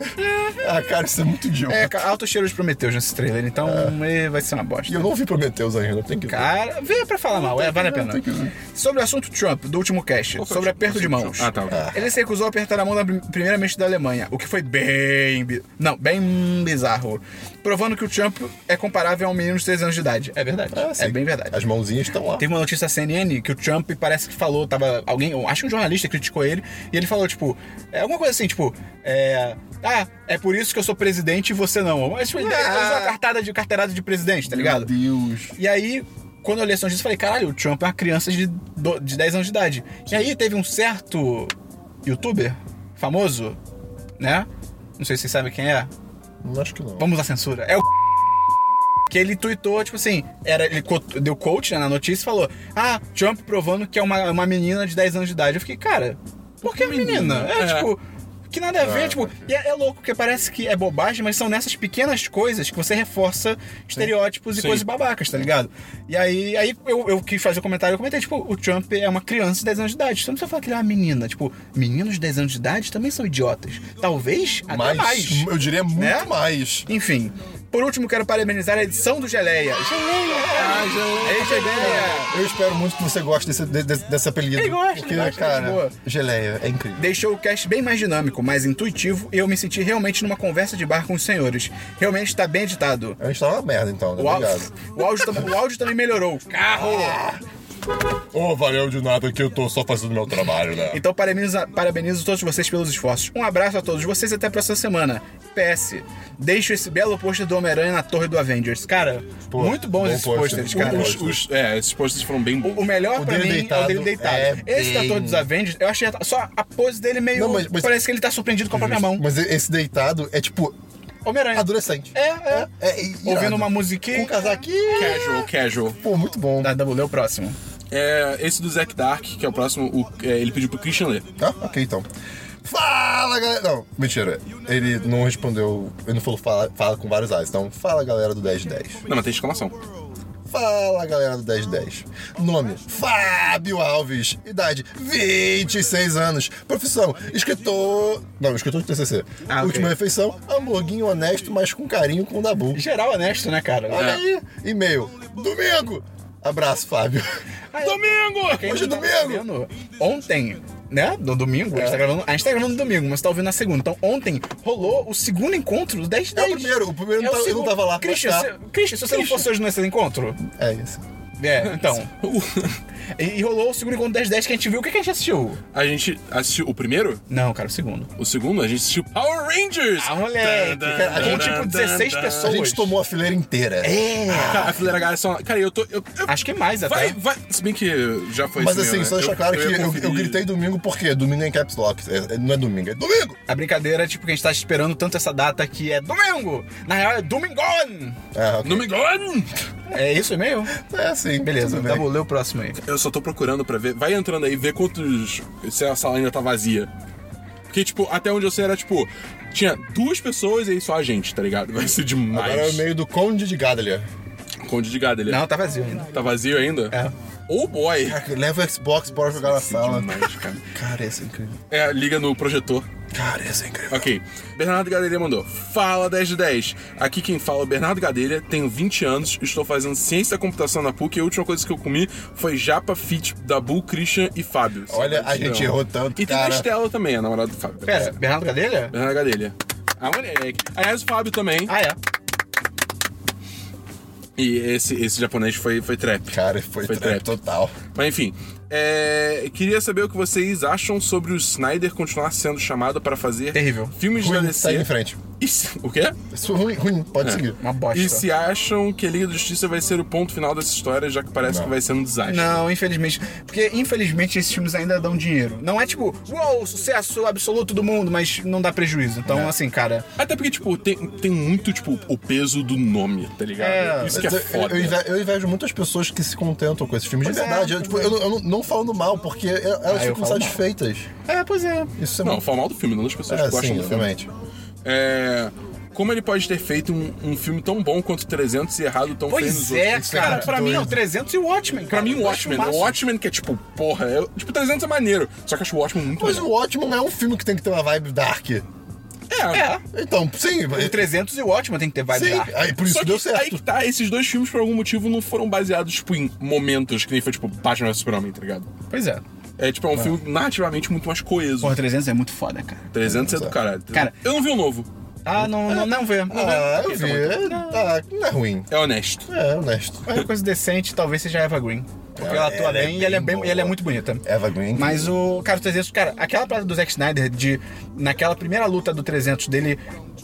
S2: Ah! ah, cara, isso é muito idiota.
S1: É, cara, altos cheiros prometeus nesse trailer, então eh, vai ser uma bosta.
S2: E eu não vi Prometheus ainda, tem que ver.
S1: Cara, veio pra falar mal, é, vale a pena.
S2: tem que ver.
S1: Sobre o assunto Trump, do último cast,
S3: Qual foi
S1: sobre
S3: o
S1: aperto de
S3: assunto
S1: mãos.
S3: Trump? Ah, tá.
S1: Ele se recusou a apertar a mão da prim- primeira ministra da Alemanha, o que foi bem. bi- Não, bem bizarro. Provando que o Trump é comparável a um menino de 3 anos de idade. É verdade.
S2: Ah, sim.
S1: é bem verdade.
S2: As mãozinhas estão lá.
S1: Teve uma notícia CNN que o Trump parece que falou, tava alguém, eu acho que um jornalista criticou ele, e ele falou, tipo, é alguma coisa assim, tipo, é. Ah, é por isso que eu sou presidente e você não. Mas
S3: É.
S1: tipo, ele ele usou a cartada de carteirada de presidente, tá ligado?
S2: Deus.
S1: E aí, quando eu li essa notícia, eu falei, caralho, o Trump é uma criança de, do- de 10 anos de idade. E aí teve um certo youtuber famoso, né? Não sei se vocês sabem quem é.
S2: Não acho que não.
S1: Vamos à censura. É o que ele tweetou, tipo assim, era, ele co- deu coach né, na notícia e falou: Ah, Trump provando que é uma, uma menina de 10 anos de idade. Eu fiquei, cara, por que menina?
S3: Menina,
S1: É,
S3: é.
S1: tipo. Que nada a ver,
S2: É,
S1: tipo,
S2: pode
S1: e é, é louco, porque parece que é bobagem, mas são nessas pequenas coisas que você reforça estereótipos e
S3: Sim.
S1: coisas babacas, tá ligado? E aí, aí eu, eu quis fazer o comentário, eu comentei, tipo, o Trump é uma criança de 10 anos de idade. Você não precisa falar que ele é uma menina. Tipo, meninos de 10 anos de idade também são idiotas. Talvez até
S2: mais,
S1: mais.
S2: Eu diria muito
S1: Né?
S2: mais.
S1: Enfim, por último, quero parabenizar a edição do Geleia. Geleia! Ah, Geleia! Ei, Geleia!
S2: Eu espero muito que você goste desse, de- de- desse apelido.
S1: Ele gosta,
S2: porque,
S1: ele gosta,
S2: cara,
S1: gente boa.
S2: geleia é incrível.
S1: Deixou o cast bem mais dinâmico, mais intuitivo e eu me senti realmente numa conversa de bar com os senhores. Realmente está bem editado.
S2: A gente tá uma merda, então, né?
S1: O, áudio-
S2: Obrigado.
S1: o áudio, tam- o áudio também melhorou. Carro!
S2: Ô, valeu de nada que eu tô só fazendo meu trabalho, né?
S1: Então parabenizo, parabenizo todos vocês pelos esforços. Um abraço a todos vocês e até a próxima semana. PS, deixo esse belo pôster do Homem-Aranha na torre do Avengers. Cara,
S2: Pô,
S1: muito bons
S2: bom
S1: esses
S2: pôster.
S1: pôsteres, cara.
S3: Os- os- é, esses posters foram bem bons.
S1: O, o melhor
S2: O
S1: pra
S2: dele
S1: mim é o dele deitado.
S2: deitado é
S1: Esse da
S2: bem-
S1: Torre dos Avengers, eu achei a- só a pose dele meio.
S2: Não, mas- mas-
S1: Parece que ele tá surpreendido com a própria mão.
S2: Mas esse deitado é tipo
S1: Homem-Aranha.
S2: adolescente.
S1: É, é.
S2: É irado.
S1: Ouvindo uma musiquinha.
S2: Com um casaquinho.
S3: Casual, casual.
S2: Pô, muito bom.
S1: Da W, lê o próximo.
S3: É, esse do Zack Dark, que é o próximo, o- é, ele pediu pro Christian ler.
S2: Tá? Ok, então. Fala, galera! Não, mentira. Ele não respondeu. Ele não falou fala, fala com vários A's. Então, fala, galera do 1010.
S3: Não, mas tem exclamação.
S2: Fala, galera do 1010. Nome: Fábio Alves. Idade: 26 anos. Profissão: escritor. Não, escritor de TCC.
S1: Ah, ok.
S2: Última refeição: hamburguinho honesto, mas com carinho com o Dabu.
S1: Em Geral honesto, né, cara?
S2: Olha
S3: É.
S2: aí. E-mail: domingo. Abraço, Fábio. *laughs*
S1: Aí,
S3: Domingo!
S1: quem
S2: hoje é
S1: não Ah, tá
S2: domingo!
S1: sabendo, Ontem, né? No domingo, a, gente
S2: É.
S1: tá gravando, a gente tá gravando no domingo, mas tá ouvindo na segunda. Então, ontem rolou o segundo encontro do 10
S2: É o primeiro, o primeiro não tá- eu não tava lá,
S1: Christian,
S2: mas
S1: se,
S2: tá.
S1: Christian, se você não fosse hoje nesse encontro.
S2: É isso.
S1: É,
S2: *laughs*
S1: então. e, e rolou o segundo encontro 10-10 que a gente viu. O que, que a gente assistiu?
S3: *laughs* A gente assistiu o primeiro?
S1: Não, cara, o segundo.
S3: O segundo? A gente assistiu Power Rangers!
S1: Ah, moleque!
S2: cara,
S1: com tipo 16
S2: A
S1: pessoas.
S2: gente tomou a fileira inteira.
S1: É.
S3: Cara, Ah, a fileira galera só... Cara, eu tô... eu- eu-
S1: Acho que é mais até.
S3: vai, vai... Se bem que já foi
S2: Mas
S3: esse
S2: assim,
S3: meu,
S2: só
S3: né?
S2: deixar claro
S3: ia
S2: que eu,
S3: conferir.
S2: eu gritei domingo porque domingo é em caps lock. É- é- não é domingo, é domingo!
S1: A brincadeira é tipo que a gente tá esperando tanto essa data que é domingo. Na real é domingão.
S2: Ah, ok.
S3: No Migone!
S1: É isso o e-mail?
S2: É assim.
S1: Beleza,
S2: tudo
S1: tá
S2: bem.
S1: bom, lê o próximo aí.
S3: Eu só tô procurando pra ver. Vai entrando aí, vê quantos. Se a sala ainda tá vazia. Porque, tipo, até onde eu sei era, tipo, tinha duas pessoas e aí só a gente, tá ligado? Vai ser demais.
S2: Agora é o meio do Conde de Gadalier.
S3: Conde de gado, ele
S1: Não, tá vazio ainda.
S3: tá vazio ainda?
S1: É.
S3: Oh
S2: *laughs*
S3: boy!
S2: Caraca, leva o Xbox, bora jogar na
S3: Isso é
S2: sala.
S3: demais, cara.
S2: Cara, isso é incrível.
S3: É, liga no projetor.
S2: Cara, isso é incrível.
S3: Ok. Bernardo Gadelha mandou. Fala 10 de 10. Aqui quem fala é o Bernardo Gadelha, tenho 20 anos, estou fazendo ciência da computação na PUC e a última coisa que eu comi foi japa fit da Bull, Christian e Fábio.
S2: Olha, a
S3: Não.
S2: gente errou tanto,
S3: E tem a
S2: cara.
S3: Estela também, a namorada do Fábio.
S1: Pera, Bernardo Gadelha?
S3: Bernardo Gadelha. A moleque. Aliás, o Fábio também.
S1: Ah, é.
S3: E esse, esse japonês foi, foi trap.
S2: Cara, foi,
S3: Ah, Foi
S2: trap
S3: trap.
S2: total.
S3: Mas enfim, é, queria saber o que vocês acham sobre o Snyder continuar sendo chamado para fazer
S1: Terrível. tá
S3: filmes da
S2: Ruim,
S3: DC.
S2: segue em frente.
S3: E se- o quê?
S2: Isso é ruim, ruim, pode seguir.
S1: Uma bosta.
S3: E se acham que a Liga da Justiça vai ser o ponto final dessa história, já que parece
S2: Não.
S3: que vai ser um desastre.
S1: Não, infelizmente. Porque, infelizmente, esses filmes ainda dão dinheiro. Não é tipo, uou, sucesso absoluto do mundo, mas não dá prejuízo. Então, assim, cara.
S3: Até porque, tipo, tem, tem muito, tipo, o peso do nome, tá ligado?
S1: É,
S3: Isso que é
S2: Mas eu-
S3: foda.
S2: Eu, inve- eu invejo muitas pessoas que se contentam com esses filmes de
S1: Pois é,
S2: verdade. eu,
S1: pois
S2: tipo,
S1: é.
S2: eu, não- eu não, não falando mal, porque eu- elas
S1: Ah, eu
S2: ficam
S1: falo mal.
S2: satisfeitas.
S1: É, pois é.
S2: Isso é
S3: Não,
S2: muito.
S3: fala mal do filme, não das pessoas
S2: É,
S3: que gostam
S2: sim,
S3: do filme.
S2: obviamente.
S3: É, como ele pode ter feito um, um filme tão bom quanto 300 e errado tão feio nos
S1: Pois é,
S3: outros?
S1: cara.
S2: é
S1: Pra mim é o
S2: doido.
S1: 300 e o Watchmen.
S3: Pra
S1: cara.
S3: mim, o
S1: Eu
S3: Watchmen,
S1: acho
S3: o
S1: massa.
S3: Watchmen que é tipo, porra, é, tipo, 300 é maneiro, só que eu acho o Watchmen muito
S2: Mas
S3: melhor.
S2: o ótimo não é um filme que tem que ter uma vibe dark.
S3: É,
S2: Então, sim,
S1: O 300 e o Watchmen tem que ter vibe
S2: sim.
S1: dark.
S2: Aí, por isso
S3: Só que
S2: deu
S3: aí
S2: certo.
S3: que tá, esses dois filmes por algum motivo não foram baseados, tipo, em momentos que nem foi, tipo, Batman vs Superman, tá ligado?
S1: Pois é.
S3: É, tipo, é um filme narrativamente muito mais coeso.
S1: Porra, 300 é muito foda, cara.
S3: 300 é do caralho.
S1: Cara-
S3: Eu não vi o novo.
S1: Ah, não, não, não vê. Não vê.
S2: Ah,
S1: Ok,
S2: eu vi.
S1: tá bom, então.
S2: Ah, não é ruim.
S3: É honesto.
S2: É, honesto.
S1: A única coisa decente talvez seja a Eva Green. Porque
S2: Ela-
S1: ela atua
S2: ela é
S1: bem, e, ela é
S2: bem
S1: bem
S2: boa.
S1: e ela é muito bonita.
S2: Eva Green.
S1: Mas o. Cara, o 300, cara, aquela parada do Zack Snyder de. Naquela primeira luta do 300 dele.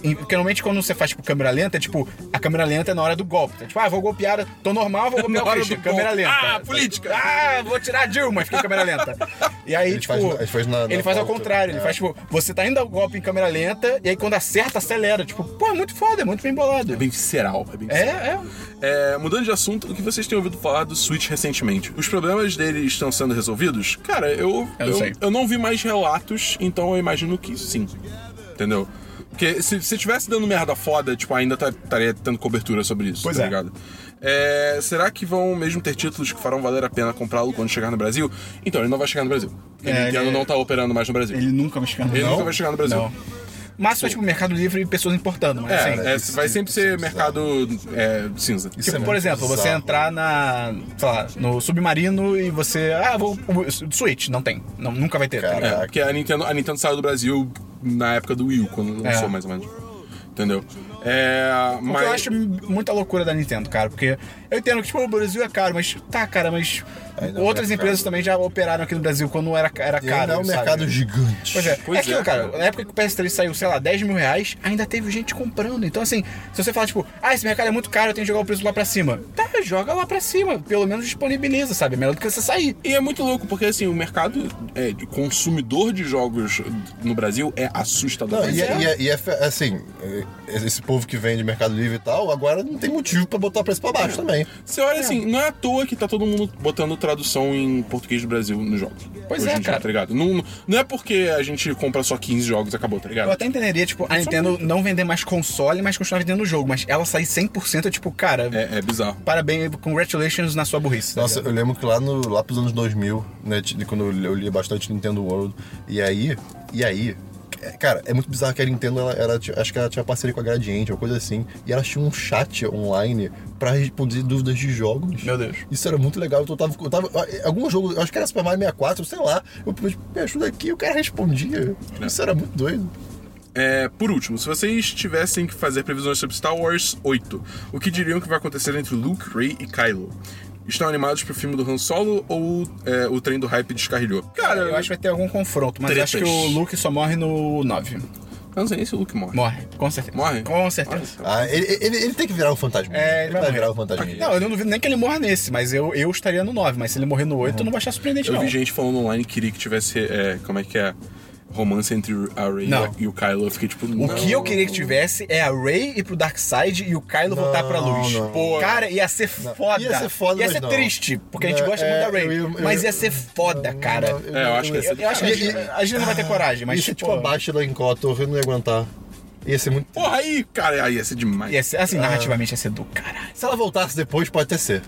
S1: em- Porque normalmente quando você faz, tipo, câmera lenta, é tipo, a câmera lenta é na hora do golpe. tá? Tipo, ah, vou golpear, tô normal, vou golpear
S3: Na
S1: o
S3: hora do
S1: Christian, câmera
S3: golpe.
S1: lenta.
S3: Ah, política.
S1: Ah, vou tirar a Dilma, fica em câmera lenta. E aí,
S2: Ele
S1: tipo.
S2: faz- ele faz na- na
S1: ele faz ao
S2: volta.
S1: contrário, ele
S2: É.
S1: faz, tipo, você tá indo ao golpe em câmera lenta, e aí quando acerta, acelera. Tipo, pô, é muito foda, é muito bem bolado.
S3: É bem visceral. É, bem
S1: É,
S3: visceral.
S1: é.
S3: É, mudando de assunto, o que vocês têm ouvido falar do Switch recentemente? Os problemas dele estão sendo resolvidos? Cara, eu.
S1: Eu não sei.
S3: eu não vi mais relatos, então eu imagino que sim. Entendeu? Porque se se tivesse dando merda foda, tipo, ainda tá- estaria tendo cobertura sobre isso,
S1: Pois
S3: tá
S1: é.
S3: ligado? É, será que vão mesmo ter títulos que farão valer a pena comprá-lo quando chegar no Brasil? Então, ele não vai chegar no Brasil. Porque
S1: É,
S3: a Nintendo
S1: ele-
S3: não tá operando mais no Brasil.
S1: Ele nunca vai chegar no
S3: Ele
S1: Não?
S3: nunca vai chegar no Brasil.
S1: Não. Mas foi tipo Mercado Livre e pessoas importando, mas assim.
S3: É, é,
S2: isso-
S3: vai sempre
S2: isso é
S3: ser
S2: bizarro.
S3: mercado é, cinza.
S2: Isso
S1: Tipo,
S2: é
S1: por
S2: muito
S1: exemplo, você
S2: bizarro.
S1: entrar na, sei lá, no submarino e você, ah, vou o Switch, não tem, não, nunca vai ter. tá
S2: Cara.
S1: ligado?
S3: É, porque a Nintendo, a Nintendo saiu do Brasil na época do Wii, U, quando lançou
S1: É.
S3: mais ou menos. Entendeu? É,
S1: O que
S3: mas
S1: eu acho muita loucura da Nintendo, cara, porque eu entendo que tipo, o Brasil é caro, mas tá, cara, mas
S2: Ainda
S1: outras
S2: é caro.
S1: empresas também já operaram aqui no Brasil quando era, era
S2: E ainda
S1: caro.
S2: é um
S1: sabe?
S2: mercado gigante.
S1: Pois é,
S3: Pois
S1: é aquilo,
S3: é,
S1: cara.
S3: cara.
S1: Na época que o PS3 saiu, sei lá, 10 mil reais, ainda teve gente comprando. Então, assim, se você fala, tipo, ah, esse mercado é muito caro, eu tenho que jogar o preço lá pra cima. Tá, joga lá pra cima. Pelo menos disponibiliza, sabe? Melhor do que você sair.
S3: E é muito louco, porque assim, o mercado é, de consumidor de jogos no Brasil é assustador.
S2: Não, e,
S1: é.
S2: é. e, é- e é fe- assim, é- esse povo que vende Mercado Livre e tal, agora não tem motivo pra botar o preço pra baixo também.
S3: Você olha assim, não é à toa que tá todo mundo botando tradução em português do Brasil nos jogos.
S1: Pois é,
S3: Hoje em dia,
S1: cara.
S3: Tá ligado? Não, não é porque a gente compra só 15 jogos e acabou, tá
S1: Eu
S3: ligado?
S1: até entenderia, tipo, a Nintendo não vender mais console, mas continuar vendendo o jogo. Mas ela sair 100%, é tipo, cara,
S3: É, é bizarro.
S1: parabéns, congratulations na sua burrice. tá
S2: Nossa,
S1: ligado?
S2: eu lembro que lá, no, lá pros anos 2000, né, de- quando eu li- eu lia bastante Nintendo World, e aí, e aí, é, cara, é muito bizarro que a Nintendo, ela, ela tinha- acho que ela tinha parceria com a Gradiente, ou coisa assim, e ela tinha um chat online pra responder dúvidas de jogos.
S1: Meu Deus.
S2: Isso era muito legal, então eu tava, eu tava algum jogo, eu acho que era Super Mario 64, sei lá, eu pedi, me ajuda aqui, e o cara respondia. Isso era muito doido.
S3: É, por último, se vocês tivessem que fazer previsões sobre Star Wars 8, o que diriam que vai acontecer entre Luke, Rey e Kylo? Estão animados pro filme do Han Solo ou é, o trem do hype descarrilhou? Cara,
S1: Eu acho que vai ter algum confronto, mas eu acho que
S3: Tretas.
S1: o Luke só morre no 9.
S3: Eu não sei nem se o Luke morre.
S1: Morre, com certeza.
S3: Morre?
S1: Com certeza.
S3: Nossa.
S2: Ah, ele, ele, ele tem que virar um fantasma.
S1: Então, É, ele vai
S2: ele vai,
S1: morrer.
S2: virar um fantasma.
S1: Não, eu não duvido nem que ele morra nesse, mas eu, eu
S2: Uhum.
S1: estaria no 9. Mas se ele morrer no 8, eu não vai achar surpreendente,
S3: Eu
S1: não.
S3: vi gente falando online que queria que tivesse. é, como é que é? romance entre a Rey
S1: Não.
S3: e o Kylo, eu fiquei tipo,
S1: O
S3: não.
S1: que eu queria que tivesse é a Rey ir pro Darkseid e o Kylo voltar pra luz.
S2: não.
S1: Pô, Cara, ia ser
S2: Não.
S1: foda.
S2: Ia ser foda,
S1: Ia
S2: mas
S1: ser
S2: não.
S1: triste, porque a gente
S2: Não,
S1: gosta
S2: é,
S1: muito da Rey.
S2: eu ia- eu
S1: mas
S2: ia-
S1: ia ser foda, cara. Eu,
S3: É, eu acho que ia
S2: ia-
S3: ser
S1: eu acho que a
S2: E-
S1: gente, a gente não vai ter coragem, mas
S2: Ia ser tipo
S1: pô,
S2: a baixa da Encotor, eu não ia aguentar. Ia ser muito.
S3: Porra, aí, cara, aí ia ser demais.
S1: ia ser, assim,
S2: É.
S1: narrativamente ia ser do caralho.
S2: Se ela voltasse depois, pode até ser.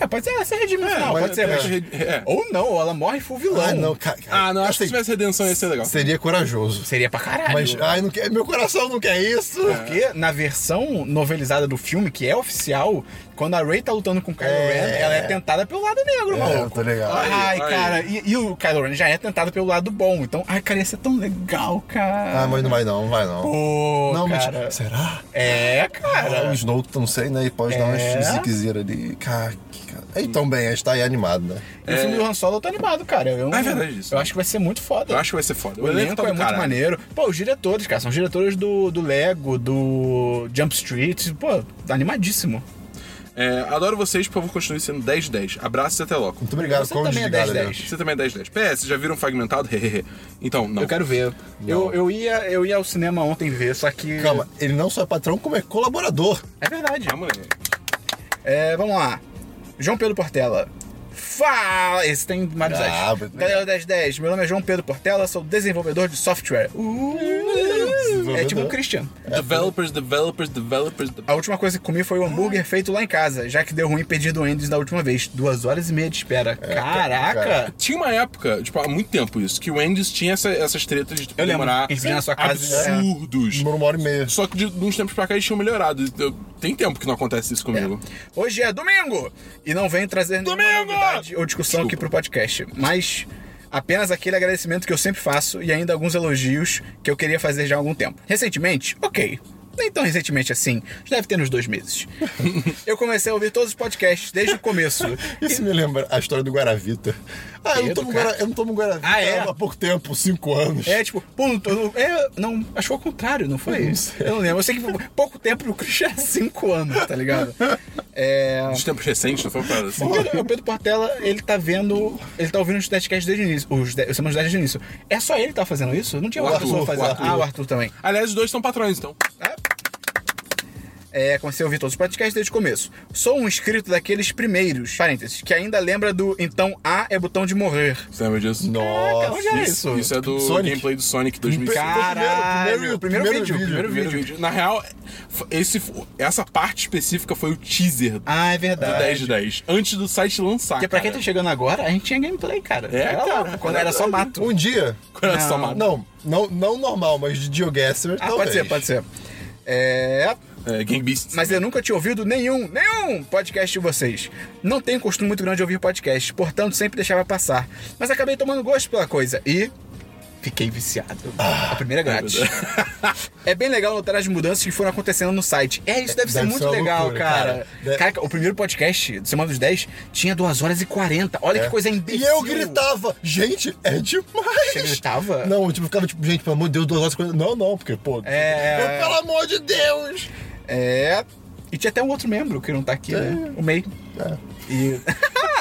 S1: É, pode ser, ser redimido no final,
S2: mas-
S1: pode ser, mas...
S3: é, é.
S1: Ou não, ou ela morre e for vilão.
S2: Ah, não, cara.
S3: Ah, não, acho que se
S2: assim,
S3: tivesse redenção ia ser legal.
S2: Seria corajoso.
S1: Seria pra caralho.
S2: Mas, ah, ai, não quer, meu coração não quer isso.
S1: Porque na versão novelizada do filme, que é oficial, quando a Rey tá lutando com o Kylo
S2: É.
S1: Ren, ela é tentada pelo lado negro,
S2: É,
S1: maluco.
S2: tá ligado.
S1: Ai,
S3: Aí,
S1: cara, e, e o Kylo Ren já é tentado pelo lado bom. Então, ai, cara, ia ser tão legal, cara.
S2: Ah, mas não vai não, não vai não.
S1: Pô,
S2: não, mas-
S1: cara.
S2: será?
S1: É,
S2: Ah,
S1: cara.
S2: o Snow, não sei, né? E pode dar umas
S1: É.
S2: ziquezeiras ali. Cara, que cara. Então, bem, a gente tá aí animado, né?
S1: E o filme do Han Solo eu tô animado, cara. Eu,
S3: Ah, é verdade isso.
S1: Eu acho que vai ser muito foda.
S3: Eu acho que vai ser foda.
S1: O elenco é muito maneiro. Pô, os diretores, cara, são os diretores do, do Lego, do Jump Street. Pô, animadíssimo.
S3: É, adoro vocês, por favor, continue sendo 10-10. Abraços e até logo.
S2: Muito obrigado,
S1: Você
S2: como
S1: também é
S2: desligado,
S1: 10,
S2: né?
S3: Você também é 10-10. PS, já viram fragmentado? Hehehe. então, não.
S1: Eu quero ver. Eu, eu, ia, eu ia ao cinema ontem ver, só que.
S2: Calma, ele não só é patrão, como é colaborador.
S1: É verdade.
S3: Ah, moleque.
S1: É, vamos lá. João Pedro Portela. Fala! Esse tem vários
S2: Ah,
S1: 10.
S2: muito
S1: Galera 1010, meu nome é João Pedro Portela, sou desenvolvedor de software. Uh, é tipo o Christian.
S3: Developers, developers, developers. de-
S1: A última coisa que comi foi o hambúrguer feito lá em casa, já que deu ruim pedir do Enders da última vez. Duas horas e meia de espera. Caraca!
S2: cara.
S3: Tinha uma época, tipo, há muito tempo isso, que o Andy's tinha essa- essas tretas de tipo,
S1: Eu lembro,
S3: demorar
S1: que eles vinham na sua casa né? e-
S3: absurdos.
S2: Demorou uma hora e meia.
S3: Só que de, de uns tempos pra cá eles tinham melhorado. Eu- tem tempo que não acontece isso comigo.
S1: Hoje é domingo! E não venho trazer nenhuma
S3: Domingo!
S1: novidade ou discussão aqui pro podcast, mas apenas aquele agradecimento que eu sempre faço e ainda alguns elogios que eu queria fazer já há algum tempo. Recentemente, ok. Nem tão recentemente assim, já deve ter nos dois meses. *laughs* eu comecei a ouvir todos os podcasts desde o começo.
S2: Isso me lembra a história do Guaravita. Ah, eu não
S1: Pedro,
S2: tomo,
S1: cara.
S2: Guara, eu não tomo Guaravita
S1: Ah, é?
S2: há pouco tempo, cinco anos.
S1: É, tipo, ponto. É, não, acho que foi o contrário, não foi isso? Eu não lembro. Eu sei que foi pouco tempo pro Christian é 5 anos, tá ligado? É.
S3: Dos tempos recentes, não foi uma parada assim?
S1: O Pedro, o Pedro Portela, ele tá vendo. Ele tá ouvindo os Deadcasts desde o início. Os, de- os Semanas 10 desde o início. É só ele que tá fazendo isso? Não tinha
S3: O
S1: outra
S3: Arthur,
S1: pessoa fazendo.
S3: o Arthur.
S1: Ah, o Arthur também. Ah.
S3: Aliás, os dois são patrões, então.
S1: É, comecei a ouvir todos os podcasts desde o começo. Sou um inscrito daqueles primeiros, parênteses, que ainda lembra do então A é botão de morrer.
S3: Você lembra disso?
S1: Caraca,
S2: Nossa.
S1: onde era isso?
S3: Isso é do
S2: Sonic.
S3: gameplay do Sonic 2005.
S1: Caralho,
S2: primeiro- primeiro vídeo.
S1: primeiro
S3: Primeiro
S1: vídeo.
S3: vídeo. Na real, f- esse, f- essa parte específica foi o teaser do
S1: Ah, é verdade.
S3: 10 de 10. Antes do site lançar.
S1: Porque pra quem tá
S3: cara.
S1: chegando agora, a gente tinha gameplay, cara.
S3: É,
S1: Era lá,
S3: cara.
S1: Quando era só mato.
S2: Um dia.
S3: Olha só, mano.
S2: Não, não, não normal, mas de Geoguessr.
S1: Ah, pode ser, pode ser. É.
S3: É, Game Beasts.
S1: Mas eu nunca tinha ouvido nenhum, nenhum podcast de vocês. Não tenho costume muito grande de ouvir podcast, portanto sempre deixava passar. Mas acabei tomando gosto pela coisa e. Fiquei viciado. a primeira grátis. é bem legal notar as mudanças que foram acontecendo no site. É, isso deve, ser
S2: Deve
S1: muito
S2: ser uma
S1: legal,
S2: loucura,
S1: cara.
S2: cara.
S1: Caraca, o primeiro podcast, do Semana dos 10, tinha 2 horas e 40. Olha que coisa imbecil.
S2: É. E eu gritava, gente, é demais!
S1: Você gritava?
S2: Não, tipo, ficava tipo, gente, pelo amor de Deus, duas horas e quarenta- Não, não, porque, pô.
S1: É.
S2: eu, pelo amor de Deus!
S1: É. E tinha até um outro membro que não tá aqui, né? O MEI. E. *laughs*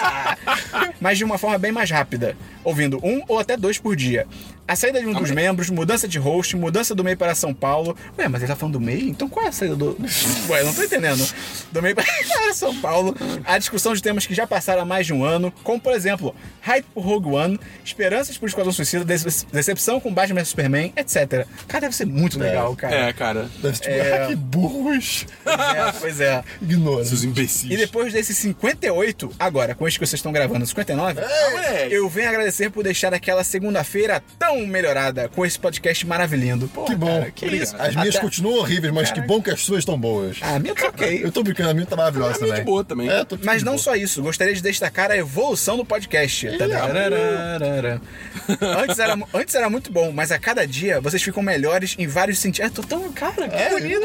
S1: Mas de uma forma bem mais rápida, ouvindo um ou até dois por dia. A saída de um dos membros, mudança de host, mudança do MEI para São Paulo. Ué, mas ele tá falando do MEI? Então qual é a saída do. *laughs* Ué, não tô entendendo. Do MEI *laughs* para São Paulo. A discussão de temas que já passaram há mais de um ano, como por exemplo, hype por Rogue One, esperanças por Esquadrão Suicida, dece- decepção com Batman vs Superman, etc. Cara, deve ser muito legal, cara.
S3: É, cara.
S2: Deve, tipo, ah, que burros!
S1: *laughs* É, pois é.
S2: Ignora.
S3: Seus imbecis.
S1: E depois desses 58, agora, com este que vocês estão gravando, 59,
S3: moleque.
S1: eu venho agradecer por deixar aquela segunda-feira tão melhorada com esse podcast maravilhando. Pô,
S2: Que bom.
S1: cara, que isso.
S2: As minhas
S1: Até-
S2: continuam horríveis, mas que bom que as suas estão boas.
S1: Ah, a minha tá ok.
S2: Eu tô brincando, a minha tá maravilhosa
S3: A minha
S2: também.
S3: de boa também.
S2: É, tô tipo
S1: Mas
S2: de
S1: não
S2: boa.
S1: só isso, gostaria de destacar a evolução do podcast. Tararararara. *laughs* Antes era, mu- antes era muito bom, mas a cada dia vocês ficam melhores em vários sentidos. É, tô tão, cara, que
S2: É,
S1: bonito.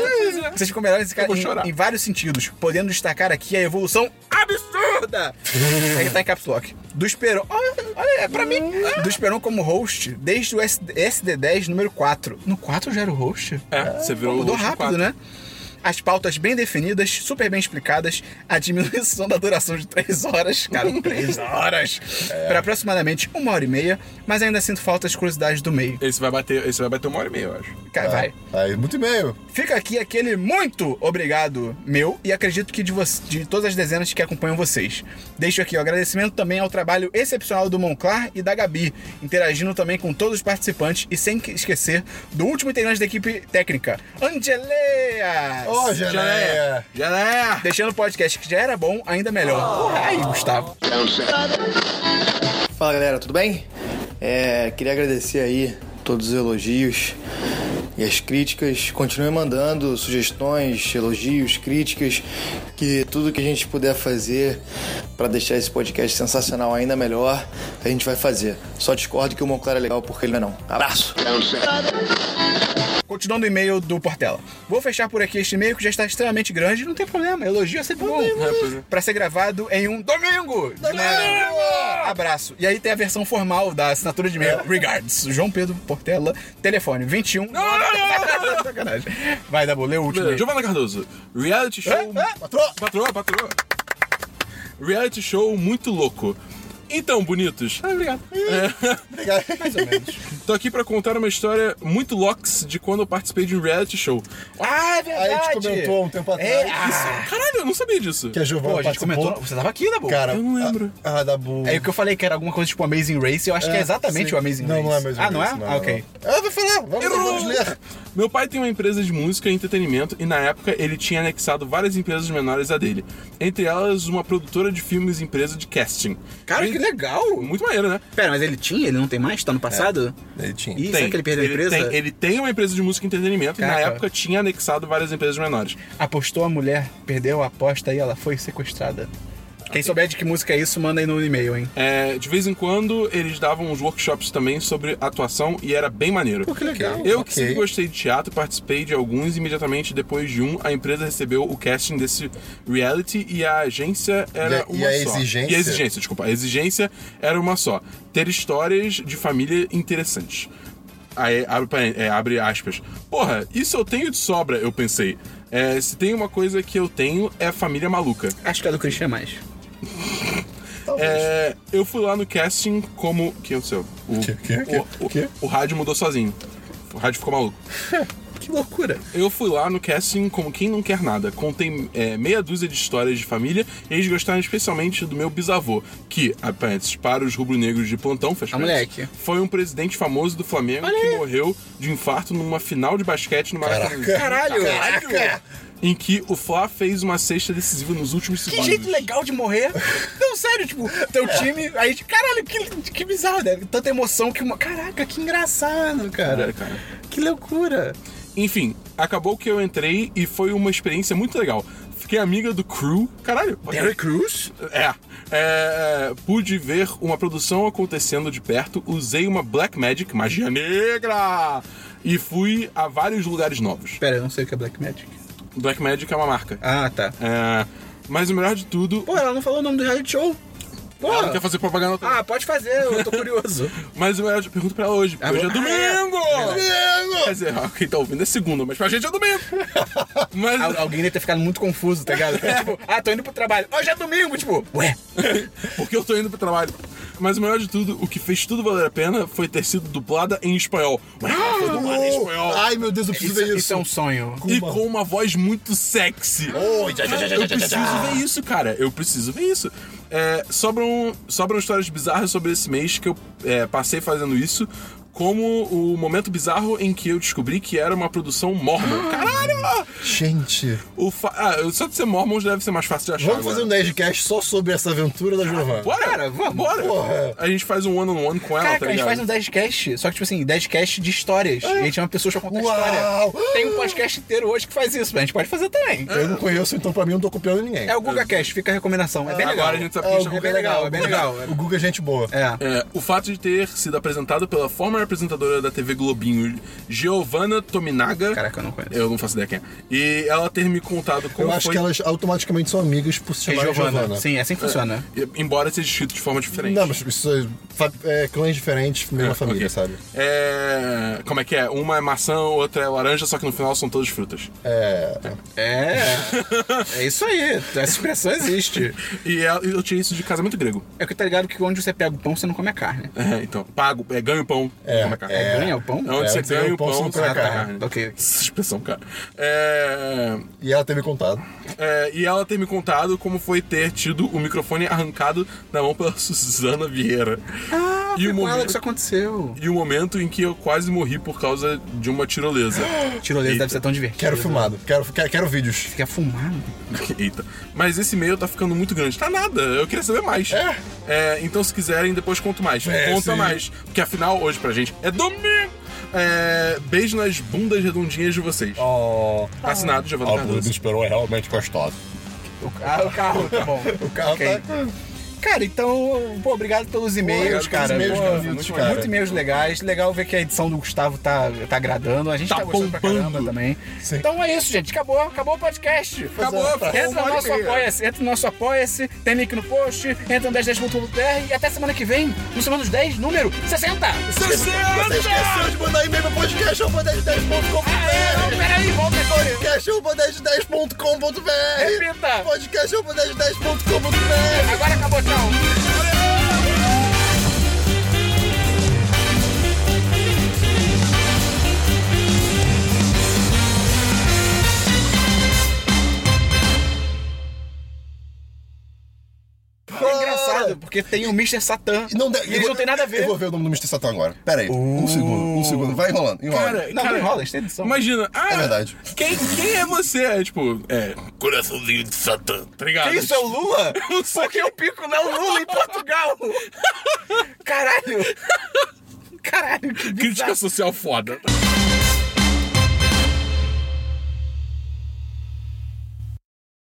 S1: Vocês ficam melhores em ca-
S3: vou
S1: em-
S3: chorar.
S1: em, vários sentidos, podendo destacar aqui a evolução absurda. Aí tá em caps lock. Do Esperon. Olha, olha, é pra mim. Do Esperon como host desde o SD, SD10 número 4. No 4 eu já era o host?
S3: É, você virou
S1: Mudou
S3: o último
S1: rápido,
S3: quadro.
S1: né? as pautas bem definidas, super bem explicadas, a diminuição *laughs* da duração de 3 horas, cara, *laughs* 3 horas, para aproximadamente uma hora e meia, mas ainda sinto falta das curiosidades do meio.
S3: Esse vai bater, esse vai bater uma hora e meia, eu acho.
S1: Cara, vai.
S2: é. Aí, muito e-mail.
S1: Fica aqui aquele muito obrigado meu e acredito que de, vo- de todas as dezenas que acompanham vocês. Deixo aqui o agradecimento também ao trabalho excepcional do Monclar e da Gabi, interagindo também com todos os participantes e sem que- esquecer do último integrante da equipe técnica, Angeleas!
S2: Ó,
S1: É.
S2: geleia.
S3: Geleia!
S1: Deixando o podcast que já era bom, ainda melhor. Ai, Gustavo.
S4: Fala galera, tudo bem? É, queria agradecer aí todos os elogios e as críticas. Continue mandando sugestões, elogios, críticas, que tudo que a gente puder fazer para deixar esse podcast sensacional ainda melhor, a gente vai fazer. Só discordo que o Monclar é legal porque ele não é não. Abraço!
S1: Continuando o e-mail do Portela. Vou fechar por aqui este e-mail que já está extremamente grande, não tem problema, elogio é sempre bom.
S3: É, pois é.
S1: Pra ser gravado em um domingo! De manhã. Abraço. E aí tem a versão formal da assinatura de e-mail. Regards. João Pedro Portela, telefone 21. Não, não, não, não, Sacanagem. Vai, Dabu, lê o último. e-mail.
S3: Giovana Cardoso. Reality
S1: É,
S3: show.
S1: Hã? Hã?
S2: Patroa.
S3: Patroa, patroa. Reality show muito louco. Então, bonitos. Ah, obrigado.
S2: Obrigado.
S3: Tô aqui pra contar uma história muito lox de quando eu participei de um reality show.
S1: Ah, é
S2: Aí
S1: verdade.
S2: a gente comentou um tempo
S1: É,
S2: atrás
S1: ah,
S3: Caralho, eu não sabia disso.
S2: que a Giovanna
S1: pô, a gente
S2: participou.
S1: comentou. Você tava aqui, Dabu. Hum.
S2: Cara,
S3: Eu não lembro.
S2: A, a Dabu.
S1: É o que eu falei que era alguma coisa tipo Amazing Race, eu acho que é exatamente
S2: sim.
S1: o Amazing
S2: não,
S1: Race.
S2: Não, é Amazing
S1: Ah, não é?
S2: Race,
S1: ah, ok.
S2: Ah, vai falar. Vamos,
S3: Errou!
S2: vamos ler.
S3: Meu pai tem uma empresa de música e entretenimento e na época ele tinha anexado várias empresas menores à dele. Entre elas, uma produtora de filmes e empresa de casting.
S1: Cara, que legal!
S3: Muito maneiro, né?
S1: Pera, mas ele tinha? Ele não tem mais? Tá no passado?
S2: Ele tinha.
S1: Ih, será é que ele perdeu a empresa?
S3: Tem, ele tem uma empresa de música e entretenimento e na
S1: Caraca.
S3: época tinha anexado várias empresas menores.
S1: Apostou a mulher, perdeu a aposta e ela foi sequestrada. Quem souber de que música é isso, manda aí no e-mail, hein?
S3: É, de vez em quando eles davam uns workshops também sobre atuação e era bem maneiro.
S1: que legal.
S3: Eu que
S2: Ok.
S3: sempre gostei de teatro, participei de alguns e imediatamente depois de um, a empresa recebeu o casting desse reality e a agência era
S2: E a-
S3: uma
S2: e a
S3: só.
S2: exigência?
S3: E a exigência, desculpa. A exigência era uma só. Ter histórias de família interessantes. Aí, abre, paren- é, abre aspas. Porra, isso eu tenho de sobra, eu pensei. É, se tem uma coisa que eu tenho, é família maluca.
S1: Acho que a do Christian é mais. então,
S3: É, eu fui lá no casting como. Que é o seu? O,
S2: Que- que-
S3: o, o,
S2: que-
S3: o rádio mudou sozinho. O rádio ficou maluco.
S1: Que loucura.
S3: Eu fui lá no casting como quem não quer nada. Contei é, meia dúzia de histórias de família e eles gostaram especialmente do meu bisavô, que, aparentes, para os rubro-negros de plantão, fecha
S1: Ah,
S3: parênteses,
S1: moleque.
S3: foi um presidente famoso do Flamengo que morreu de infarto numa final de basquete no Maracanã.
S1: Caralho!
S2: Caraca!
S3: Em que o Fla fez uma cesta decisiva nos últimos
S1: Que
S3: segundos.
S1: jeito legal de morrer. Não, sério, tipo, teu time. Aí, caralho, que, que bizarro, né? Tanta emoção que. uma- Caraca, que engraçado, cara.
S3: É, cara.
S1: Que loucura.
S3: Enfim, acabou que eu entrei e foi uma experiência muito legal. Fiquei amiga do crew. Caralho,
S1: Terry Crews?
S3: é, é, Pude ver uma produção acontecendo de perto, usei uma Black Magic, magia negra! E fui a vários lugares novos.
S1: Pera, eu não sei o que é Black Magic.
S3: Black Magic é uma marca.
S1: Ah, tá.
S3: É, mas o melhor de tudo.
S1: Pô, ela não falou o nome do reality show. Pô.
S3: Ela não quer fazer propaganda. também.
S1: Ah, pode fazer, eu tô *laughs* curioso.
S3: Mas o melhor de pergunta pra ela hoje, porque
S1: Ah, é.
S3: hoje é
S1: bom.
S3: domingo!
S2: Domingo!
S3: Quer dizer, *laughs* ó, quem tá ouvindo é segunda, mas pra gente é domingo! Mas,
S1: Al- alguém deve ter ficado muito confuso, tá ligado? tipo, ah, tô indo pro trabalho. Hoje é domingo, tipo, ué.
S3: porque eu tô indo pro trabalho. Mas o melhor de tudo, o que fez tudo valer a pena foi ter sido dublada em espanhol. Mas ela foi dublada em espanhol.
S2: Ai, meu Deus, eu preciso
S1: Isso,
S2: ver isso.
S1: isso é um sonho.
S3: E com uma voz muito sexy.
S2: Oi, já, já, já, já,
S3: Eu
S2: já, já, já.
S3: preciso ver isso, cara. Eu preciso ver isso. É, sobram, sobram histórias bizarras sobre esse mês que eu é, passei fazendo isso, como o momento bizarro em que eu descobri que era uma produção mormon. Caralho!
S2: Gente,
S3: O fa- ah, só de ser mormon já deve ser mais fácil de achar.
S2: vamos fazer um
S3: agora.
S2: Nerdcast só sobre essa aventura da Giovanna.
S3: Bora!
S1: Cara, vamos.
S3: Bora!
S2: Porra.
S3: A gente faz um one on one com ela,
S1: Caraca,
S3: tá
S1: a gente
S3: ligado?
S1: faz um 10 cast, só que tipo assim, 10 cast de histórias. E a gente é chama pessoas pra contar
S2: Uau!
S1: história. Tem um podcast inteiro hoje que faz isso, mas a gente pode fazer também.
S2: Eu não conheço, então pra mim eu não tô copiando ninguém.
S1: É o GugaCast, fica a recomendação. É bem legal.
S3: Agora a gente sabe
S2: Ah,
S3: que a
S2: o
S3: gente
S1: É
S3: tá
S2: Guga
S1: bem legal, é bem legal.
S2: O Guga é gente boa.
S1: É.
S3: É, o fato de ter sido apresentado pela former era apresentadora da TV Globinho, Giovanna Tominaga.
S1: Caraca, eu não conheço.
S3: Eu não faço ideia quem é. E ela ter me contado como
S2: Eu acho
S3: foi.
S2: que elas automaticamente são amigas por se
S1: E
S2: chamar
S1: Giovana.
S2: Giovanna.
S1: Sim, é assim que funciona.
S3: Embora seja escrito de forma diferente.
S2: Não, mas isso é, fa- é clãs diferentes, mesma
S3: É,
S2: família,
S3: ok.
S2: sabe?
S3: É. Como é que é? Uma é maçã, outra é laranja, só que no final são todas frutas.
S2: É.
S1: É. É isso aí. Essa expressão existe.
S3: E ela- eu tirei isso de casamento grego.
S1: É que tá ligado que onde você pega o pão, você não come a carne.
S3: É, então. Pago, é ganho pão.
S2: É,
S3: Como carne?
S1: É, ganha o pão?
S3: É onde
S2: É,
S3: você
S2: onde você
S3: ganha
S2: ganha
S3: o
S2: o
S3: pão,
S2: pão, você
S3: você não
S2: come
S3: come
S2: a
S3: a
S1: carne.
S3: carne.
S1: Ok.
S3: Essa expressão, cara. É,
S2: E ela teve contado.
S3: é, e ela ter me contado como foi ter tido o microfone arrancado da mão pela *laughs* Suzana Vieira.
S1: Ah,
S3: e
S1: foi
S3: o,
S1: com ela que
S3: momento,
S1: isso aconteceu.
S3: e o momento em que eu quase morri por causa de
S2: *gasps*
S3: uma tirolesa.
S1: Tirolesa
S3: Eita.
S1: deve ser tão divertido.
S2: Quero filmado. Quero, quero, quero vídeos.
S1: Fica fumado.
S3: Eita. Mas esse e-mail tá ficando muito grande. Tá nada, eu queria saber mais.
S2: É.
S3: É, então, se quiserem, depois conto mais.
S2: É,
S3: Conta
S2: sim.
S3: mais. Porque afinal, hoje pra gente é domingo. É, beijo nas bundas redondinhas de vocês.
S2: Oh,
S3: Assinado Giovanna Cardoso.
S2: Esperon é realmente gostosa.
S1: O carro, o carro tá bom.
S2: O carro
S1: Ok.
S2: tá.
S1: Cara, então, pô, obrigado pelos e-mails,
S3: Obrigado pelos
S1: cara.
S3: e-mails,
S1: Pô,
S3: cara.
S1: muito,
S3: Muito
S1: muito
S2: maneiro.
S1: e-mails legais. Legal ver que a edição do Gustavo tá, tá agradando. A gente
S3: Tá
S1: tá, gostando pra
S3: bombando.
S1: caramba também.
S2: Sim.
S1: Então é isso, gente. Acabou, acabou o podcast.
S3: Acabou,
S2: Pois é, pra-
S3: é,
S1: Entra no nosso Apoia-se, entra no nosso Apoia-se, tem link no post, entra no 1010.br e até semana que vem, no Semana dos 10, número 60!
S2: Você esqueceu de mandar e-mail pro podcast arroba 1010.com.br.
S1: Ah, não, peraí, volta agora!
S2: Podcast arroba 1010.com.br.
S1: Repita!
S2: Podcast arroba 1010.com.br.
S1: Agora acabou, tchau! É engraçado, porque tem o Mr. Satã.
S2: E Não, de-
S1: e eles
S2: eu-
S1: não tem nada a ver.
S2: Eu vou ver o nome do Mr. Satan agora. Pera aí. Um segundo, um segundo. Vai enrolando. enrola.
S3: Cara,
S1: Não, não rola, isso tem edição.
S3: Imagina, ah,
S2: É verdade.
S3: Quem, quem é você? É tipo, é. Coraçãozinho de Satã, tá ligado? Tipo,
S1: Que isso é o Lula?
S3: *laughs*
S1: Porque eu pico não Lula em Portugal. Caralho. Caralho, que
S3: Crítica
S1: bizarro.
S3: social foda.